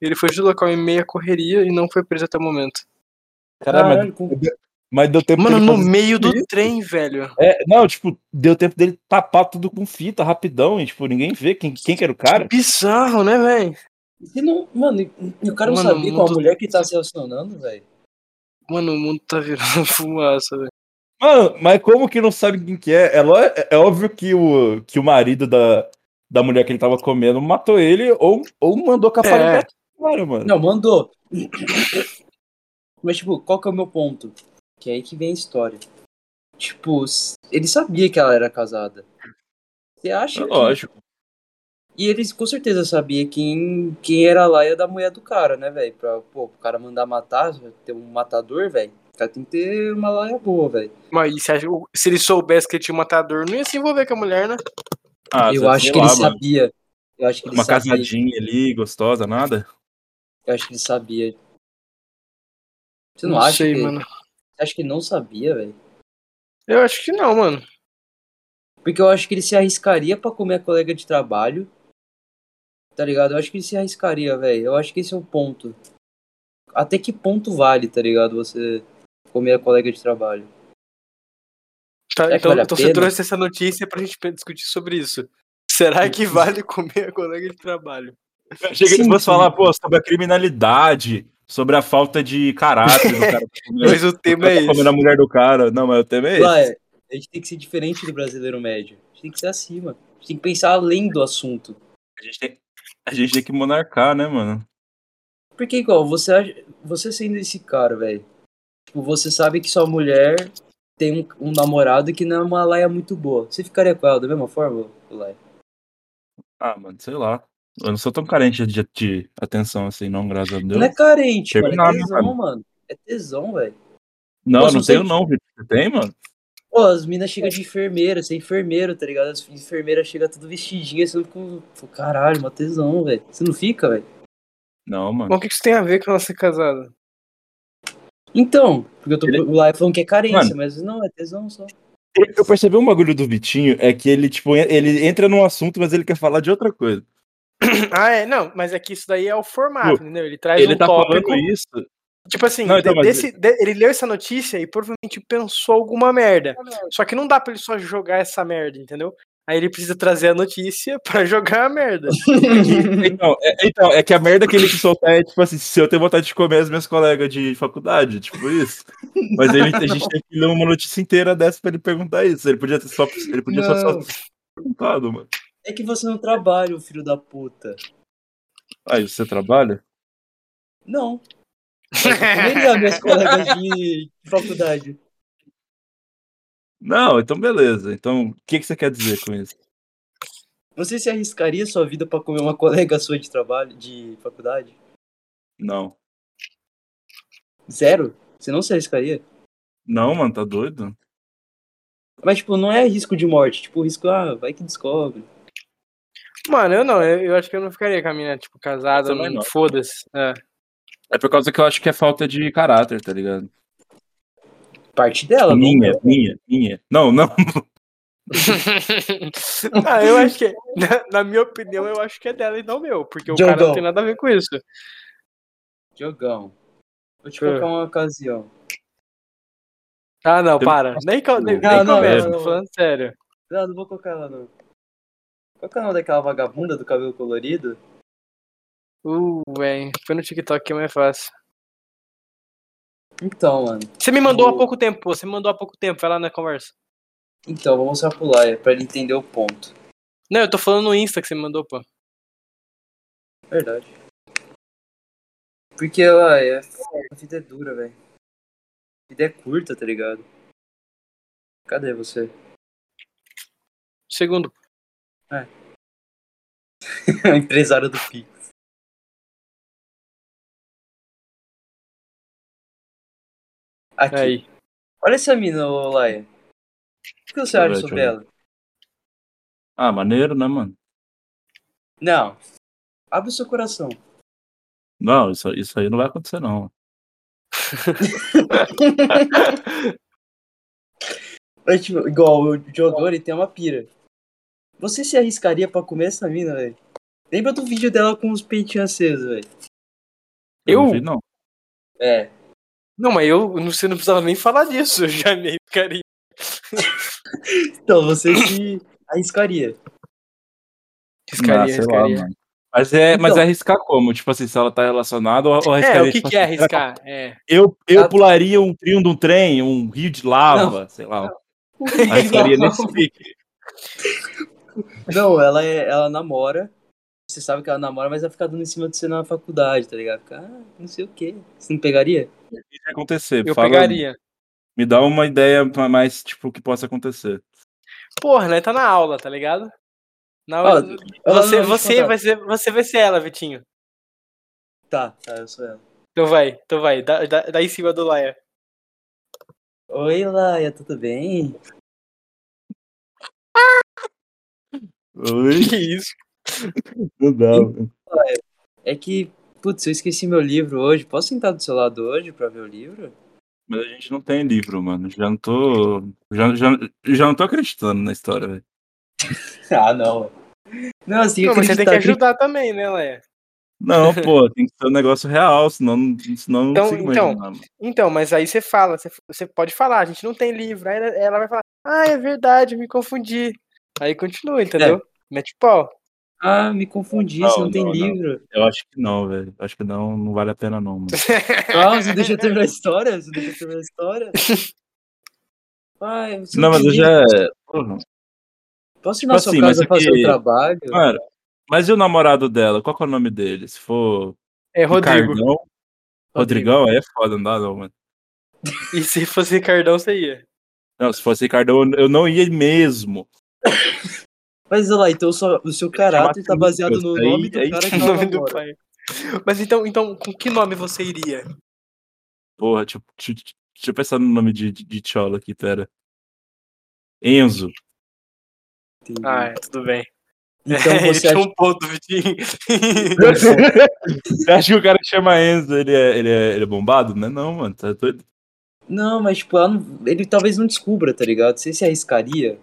B: Ele foi do local em meia correria e não foi preso até o momento.
C: Caralho, mas,
A: Caralho, com-
C: mas deu tempo
B: Mano,
C: dele
B: no
C: fazer-
B: meio do trem, velho.
C: É, não, tipo, deu tempo dele tapar tudo com fita rapidão e, tipo, ninguém vê quem, quem que era o cara.
B: Bizarro, né, velho?
A: Você não, mano, e- e o cara não
B: Mano,
A: sabia com a
B: muito-
A: mulher que tá se relacionando, velho.
B: Mano, o mundo tá virando fumaça, velho.
C: Mano, mas como que não sabe quem que é? É, ló- é óbvio que o, que o marido da, da mulher que ele tava comendo matou ele ou, ou mandou capar
B: É.
C: ele pra cara, mano.
A: Não, mandou. Mas, tipo, qual que é o meu ponto? Que é aí que vem a história. Tipo, s- ele sabia que ela era casada. Você acha?
C: É
A: que-
C: Lógico.
A: E eles com certeza sabia quem, quem era lá e a da mulher do cara, né, velho? Pra, pô, o cara mandar matar, ter um matador, velho. O cara tem que ter uma laia boa, velho.
B: Mas e se, a- se ele soubesse que ele tinha um matador, não ia se envolver com a mulher, né?
C: Ah,
A: Eu
C: sei
A: acho que
C: lá,
A: ele
C: mano.
A: sabia. Eu acho que ele
C: Uma
A: sabia.
C: casadinha ali, gostosa, nada.
A: Eu acho que ele sabia. Você não,
B: Não
A: acha?
B: sei,
A: que...
B: mano.
A: Você acha que não sabia, velho?
B: Eu acho que não, mano.
A: Porque eu acho que ele se arriscaria pra comer a colega de trabalho. Tá ligado? Eu acho que ele se arriscaria, velho. Eu acho que esse é o ponto. Até que ponto vale, tá ligado? Você comer a colega de trabalho.
B: Tá,
A: Será que
B: então
A: vale a
B: então você
A: pena?
B: trouxe essa notícia pra gente pe- discutir sobre isso. Será que vale comer a colega de trabalho?
C: Chega
A: Sim,
C: depois
A: sim.
C: falar, pô, sobre a criminalidade, sobre a falta de caráter do cara. tá comendo-
B: Mas o
C: o
B: tema é
C: cara tá comendo a
B: esse.
C: mulher do cara. Não, mas o tema é esse.
A: Lá, a gente tem que ser diferente do brasileiro médio. A gente tem que ser acima. A gente tem que pensar além do assunto.
C: A gente, tem, a gente tem que monarcar, né, mano?
A: Porque igual, você, acha- você sendo esse cara, velho. Tipo, você sabe que sua mulher tem um, um namorado que não é uma laia muito boa. Você ficaria com ela da mesma forma, Laia?
C: Ah, mano, sei lá. Eu não sou tão carente de, de atenção assim, não, graças a Deus.
A: Não é carente,
C: Terminar,
A: mano.
C: né,
A: É
C: cara?
A: tesão, mano. É tesão, velho.
C: Não,
A: Nossa,
C: não
A: não sei
C: tenho
A: que-
C: não, Vitor. Você tem, mano?
A: Pô, as minas chegam de enfermeira, você é enfermeiro, tá ligado? As enfermeiras chegam tudo vestidinha, você não fica. Pô, Caralho, uma tesão, velho. Você não fica, velho?
C: Não,
B: Bom,
C: mano.
B: o que que isso tem a ver com ela ser casada?
A: Então, porque eu tô
C: Ele-
A: lá falando que é carência,
C: Mano.
A: mas não, é tesão só.
C: Eu- Eu percebi um bagulho do Vitinho, é que ele, tipo, en- ele entra num assunto, mas ele quer falar de outra coisa.
B: Ah, é, não, mas é que isso daí é o formato, entendeu? Ele traz
C: ele
B: um
C: tá
B: tópico.
C: falando isso.
B: Tipo assim,
C: Não, então,
B: de-
C: mas-
B: desse- de- ele leu essa notícia e provavelmente pensou alguma merda. Só que não dá pra ele só jogar essa merda, entendeu? Aí ele precisa trazer a notícia pra jogar a merda.
C: Então é, então, é que a merda que ele quis soltar é, tipo assim, se eu tenho vontade de comer as minhas colegas de faculdade, tipo isso. Mas ele, a gente tem que ler uma notícia inteira dessa pra ele perguntar isso. Ele podia ter só, ele podia só, só
A: Não.
C: perguntado, mano.
A: É que você não trabalha, ô filho da puta.
C: Aí, você trabalha?
A: Não. Eu comeria minhas colegas de de faculdade.
C: Não, então beleza. Então, o que, que você quer dizer com isso?
A: Você se arriscaria sua vida pra comer uma colega sua de trabalho, de faculdade?
C: Não.
A: Zero? Você não se arriscaria?
C: Não, mano, tá doido?
A: Mas, tipo, não é risco de morte. Tipo, risco, ah, vai que descobre.
B: Mano, eu não, eu, eu acho que eu não ficaria com a mina, tipo, casada,
C: Também
B: não,
C: não.
B: foda-se. É.
C: É por causa que eu acho que é falta de caráter, tá ligado?
A: Parte dela, não
C: minha,
A: dela.
C: minha, minha. Não, não.
B: ah, eu acho que, na, na minha opinião, eu acho que é dela e não meu, porque o cara não
A: Diogão.
B: tem nada a ver com isso.
A: Diogão. Vou te
B: É.
A: colocar uma ocasião.
B: Ah, não,
C: Tem-
B: para. Nem, co- nem,
A: Não,
B: nem
A: não,
B: começa,
A: não,
B: tô
A: não.
B: falando sério.
A: Não, não vou colocar ela, não. Qual que é o nome daquela vagabunda do cabelo colorido?
B: Uh, velho, foi no TikTok que é mais fácil.
A: Então, mano.
B: Você me mandou há
A: O-
B: pouco tempo, pô, você me mandou há pouco tempo, vai lá na conversa.
A: Então, vou mostrar pro Laia pra ele entender o ponto.
B: Não, eu tô falando no Insta que você me mandou, pô.
A: Verdade. Porque ela é. A vida é dura, velho. A vida é curta, tá ligado? Cadê você?
B: Segundo.
A: Empresário do Pix. Aqui.
B: Aí.
A: Olha essa mina, ô, Laia. O que você
C: eu
A: acha
C: ver, deixa
A: sobre
C: eu ver.
A: ela?
C: Ah, maneiro, né, mano?
A: Não. Abre o seu coração.
C: Não, isso, isso aí não vai acontecer, não.
A: É, tipo, igual o Giovanni tem uma pira. Você se arriscaria pra comer essa mina, velho? Lembra do vídeo dela com os peitinhos acesos, velho?
C: Não
B: Eu?
C: vi, não.
A: É.
B: Não, mas eu não, você não precisava nem falar disso. Eu já me ficaria.
A: Então, você se arriscaria.
C: Ah,
B: Riscaria,
C: sei lá,
B: riscaria.
C: mano. Mas é, mas
A: Então.
C: é arriscar como? Tipo assim, se ela tá relacionada ou, ou
B: é,
C: arriscaria,
B: o que,
C: tipo
B: que é
C: assim, será
B: arriscar? É.
C: Eu,
A: Ah.
C: eu pularia um trio de um trem, um rio de lava, sei lá. Arriscaria nesse pique.
A: Não, ela, é, ela namora. Você sabe que ela namora, mas ela fica dando em cima de você na faculdade, tá ligado? Fica, ah, não sei o quê. Você não pegaria?
C: O que vai acontecer?
B: Eu
C: Fala-
B: pegaria.
C: Me dá uma ideia pra mais, tipo, que possa acontecer.
B: Porra, né? Tá na aula, tá ligado? Na
A: Ó,
B: aula.
A: ela
B: você,
A: não vai te
B: você,
A: contar.
B: vai ser, você vai ser ela, Vitinho.
A: Tá, tá, eu sou ela.
B: Então vai, então vai. Dá, dá, dá em cima do Laia.
A: Oi, Laia, tudo bem?
C: Oi,
B: Que isso?
C: não dá.
A: É que, putz, eu esqueci meu livro hoje. Posso sentar do seu lado hoje pra ver o livro?
C: Mas a gente não tem livro, mano. Já não tô. Já, já, já não tô acreditando na história, velho.
A: Ah, não. velho. Não, assim,
B: Não, mas você tem que
A: acreditar, acreditar.
B: ajudar também, né, Laia?
C: Não, pô, tem que ser um negócio real, senão, senão eu não
B: Então-
C: consigo
B: então.
C: imaginar. mano.
B: Então, mas aí você fala, você, você pode falar, a gente não tem livro. Aí ela, ela vai falar, ah, é verdade, eu me confundi. Aí continua, entendeu? Mete o pau.
A: Ah, me confundi,
C: Não,
A: você não tem
C: não, não.
A: livro.
C: Eu acho que não, velho. Acho que não, não vale a pena, não, mano.
A: Ah, você deixa eu terminar a história? Você deixa eu terminar a história? Ai, você
C: Não, mas eu
A: tem
C: já.
A: livro.
C: Porra.
A: Posso ir na
C: Tipo
A: sua
C: assim, mas
A: casa
C: é
A: fazer
C: que- Ah,
A: o trabalho?
C: Mano, mas e o namorado dela? Qual que é o nome dele? Se for
B: É, Rodrigo.
C: Ricardão. Rodrigão, aí é foda, não dá não, mano.
B: E se fosse Ricardão, você ia.
C: Não, se fosse Ricardão, eu- eu não ia mesmo.
A: Mas olha lá, então só- o seu caráter tá baseado no
C: Aí-
A: nome do
C: aí-
A: cara que
B: O
A: ela
B: nome do
A: namora.
B: pai. Mas então, então, com que nome você iria?
C: Porra, tipo, deixa, eu- deixa eu pensar no nome de, de, de Tchola aqui, pera. Enzo.
A: Entendi.
B: Ah, é, tudo bem.
A: Então
B: Ele
A: você
B: tinha
A: acha
B: um ponto, Vitinho.
C: Você acha que o cara que chama Enzo, ele é, ele é, ele é bombado? Não é não, mano. Tá doido?
A: Não, mas tipo, ela não- ele talvez não descubra, tá ligado? Você se arriscaria?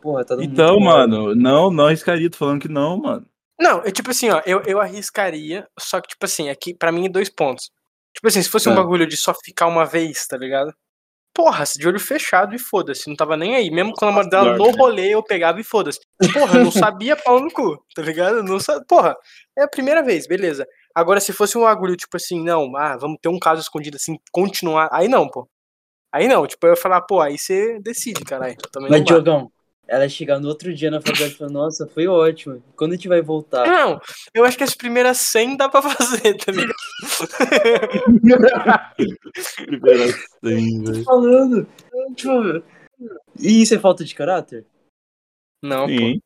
A: Porra,
B: Uhum.
A: tá dando
C: Então,
A: muito mole.
C: mano, não, não arriscaria, tô falando que não, mano.
B: Não, eu, tipo assim, ó, eu, eu arriscaria, só que, tipo assim, aqui, pra mim, dois pontos. Tipo assim, se fosse um
A: Ah.
B: bagulho de só ficar uma vez, tá ligado? Porra, de olho fechado e foda-se, não tava nem aí. Mesmo com a namorada dela
C: Claro,
B: no
C: né?
B: rolê, eu pegava e foda-se. Porra, eu não sabia pau no cu, tá ligado? Não sa... Porra, é a primeira vez, beleza. Agora, se fosse um bagulho, tipo assim, não, ah, vamos ter um caso escondido assim, continuar. Aí não, pô. Aí não, tipo, eu ia falar, pô, aí você decide, caralho. Também
A: Mas,
B: não dá.
A: Diogão, ela chegar no outro dia na faculdade e falar, nossa, foi ótimo. Quando a gente vai voltar?
B: Não, eu acho que as primeiras 100 dá pra fazer, tá ligado?
C: Primeiro assim, velho.
A: falando? Tipo, e isso é falta de caráter?
B: Não, pô.
C: Sim.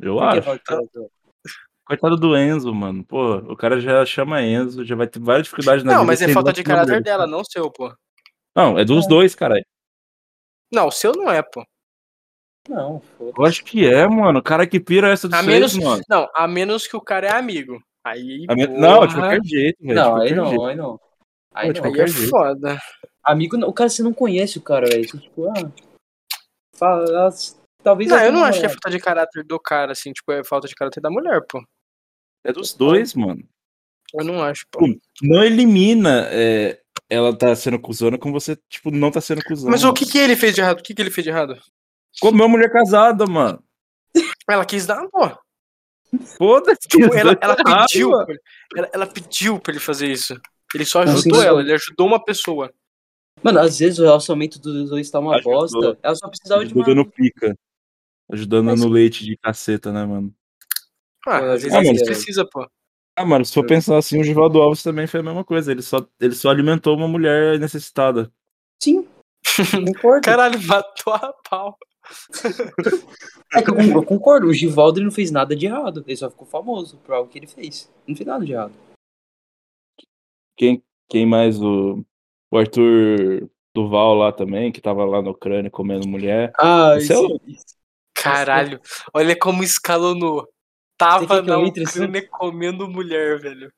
C: Eu
A: Por que é
C: acho.
A: falta de caráter?
C: Coitado do Enzo, mano. Pô, o cara já chama Enzo, já vai ter várias dificuldades na
B: Não,
C: vida.
B: mas é
C: sem
B: falta
C: duas
B: de caráter
C: namoradas.
B: dela, não seu, pô.
C: Não, é dos dois, cara.
B: Não, o seu não é, pô.
A: Não, foda.
C: Eu acho que é, mano. O cara que pira essa do
B: A
C: seis,
B: menos-
C: mano.
B: Não, a menos que o cara é amigo. Aí,
C: é. A me-
B: porra,
C: Não, de qualquer jeito,
B: É, tipo,
C: velho. de
A: Não, aí
C: qualquer jeito.
A: não, aí não. Aí
C: Pô,
A: não.
B: aí
C: de
B: é
C: qualquer jeito.
B: foda.
A: Amigo, não- o cara, você não conhece o cara, velho. Você, Tipo, ah. Fala, ela- talvez.
B: Não,
A: ela
B: eu não
A: tenha
B: acho que é
A: namorado.
B: falta de caráter do cara, assim, tipo, é falta de caráter da mulher, pô.
C: É dos dois, mano.
B: Eu não acho, pô.
C: Pô, Não elimina é, ela tá sendo cuzona como você, tipo, não tá sendo cuzona.
B: Mas o que que ele fez de errado? O que que ele fez de errado?
C: Comeu uma mulher casada, mano.
B: Ela quis dar, pô.
C: Foda-se.
B: Tipo,
C: os
B: ela,
C: dois
B: ela
C: erraram,
B: pediu.
C: mano.
B: pra ele- Ela, ela pediu pra ele fazer isso. Ele só
A: Não,
B: ajudou
A: sim.
B: ela, ele ajudou uma pessoa.
A: Mano, às vezes o relacionamento dos dois tá uma
C: Ajudou.
B: Tá
C: é
A: bosta. Ela só precisava de uma.
C: Ajudou no pica. Ajudando
A: Mas-
C: no leite de caceta, né, mano?
B: Ah, às vezes
C: Ah,
B: a gente
A: mas-
B: precisa, pô.
C: Ah, mano, se for pensar assim, o Givaldo Alves também foi a mesma coisa. Ele só, ele só alimentou uma mulher necessitada.
A: Sim. Concordo.
B: Caralho, matou a pau.
A: É que eu, eu concordo, o Givaldo ele não fez nada de errado. Ele só ficou famoso por algo que ele fez. Não fez nada de errado.
C: Quem, quem mais? O, o Arthur Duval lá também, que tava lá na Ucrânia comendo mulher.
A: Ah,
C: Esse é o-
B: Caralho, olha como escalonou.
A: Você quer
B: Tava
A: que eu
B: na
A: entre,
C: assim?
A: sim?
B: Ucrânia comendo mulher, velho.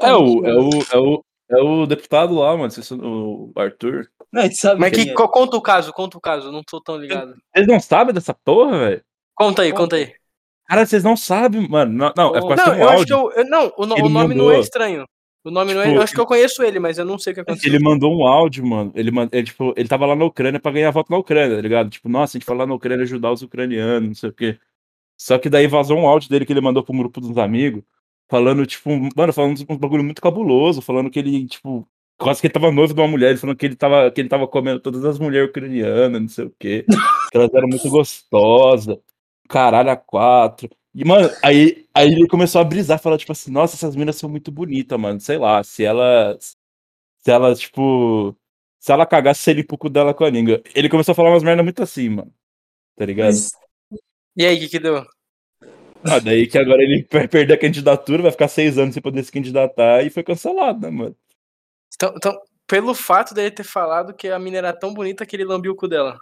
C: É o, é o, é o, é o deputado lá, mano. esqueci o o Arthur.
A: Não, a gente sabe
B: Mas
A: quem
B: que,
A: é.
B: co- conta o caso, conta o caso, eu não tô tão ligado.
C: Vocês não sabem dessa porra, velho?
B: Conta aí, conta aí.
C: Cara, vocês não sabem, mano. Não, não
A: Não,
C: é porque
B: Não,
C: tem um
B: eu acho que
C: áudio.
B: eu, eu- não, o, no-
C: Ele
B: o nome não é
C: mandou.
B: estranho. O nome não é,
C: Tipo,
B: eu acho que eu conheço ele, mas eu não sei o que aconteceu.
C: Ele mandou um áudio, mano. Ele, man- ele, tipo, ele tava lá na Ucrânia pra ganhar voto na Ucrânia, tá ligado? Tipo, nossa, a gente foi lá na Ucrânia ajudar os ucranianos, não sei o quê. Só que daí vazou um áudio dele que ele mandou pro grupo dos amigos, falando, tipo, um- mano, falando uns bagulho muito cabuloso, falando que ele, tipo, quase que ele tava noivo de uma mulher, ele falando que ele tava, que ele tava comendo todas as mulheres ucranianas, não sei o quê. Que elas eram muito gostosas. Caralho, a quatro. E, mano, aí, aí ele começou a brisar, falar, tipo assim, nossa, essas minas são muito bonitas, mano. Sei lá, se ela se ela, tipo. Se ela cagasse, seria pro cu dela com a língua. Ele começou a falar umas merda muito assim, mano. Tá ligado?
A: Mas-
B: E aí, o que, que deu?
C: Ah, daí que agora ele vai perder a candidatura, vai ficar seis anos sem poder se candidatar e foi cancelado, né, mano?
B: Então, então, pelo fato dele ter falado que a mina era tão bonita que ele lambiu o cu dela.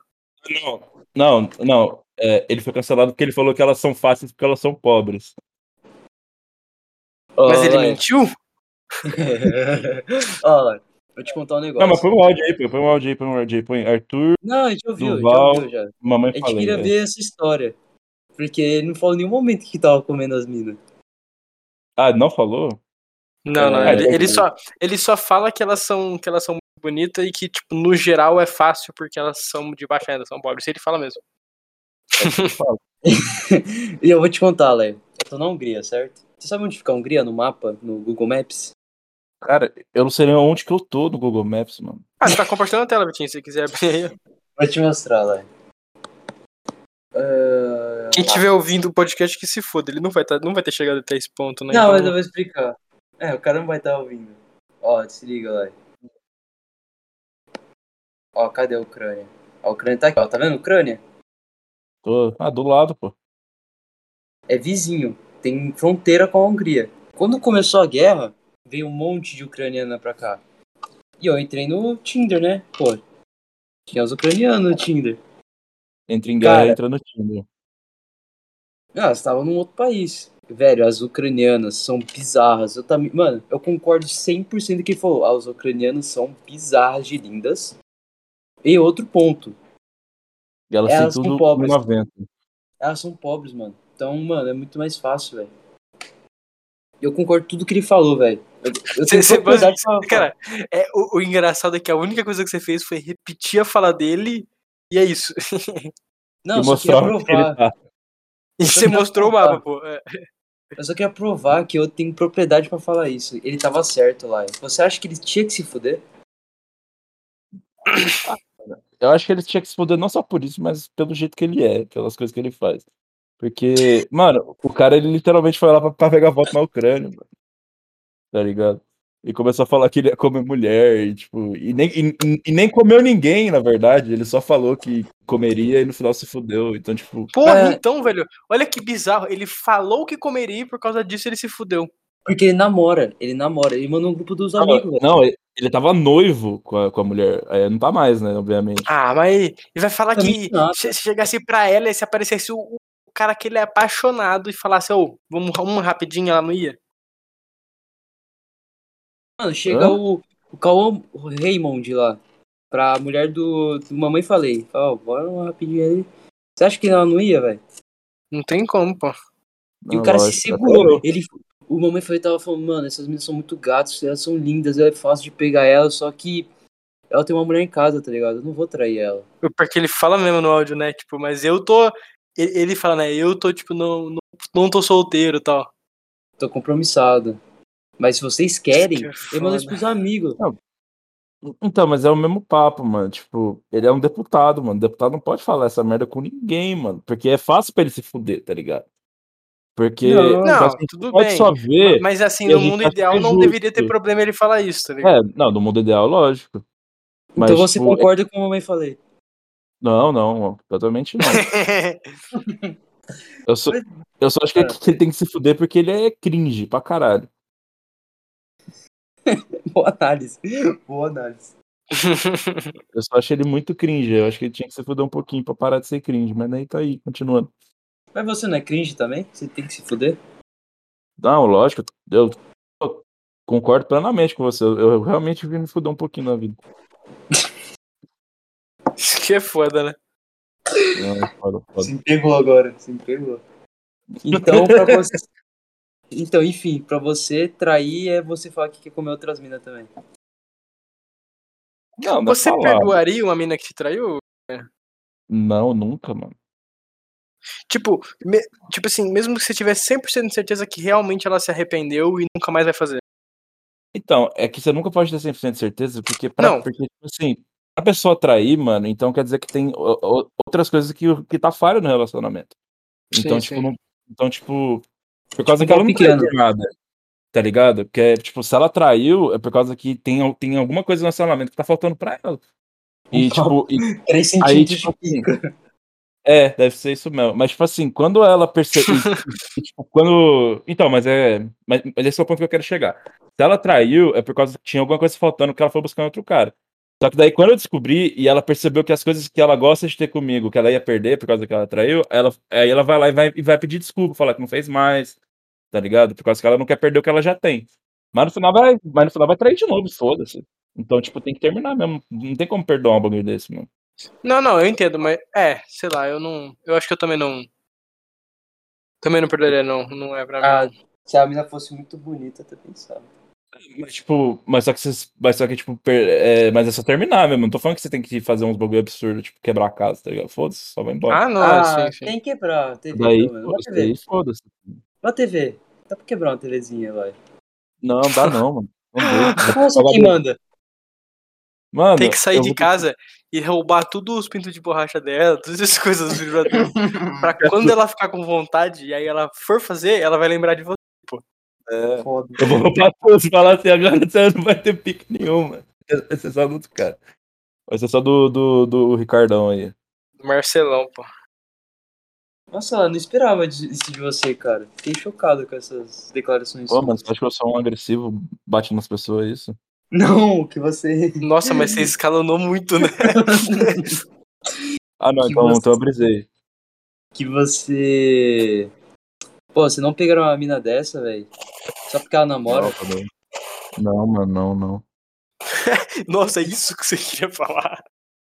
C: Não, não, não. é, ele foi cancelado porque ele falou que elas são fáceis porque elas são pobres.
B: Mas ele
A: Olha,
B: mentiu?
A: Olha, vou te contar um negócio.
C: Não, mas põe um áudio aí, pô, põe um áudio aí, põe um áudio aí, põe Arthur,
A: Não, a gente ouviu,
C: Duval.
A: a gente ouviu já.
C: mamãe
A: A gente
C: falei.
A: queria
C: né?
A: É ver essa história. Porque ele não falou em nenhum momento que tava comendo as minas.
C: Ah, não falou?
B: Não, não.
A: É,
B: Ele,
C: é
B: ele
C: verdade.
B: só, ele só fala que elas são que elas são muito bonitas e que, tipo, no geral é fácil porque elas são de baixa renda, são pobres. Isso ele fala mesmo.
A: E eu vou te contar, Léo. Eu tô na Hungria, certo? Você sabe onde fica a Hungria no mapa, no Google Maps?
C: Cara, eu não sei nem onde que eu tô no Google Maps, mano.
B: Ah, você tá compartilhando a tela, Vitinho, se você quiser abrir aí.
A: Vou te mostrar, Léo. Ah,
B: Quem estiver ouvindo o podcast que se foda, ele não vai, tá, não vai ter chegado até esse ponto, né?
A: ah, Não,
B: Então,
A: mas eu vou explicar. É, o cara não vai estar ouvindo. Ó, se liga, Léo. Ó, cadê a Ucrânia? A Ucrânia tá aqui, ó. Tá vendo a Ucrânia?
C: Tô... Ah, do lado, pô.
A: é vizinho, tem fronteira com a Hungria. Quando começou a guerra, veio um monte de ucraniana pra cá. E eu entrei no Tinder, né? Pô, tinha os ucranianos no Tinder.
C: Entra em guerra,
A: Cara.
C: entra no Tinder.
A: Ah, elas estavam num outro país. Velho, as ucranianas são bizarras. Eu também, mano, eu concordo 100% com quem falou. Ah, os ucranianos são bizarras de lindas. E outro ponto,
C: E elas
A: Elas
C: têm
A: são
C: tudo
A: pobres.
C: 90.
A: elas são pobres, mano. Então, mano, é muito mais fácil, velho. Eu concordo com tudo que ele falou, velho. Eu, eu
B: Você-
A: tenho
B: você
A: propriedade pra falar.
B: Cara, é, o, o engraçado é que a única coisa que você fez foi repetir a fala dele e é isso.
A: Não, eu
C: e
A: só queria
C: mostrar onde que
A: provar.
C: ele tá.
B: E você mostrou o mapa, pô. É.
A: Eu só queria provar que eu tenho propriedade pra falar isso. Ele tava certo lá. Você acha que ele tinha que se fuder?
C: Eu acho que ele tinha que se foder não só por isso, mas pelo jeito que ele é, pelas coisas que ele faz. Porque, mano, o cara ele literalmente foi lá pra, pra pegar voto na Ucrânia, mano. Tá ligado? E começou a falar que ele ia comer mulher, e tipo, e nem, e- e- e nem comeu ninguém, na verdade. Ele só falou que comeria e no final se fudeu. Então, tipo,
B: Porra,
A: É.
B: então, velho, olha que bizarro. Ele falou que comeria e por causa disso ele se fudeu.
A: Porque ele namora, ele namora, ele manda um grupo dos amigos, velho.
C: não, ele ele tava noivo com a, com a mulher. Aí não tá mais, né, obviamente.
B: Ah, mas ele vai falar que
A: Absolutamente É nada.
B: se se chegasse pra ela e se aparecesse o, o cara que ele é apaixonado e falasse, ô, vamos uma rapidinho, ela não ia.
A: Mano, chega
C: Hã?
A: o, o Cauã o Raymond lá, pra mulher do, do Mamãe Falei. Fala, ó, bora uma rapidinha aí. Você acha que ela não ia, velho?
B: Não tem como, pô.
A: E o
C: Na
A: cara se
C: lógica.
A: segurou. Ele, o Mamãe Falei tava falando, mano, essas meninas são muito gatas, elas são lindas, é fácil de pegar elas, só que ela tem uma mulher em casa, tá ligado? Eu não vou trair ela.
B: Porque ele fala mesmo no áudio, né? Tipo, mas eu tô. Ele ele fala, né? Eu tô, tipo, não, não, não tô solteiro e tal.
A: Tô compromissado. Mas se vocês querem,
B: Que
A: eu mando
B: foda.
A: isso pros amigos.
C: Então, mas é o mesmo papo, mano. Tipo, ele é um deputado, mano. Deputado não pode falar essa merda com ninguém, mano. Porque é fácil pra ele se fuder, tá ligado? Porque
B: Não,
C: tipo,
B: não,
C: assim,
B: tudo
C: pode
B: bem.
C: só ver.
B: Mas assim,
C: E a
B: no
C: gente
B: mundo
C: acha que é
B: ideal não
C: justo.
B: deveria ter problema ele falar isso, tá ligado?
C: É, não, no mundo ideal, lógico. Mas,
A: então você
C: tipo, é-
A: concorda com o mamãe falei.
C: Não, não, totalmente não. Eu só, eu só acho que,
A: É.
C: que ele tem que se fuder porque ele é cringe pra caralho.
A: Boa análise. Boa análise.
C: Eu só acho ele muito cringe. Eu acho que ele tinha que se fuder um pouquinho pra parar de ser cringe, mas daí tá aí, continuando.
A: Mas você não é cringe também? Você tem que se fuder?
C: Não, lógico, eu, eu concordo plenamente com você. Eu, eu realmente vim me fuder um pouquinho na vida.
B: Isso que é foda, né?
C: É, foda, foda.
A: Se me pegou agora. Se me pegou. Então, pra você. Então, enfim, pra você trair é você falar que quer comer outras minas também.
C: Não, não é
B: Você
C: falar.
B: perdoaria uma mina que te traiu?
C: Não, nunca, mano.
B: Tipo, me- tipo assim, mesmo que você tivesse 100% de certeza que realmente ela se arrependeu e nunca mais vai fazer.
C: Então, é que você nunca pode ter 100% de certeza, porque, pra,
B: Não.
C: porque tipo assim, a pessoa trair, mano, então quer dizer que tem o- o- outras coisas que, o- que tá falha no relacionamento. Então,
B: Sim,
C: tipo,
B: sim.
C: não- então, tipo, por causa
A: Tipo,
C: que ela não
A: pequeno.
C: traiu por nada, tá ligado? Porque, é, tipo, se ela traiu, é por causa que tem, al- tem alguma coisa no relacionamento que tá faltando pra ela. E,
A: Então.
C: tipo, e-
A: Três
C: Aí,
A: centímetros
C: tipo
A: de
C: assim,
A: pica.
C: é, deve ser isso mesmo. Mas, tipo assim, quando ela percebeu. tipo, quando. Então, mas é. Mas, mas esse é o ponto que eu quero chegar. Se ela traiu, é por causa que tinha alguma coisa faltando que ela foi buscar em outro cara. Só que daí, quando eu descobri e ela percebeu que as coisas que ela gosta de ter comigo, que ela ia perder por causa que ela traiu, ela, aí ela vai lá e vai, e vai pedir desculpa, falar que não fez mais, tá ligado? Por causa que ela não quer perder o que ela já tem. Mas no final vai, mas no final vai trair de novo, foda-se. Então, tipo, tem que terminar mesmo. Não tem como perdoar um bagulho desse, mano.
B: Não, não, eu entendo, mas é, sei lá, eu não. Eu acho que eu também não. Também não perdoaria, não. Não é pra mim.
A: Ah, se a mina fosse muito bonita, tá até pensava.
C: Mas, tipo, mas só que vocês. Mas só que, tipo, per- é, mas é só terminar mesmo. Não tô falando que você tem que fazer uns bagulho absurdo, tipo, quebrar a casa, tá ligado? Foda-se, só vai embora.
B: Ah, então, não,
A: Ah,
B: é, sim, sim.
A: tem que quebrar a TV,
C: daí,
A: pelo menos. Uma
C: foda-se,
A: TV.
C: daí, foda-se.
A: Uma TV. Dá pra quebrar uma TVzinha, vai.
C: Não, dá não, mano. Não
B: Ah,
C: deu.
A: Nossa,
C: Pagar
A: quem
C: bem.
A: manda?
C: Mano,
B: assim Tem que sair
C: eu
B: de
C: vou-
B: casa e roubar tudo os pintos de borracha dela, todas as coisas do livro dela. Pra quando ela ficar com vontade e aí ela for fazer, ela vai lembrar de você.
C: É,
A: Foda.
C: eu vou roubar tudo e falar assim, agora você não vai ter pique nenhum, mano. Vai ser só do outro cara. Vai ser só do, do, do Ricardão aí.
B: Do Marcelão, pô.
A: Nossa, eu não esperava de- isso de você, cara. Fiquei chocado com essas declarações.
C: Pô, mano, você
A: suas.
C: acha que eu sou um agressivo, bate nas pessoas, é isso?
A: Não, que você.
B: Nossa, mas você escalonou muito, né?
C: Ah, não,
A: Que
C: então,
A: você-
C: então eu brisei.
A: que você. Pô, você não pegaram uma mina dessa, velho? Só porque ela namora.
C: Não, tá bem. Não, mano, não, não.
B: Nossa, é isso que você queria falar.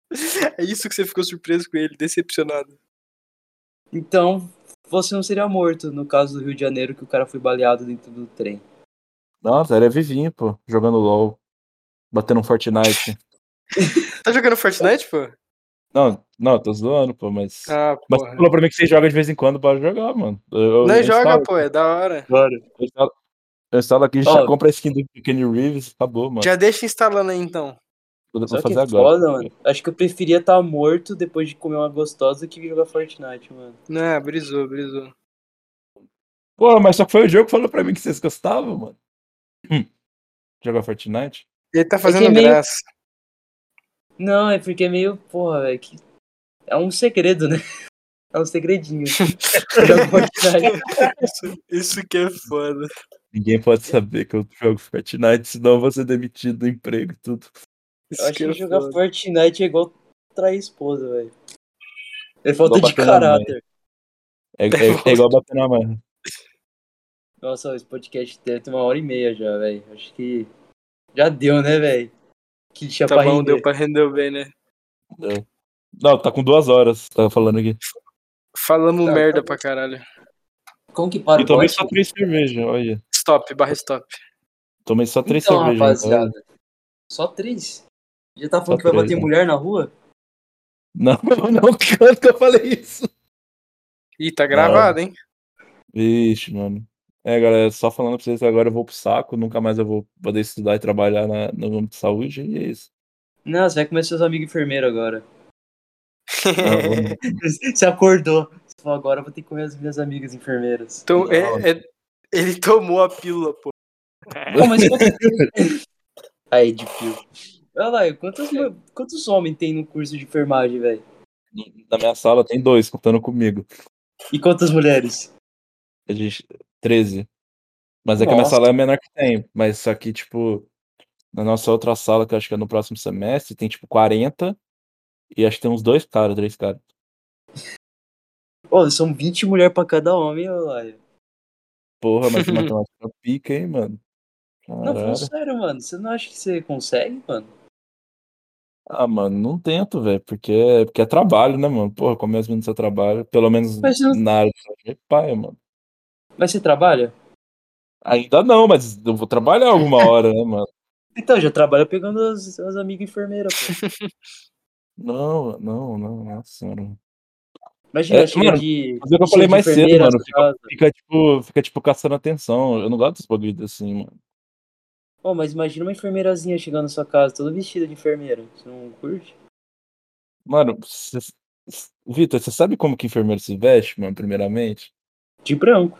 B: É isso que você ficou surpreso com ele, decepcionado.
A: Então, você não seria morto no caso do Rio de Janeiro que o cara foi baleado dentro do trem.
C: Nossa, era vivinho, pô, jogando LOL, batendo um Fortnite.
B: Tá jogando Fortnite, pô?
C: Não, não, tô zoando, pô, mas.
B: Ah,
C: Mas você
B: porra.
C: falou pra mim que você joga de vez em quando, bora jogar, mano. Eu, eu-
B: Não
C: eu
B: joga,
C: instalo-
B: pô, é da hora.
A: Claro.
C: Eu instalo, eu instalo aqui,
A: Ó.
C: já compra a skin do Kenny Reeves, acabou, mano.
B: Já deixa instalando aí então.
C: Vou, vou
A: Só que
C: fazer
A: é
C: agora.
A: foda, mano. Acho que eu preferia estar morto depois de comer uma gostosa que jogar Fortnite, mano.
B: Não, é, brisou, brisou.
C: Pô, mas só que foi o jogo que falou pra mim que vocês gostavam, mano. Hum. Jogar Fortnite?
B: Ele tá
A: que
B: fazendo
A: é meio-
B: graça.
A: Não, é porque é meio, porra, velho. Que... É um segredo, né? É um segredinho. jogar Fortnite.
B: Isso, isso que é foda.
C: Ninguém pode saber que eu jogo Fortnite, senão eu vou ser demitido do emprego e tudo.
A: Eu
B: Isso
A: acho
B: que
A: que
B: é
A: jogar
B: foda.
A: Fortnite é igual trair esposa, velho. É falta
C: Igual
A: de
C: bater na mãe.
A: caráter.
C: É, é- é igual bater na mãe.
A: Nossa, esse podcast deve ter uma hora e meia já, velho. Acho que já deu, né, velho? Que tinha
B: Tá
A: é pra
B: bom,
A: render.
B: deu pra render bem, né?
C: Não, tá com duas horas, tava falando aqui.
B: Falamos
A: Tá,
B: merda
A: tá bom.
B: pra caralho.
A: Como que para o
C: E
A: Então,
C: tomei
A: bot?
C: só três cervejas, olha.
B: Stop, barra stop.
C: Tomei só três tá
A: Então,
C: cervejas. né?
A: rapaziada.
C: olha.
A: Só três? Já tá
C: Só
A: falando que vai
C: três,
A: bater
C: né?
A: mulher na rua?
C: Não, não, quando que eu falei isso?
B: Ih, tá gravado, hein?
C: Vixe, mano. É, galera, só falando pra vocês que agora eu vou pro saco, nunca mais eu vou poder estudar e trabalhar na, no âmbito de saúde, e é isso.
A: Não, você vai comer seus amigos enfermeiros agora.
C: Ah,
A: Você acordou. Você falou, agora eu vou ter que comer as minhas amigas enfermeiras.
B: então, é- é- ele tomou a pílula, pô.
A: Pô, mas quantos... Aí, de fio. Olha lá, quantos, quantos homens tem no curso de enfermagem, velho?
C: vamos- Na minha sala tem dois contando comigo.
A: E quantas mulheres?
C: A gente. 13. Mas é que a minha
A: Nossa.
C: sala é a menor que tem. Mas só que, tipo, na nossa outra sala, que eu acho que é no próximo semestre, tem tipo 40. E acho que tem uns dois caras, três caras.
A: Ô, são 20 mulheres pra cada homem, olha lá.
C: Porra, mas que matemática pica, hein, mano?
A: Não,
C: Caralho.
A: falando sério, mano. Você não acha que você consegue, mano?
C: Ah, mano, não tento, velho, porque é, porque é trabalho, né, mano? Porra, como as meninas trabalho, pelo menos
A: Mas eu-
C: na área de pai, mano.
A: Mas você trabalha?
C: Ainda não, mas eu vou trabalhar alguma hora, né, mano?
A: Então, já trabalha pegando as, as amigas enfermeiras, pô.
C: Não, não, não, nossa senhora.
A: Imagina,
C: É,
A: chega
C: mano,
A: de.
C: Mas é o que eu
A: chega
C: falei
A: de
C: mais cedo,
A: enfermeira né?
C: mano,
A: na
C: fica-
A: casa.
C: Fica, tipo, fica, tipo, caçando atenção. Eu não gosto desse bagulho assim, mano.
A: Ô, mas imagina uma enfermeirazinha chegando na sua casa, toda vestida de enfermeira. Você não curte?
C: Mano, cê- cê- Vitor, você sabe como que enfermeiro se veste, mano, primeiramente?
A: De branco.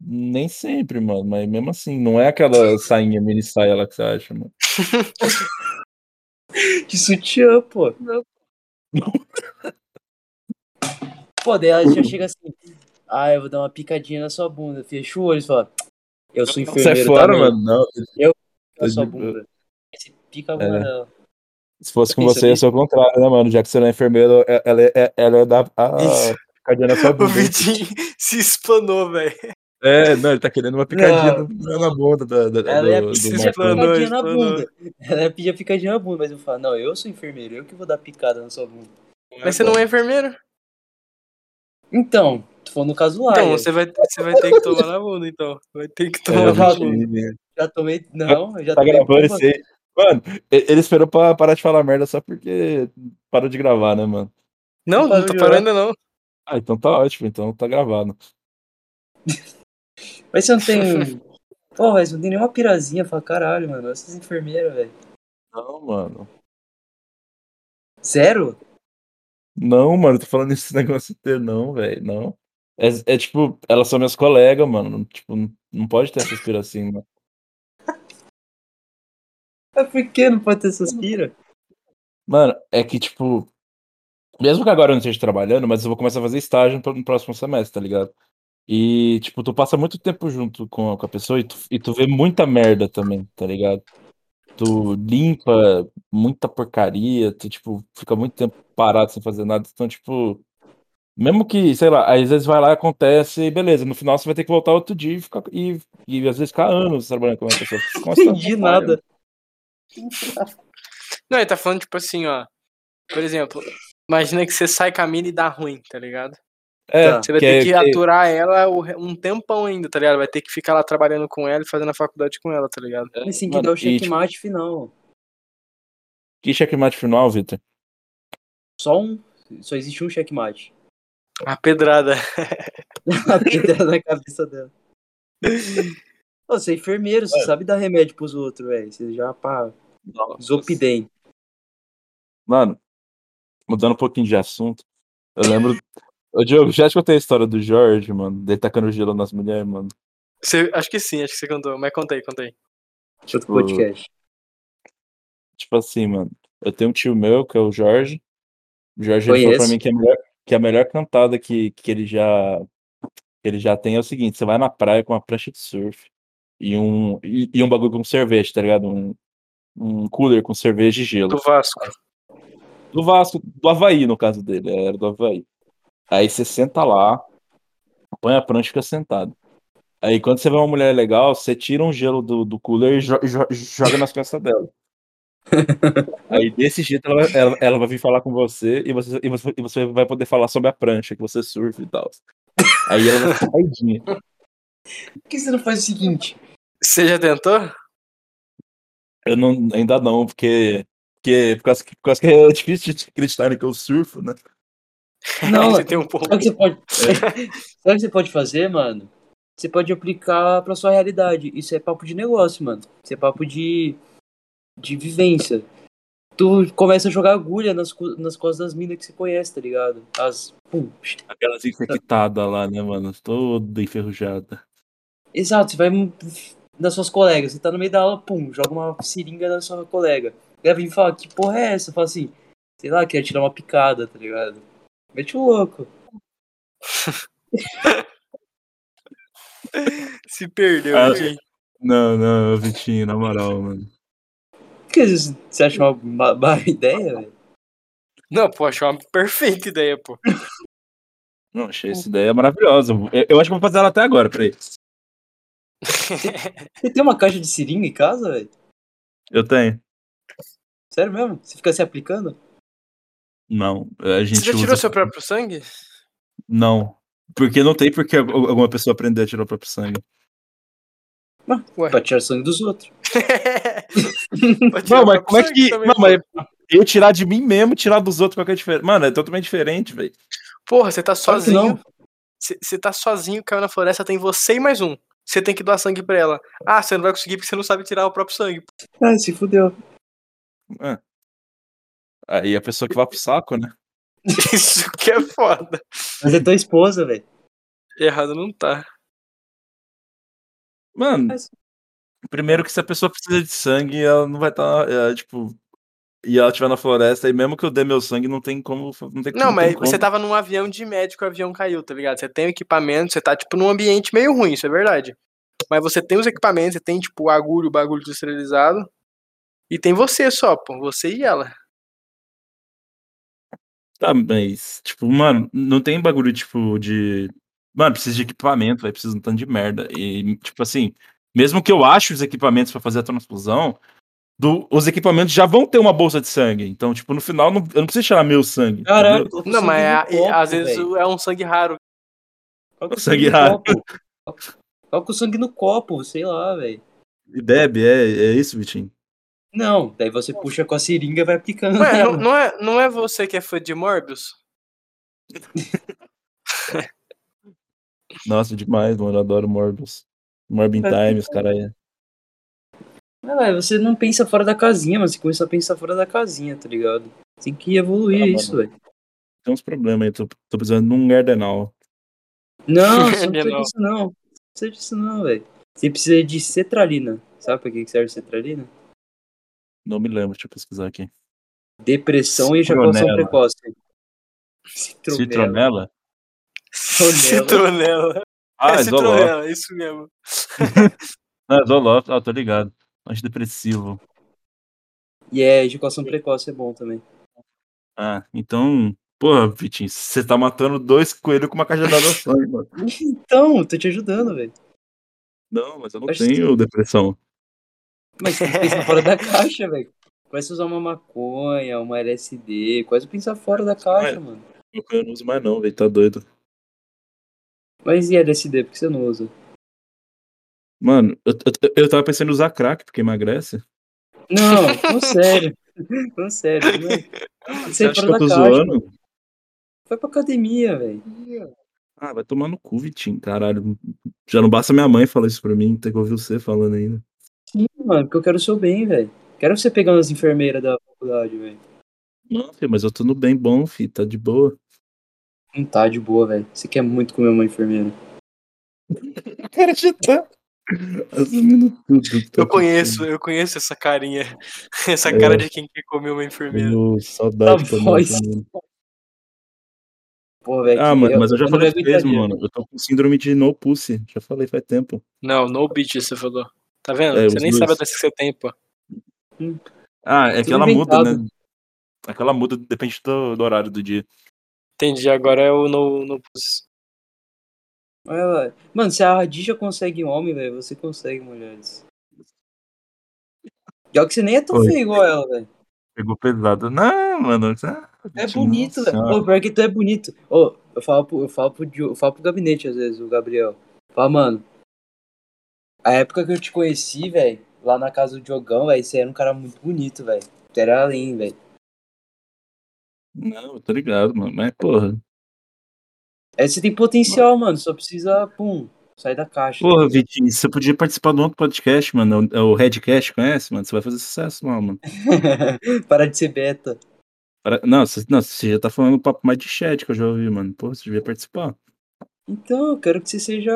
C: Nem sempre, mano, mas mesmo assim, não é aquela sainha, mini saia lá que você acha, mano.
A: De sutiã, pô. Pô, daí ela já chega assim. Ah, eu vou dar uma picadinha na sua bunda. Fecha o olho e fala. Eu sou enfermeiro.
C: Sai fora,
A: tá,
C: é mano, não.
A: Pica a sua
C: de-
A: bunda. Aí você pica a
C: É.
A: bunda dela.
C: Se fosse com
A: Isso,
C: você, ia ser o contrário, né, mano? Já que você não é enfermeiro, é- ela, é- ela é da. A...
B: Isso.
C: Picadinha na sua
B: O
C: bunda.
B: Vitinho se explanou, velho.
C: É, não, ele tá querendo uma picadinha
A: Não.
C: na- na bunda da, da,
A: Ela
C: do, né?
A: ia
C: do
A: pedir a
C: Marcão.
B: plano.
A: picadinha na
B: Explanou,
A: bunda. Ela ia pedir a picadinha na bunda, mas eu falo, não, eu sou enfermeiro, eu que vou dar picada na sua bunda.
B: Mas você não é enfermeiro?
A: Então, tu for no caso lá.
B: Então,
A: eu
B: você vai, você vai ter que tomar na bunda, então. Vai ter que
C: É,
B: tomar
A: Tá
B: na
C: a
B: bunda.
C: gente-
A: já tomei. Não, eu já
C: Tá
A: tomei.
C: gravando
A: bomba.
C: isso aí. Mano, e- ele esperou pra parar de falar merda só porque parou de gravar, né, mano?
B: Não, né? não
A: Parou
B: tô
A: de
B: parando, não.
C: Ah, então tá ótimo, então tá gravado.
A: Mas você não tem. Pô, mas não tem nenhuma pirazinha. Fala, caralho, mano, essas enfermeiras, velho.
C: Não, mano.
A: Zero?
C: Não, mano, tô falando esse negócio inteiro, não, velho, não. É, é tipo, elas são minhas colegas, mano. não- Tipo, não- não pode ter essa aspira assim, mano.
A: Mas por que não pode ter essas piras?
C: Mano, é que, tipo, mesmo que agora eu não esteja trabalhando, mas eu vou começar a fazer estágio no no próximo semestre, tá ligado? E, tipo, tu passa muito tempo junto com a, com a pessoa e tu, e tu vê muita merda também, tá ligado? Tu limpa muita porcaria, tu, tipo, fica muito tempo parado sem fazer nada. Então, tipo, mesmo que, sei lá, às vezes vai lá, acontece e beleza, no final você vai ter que voltar outro dia e, ficar, e, e às vezes ficar anos trabalhando com uma pessoa. Como assim,
A: Entendi nada.
B: Não, ele tá falando, tipo assim, ó. Por exemplo, imagina que você sai com a mina e dá ruim, tá ligado?
C: É,
A: Tá.
B: Você vai ter Ah, que aturar ela o re- um tempão ainda, tá ligado? Vai ter que ficar lá trabalhando com ela e fazendo a faculdade com ela, tá ligado?
A: Mas tem que
C: mano,
A: dar o
C: e, tipo,
A: checkmate final.
C: que checkmate final, Vitor?
A: Só um. Só existe um checkmate.
B: A pedrada.
A: A pedra na cabeça dela. Ô, Você é enfermeiro, você sabe dar remédio pros outros, velho. Você já, pá, Zopidem.
C: Mano, mudando um pouquinho de assunto, eu lembro. Ô, Diogo, já te contei a história do Jorge, mano, dele tacando gelo nas mulheres, mano.
B: Você- acho que sim, acho que você contou, mas conta aí, conta aí.
A: Outro podcast.
C: Tipo assim, mano, eu tenho um tio meu, que é o Jorge. O Jorge ele falou pra
A: Conheço.
C: mim que a melhor, que a melhor cantada que, que ele já que ele já tem é o seguinte: você vai na praia com uma prancha de surf e um, e, e um bagulho com cerveja, tá ligado? Um, um cooler com cerveja e gelo.
B: Do Vasco.
C: Do Vasco, do Havaí, no caso dele, é, era do Havaí. Aí você senta lá, põe a prancha e fica sentado. Aí quando você vê uma mulher legal, você tira um gelo do, do cooler e jo- jo- joga nas costas dela. Aí desse jeito ela, vai- ela, ela vai vir falar com você e, você e você e você vai poder falar sobre a prancha que você surfa e tal. Aí ela vai ficar caidinha.
A: Por que você não faz o seguinte?
B: Você já tentou?
C: Eu não, ainda não, porque, porque por, causa que, por causa que é difícil de acreditarem que eu surfo, né?
A: Não,
B: você tem um ponto.
A: sabe o que você pode. Sabe o que você pode fazer, mano? Você pode aplicar pra sua realidade. Isso é papo de negócio, mano. Isso é papo de. de vivência. Tu começa a jogar agulha nas, co- nas costas das minas que você conhece, tá ligado? As. pum,
C: Aquelas infectadas lá, né, mano? Toda enferrujada.
A: Exato, você vai nas suas colegas, você tá no meio da aula, pum, joga uma seringa na sua colega. Ela vem e fala, que porra é essa? Fala assim, sei lá, quer tirar uma picada, tá ligado? Mete o louco.
B: Se perdeu,
C: Ah,
B: hein?
C: Não, não, Vitinho, na moral, mano.
A: Que isso, você acha uma ba- ba- ideia, velho?
B: Não, pô, achei uma perfeita ideia, pô.
C: Não, achei essa ideia maravilhosa. Eu, eu acho que vou fazer ela até agora, peraí.
A: Você tem uma caixa de seringa em casa, velho?
C: Eu tenho.
A: Sério mesmo? Você fica se aplicando?
C: Não, a gente
B: Você já
C: usa-
B: tirou seu próprio sangue?
C: Não. Porque não tem porque al- alguma pessoa aprender a tirar o próprio sangue.
B: Ué.
A: Pra tirar sangue dos outros.
B: Pra tirar o próprio
C: é
B: sangue também, pô.
C: eu tirar de mim mesmo, tirar dos outros, qualquer diferença. Mano, é totalmente diferente, velho.
B: Porra, você tá
A: Claro que
B: sozinho. Você você tá sozinho, caiu na floresta, tem você e mais um. Você tem que doar sangue pra ela. Ah, você não vai conseguir porque você não sabe tirar o próprio sangue.
A: Ah, se fudeu.
C: Aí a pessoa que vai pro saco, né?
B: Isso que é foda.
A: Mas é tua esposa, velho.
B: Errado não tá.
C: Mano,
A: Mas-
C: primeiro que se a pessoa precisa de sangue, ela não vai estar, tipo... E ela estiver na floresta, e mesmo que eu dê meu sangue, não tem como... Não, tem
B: Não,
C: não
B: mas
C: tem como.
B: você tá tava num avião de médico, o avião caiu, tá ligado? Você tem o equipamento, você tá, tipo, num ambiente meio ruim, isso é verdade. Mas você tem os equipamentos, você tem, tipo, o agulho, o bagulho esterilizado. E tem você só, pô. Você e ela.
C: Tá, mas, tipo, mano, não tem bagulho, tipo, de. Mano, precisa de equipamento, vai precisa de um tanto de merda. E, tipo assim, mesmo que eu ache os equipamentos pra fazer a transfusão, do, os equipamentos já vão ter uma bolsa de sangue. Então, tipo, no final, não- eu não preciso tirar meu sangue.
A: Caralho,
C: entendeu?
A: tô com
B: Não,
A: sangue
B: mas
A: no
B: é- é-
A: copo,
B: às vezes
A: velho.
B: é um sangue raro.
A: Coloca o sangue
C: Sangue
A: no
C: raro.
A: copo. Coloca o sangue no copo, sei lá, velho.
C: E bebe, é, é isso, Vitinho?
A: Não, daí você puxa com a seringa e vai aplicando.
B: Ué,
A: nela.
B: não, não é, não é você que é fã de Morbius?
C: Nossa, demais, mano. Eu adoro Morbius. Morbin Time, os caras.
A: Ah, velho, você não pensa fora da casinha, mas você começa a pensar fora da casinha, tá ligado? Tem que evoluir
B: Tá
C: Ah,
A: isso, velho.
C: Tem uns problemas aí, tô, tô precisando de um Gardenal.
A: Não, você não precisa
B: Não.
A: disso não. Não precisa disso não, velho. Você precisa de cetralina. Sabe pra que que serve cetralina?
C: Não me lembro, deixa eu pesquisar aqui.
A: Depressão e ejaculação
C: Citronela.
A: precoce. Citronela.
C: Citronela?
B: Citronela.
C: Ah,
B: é
C: é Zoloft.
B: citronela, isso mesmo.
C: Ah, Zoloft, ah, tô ligado. Antidepressivo.
A: E é, ejaculação precoce é bom também.
C: Ah, então. Porra, Vitinho, você tá matando dois coelhos com uma cajadada só, hein, mano.
A: Então, eu tô te ajudando, velho.
C: Não, mas eu não
A: Acho
C: tenho depressão.
A: Mas tem que pensar fora da caixa, velho. Começa a usar uma maconha, uma LSD, quase pensar fora da caixa,
C: Ah, é.
A: mano.
C: Eu não uso mais, não, velho, tá doido.
A: Mas e LSD, por que você não usa?
C: Mano, eu, eu, eu tava pensando em usar crack, porque emagrece.
A: Não, não sério. Não sério, não.
C: Você
A: Sai
C: acha
A: fora
C: que
A: da
C: eu tô
A: caixa.
C: zoando?
A: Vai pra academia, velho.
C: Ah, vai tomar no cu, Vitinho, caralho. Já não basta minha mãe falar isso pra mim, tem que ouvir você falando ainda.
A: Sim, mano, porque eu quero o seu bem, velho. Quero você pegando as enfermeiras da faculdade, velho.
C: Não, filho, mas eu tô no bem bom, filho, tá de boa.
A: Não tá de boa, velho. Você quer muito comer uma enfermeira.
C: Cara, já tá. Assumindo tudo.
B: Eu conheço, eu conheço essa carinha. Essa
C: É.
B: cara de quem quer comer uma enfermeira.
C: Tenho saudade
A: A
C: também,
A: voz.
C: também.
A: Pô, velho.
C: Ah,
A: que
C: mano, mas eu já
A: não é
C: falei isso
A: aguentaria.
C: mesmo, mano. Eu tô com síndrome de no pussy. Já falei faz tempo.
B: Não, no bitch, você falou. Tá vendo?
C: É,
B: você
C: os
B: nem
C: dois.
B: sabe a doença que você tem, pô.
C: Ah, é que
A: Tudo
C: ela muda,
A: inventado.
C: né? Aquela muda, depende do, do horário do dia.
B: Entendi, agora é o no, no pus.
A: Olha lá. Mano, se a Radija consegue homem, velho, você consegue mulheres. Pior que você nem é tão
C: Oi.
A: feio igual ela, velho.
C: Pegou pesado. Não, mano. ah,
A: É
C: gente,
A: bonito,
C: nossa
A: velho.
C: senhora.
A: Pô, pior que tu é bonito. Ô, eu falo pro, eu falo pro, Diogo- eu falo pro gabinete às vezes, o Gabriel. Fala, mano. A época que eu te conheci, velho, lá na casa do Diogão, velho, você era um cara muito bonito, velho. Tu era além, velho.
C: Não, eu tô ligado, mano. Mas, porra.
A: Aí você tem potencial, mano. Só precisa, pum, Sai da caixa.
C: Porra, Vitinho, você podia participar de um outro podcast, mano. É O o Redcast, conhece, mano? Você vai fazer sucesso lá, mano.
A: Para de ser beta.
C: Para- Não, você, não, você já tá falando papo mais de chat que eu já ouvi, mano. Porra, você devia participar.
A: Então, eu quero que você seja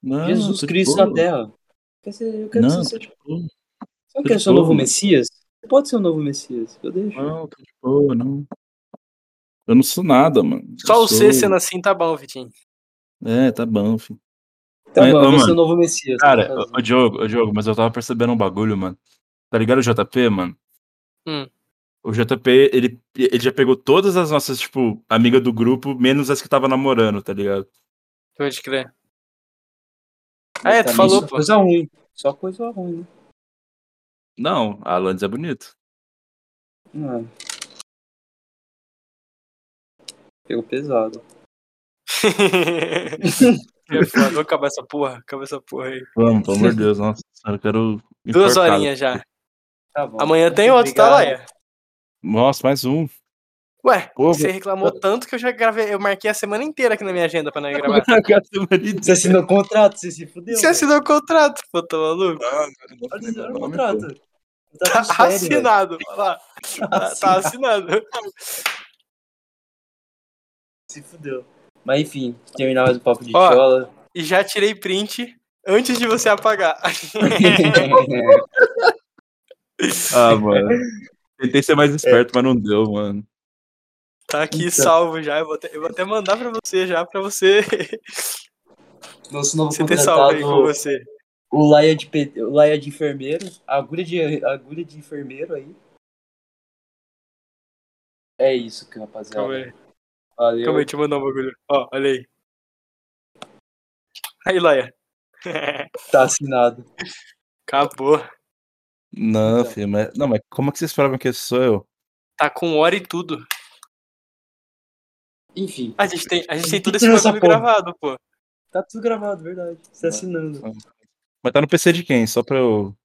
C: Não,
A: Jesus
C: Ah, tô de
A: Cristo
C: boa.
A: na Terra. Eu quero, ser- eu quero
C: Não,
A: que você
C: tô
A: seja.
C: de boa.
A: Você não
C: tô
A: quer
C: de
A: ser o novo
C: boa. Ah.
A: Messias? Você pode ser o novo Messias. Eu deixo.
C: Não, tô de boa, não. Eu não sou nada, mano. Eu
B: Só o
C: sou-
B: C sendo assim tá bom, Vitinho.
C: É, tá bom, filho.
A: Tá
C: Mas,
A: bom,
C: ô,
A: eu vou ser
C: mano,
A: o novo Messias.
C: Cara,
A: tá
C: ô, ô Diogo, ô Diogo, mas eu tava percebendo um bagulho, mano. Tá ligado o JP, mano?
B: Hum.
C: O JP, ele, ele já pegou todas as nossas, tipo, amigas do grupo, menos as que tava namorando, tá ligado?
B: Pode crer. Ah, é, tu
A: Também
B: falou,
A: só
B: pô.
A: tá coisa ruim. Só coisa ruim, né?
C: Não, a Alanis é bonito.
A: Não. é. Pegou pesado.
B: É foda, Vou acabar essa porra, acaba essa porra aí.
C: Vamos, pelo amor de Deus, nossa, eu quero.
B: Duas
C: enforcado.
B: horinhas já.
A: Tá bom.
B: Amanhã tem
A: Muito
B: outro, tá,
A: obrigado.
B: Laia?
C: Nossa, mais um.
B: Ué,
C: Pô,
B: você reclamou tanto que eu já gravei, eu marquei a semana inteira aqui na minha agenda pra não gravar.
A: Você assinou o contrato, você se fudeu.
B: Você assinou o contrato, pô, tá maluco?
A: velho. Assinou o contrato. Contrato
B: Tá
A: sério, velho. assim,
B: assinado, olha lá. Tá, tá assinado.
A: Se fudeu. Mas enfim, terminar mais o papo de
B: Ó.
A: chola.
B: E já tirei print antes de você apagar.
C: Ah, mano. Tentei ser mais esperto, mas não deu, mano.
B: Tá aqui
A: Então.
B: salvo já. Eu vou, até, eu vou até mandar pra você já, pra você,
A: Nosso novo
B: você ter salvo aí com
A: contratado,
B: você.
A: o Laia de, pe- o Laia de enfermeiro, a agulha de, a agulha de enfermeiro aí. É isso, que rapaziada.
B: Calma aí,
A: Valeu.
B: calma aí, deixa eu mandar um bagulho. Ó, olha aí. Aí, Laia.
A: Tá assinado.
B: Acabou.
C: Não,
A: Então.
C: filho, mas. Não, mas como é que vocês falavam que esse sou eu?
B: Tá com hora e tudo.
A: Enfim,
B: A gente tem, a gente tem
A: Tem
B: todo
A: que
B: esse
A: ter essa
B: bagulho
A: porra.
B: gravado, pô.
A: tá tudo gravado, verdade. Você tá assinando.
C: Mas tá no PC de quem? Só pra eu.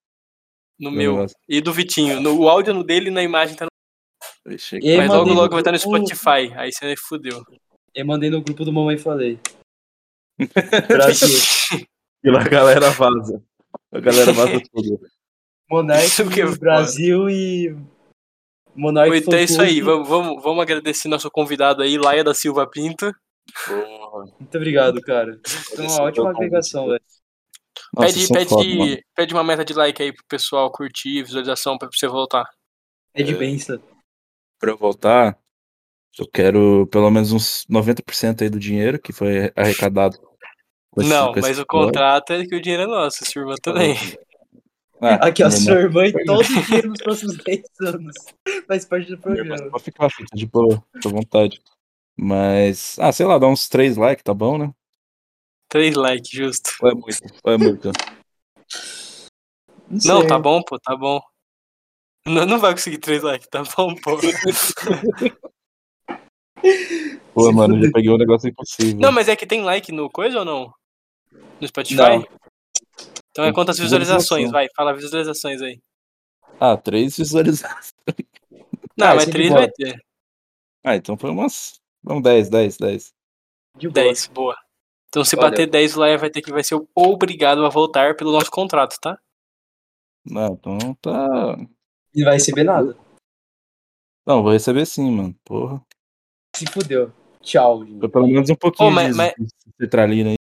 B: No
C: ver o
B: meu.
C: negócio.
B: E do Vitinho. No, o áudio é no dele e na imagem tá no.
C: Ixi,
A: E aí,
B: Mas logo,
A: mandei no
B: logo vai estar no
A: grupo.
B: Spotify. Aí você fudeu.
A: Eu mandei no grupo do Mamãe Falei. Brasil.
C: E lá a galera vaza. A galera vaza tudo.
A: Monarque,
B: Isso que é foda.
A: Brasil e. Monarque.
B: Então é isso
A: Fã-Clube.
B: aí. Vamos, vamos, vamos agradecer nosso convidado aí, Laia da Silva Pinto.
A: Muito obrigado, cara. Foi
C: Esse
A: uma ótima
C: foi o convite.
A: agregação, velho.
C: Nossa,
B: pede,
C: são
B: pede,
C: foda, mano.
B: pede uma meta de like aí pro pessoal curtir, visualização pra você voltar.
A: É de
C: É.
A: benção.
C: Pra eu voltar, eu quero pelo menos uns 90% aí do dinheiro que foi arrecadado. com esse-
B: Não,
C: com esse
B: mas o
C: episódio.
B: contrato é que o dinheiro é nosso, sua irmã também.
C: Ah,
A: Aqui, ó,
C: meu
A: sua
C: irmão,
A: irmã e todo o dinheiro nos próximos 10 anos. Faz parte do
C: meu irmão,
A: programa.
C: Pode ficar, filho, tá de boa, tô à vontade. Mas, ah, sei lá, dá uns 3 likes, tá bom, né?
B: Três likes, justo.
C: Ou é muito? Ou é muito?
B: Não,
A: sei.
B: tá bom, pô, tá bom. Não, não vai conseguir três likes, tá bom, pô.
C: Pô,
A: Se
C: mano, eu já
A: fuder.
C: peguei um negócio impossível.
B: Não, mas é que tem like no coisa ou não? No Spotify?
A: Não.
B: Então é quantas visualizações,
C: Visualização.
B: vai. Fala visualizações aí.
C: Ah, 3 visualizados.
B: Não,
A: Ah,
B: mas
A: isso é de
B: três
A: boa.
B: vai ter.
C: Ah, então foi umas. Vamos 10, 10, 10.
A: De boa.
B: 10, boa. Então se
A: Valeu.
B: bater 10, o Laia vai ter que vai ser obrigado a voltar pelo nosso contrato, tá?
C: Não, então tá.
A: E vai receber nada.
C: Não, vou receber sim, mano. Porra.
A: Se fudeu. Tchau, gente.
C: Foi pelo menos um pouquinho
B: mas-
C: de,
B: mas-
C: de citralina aí.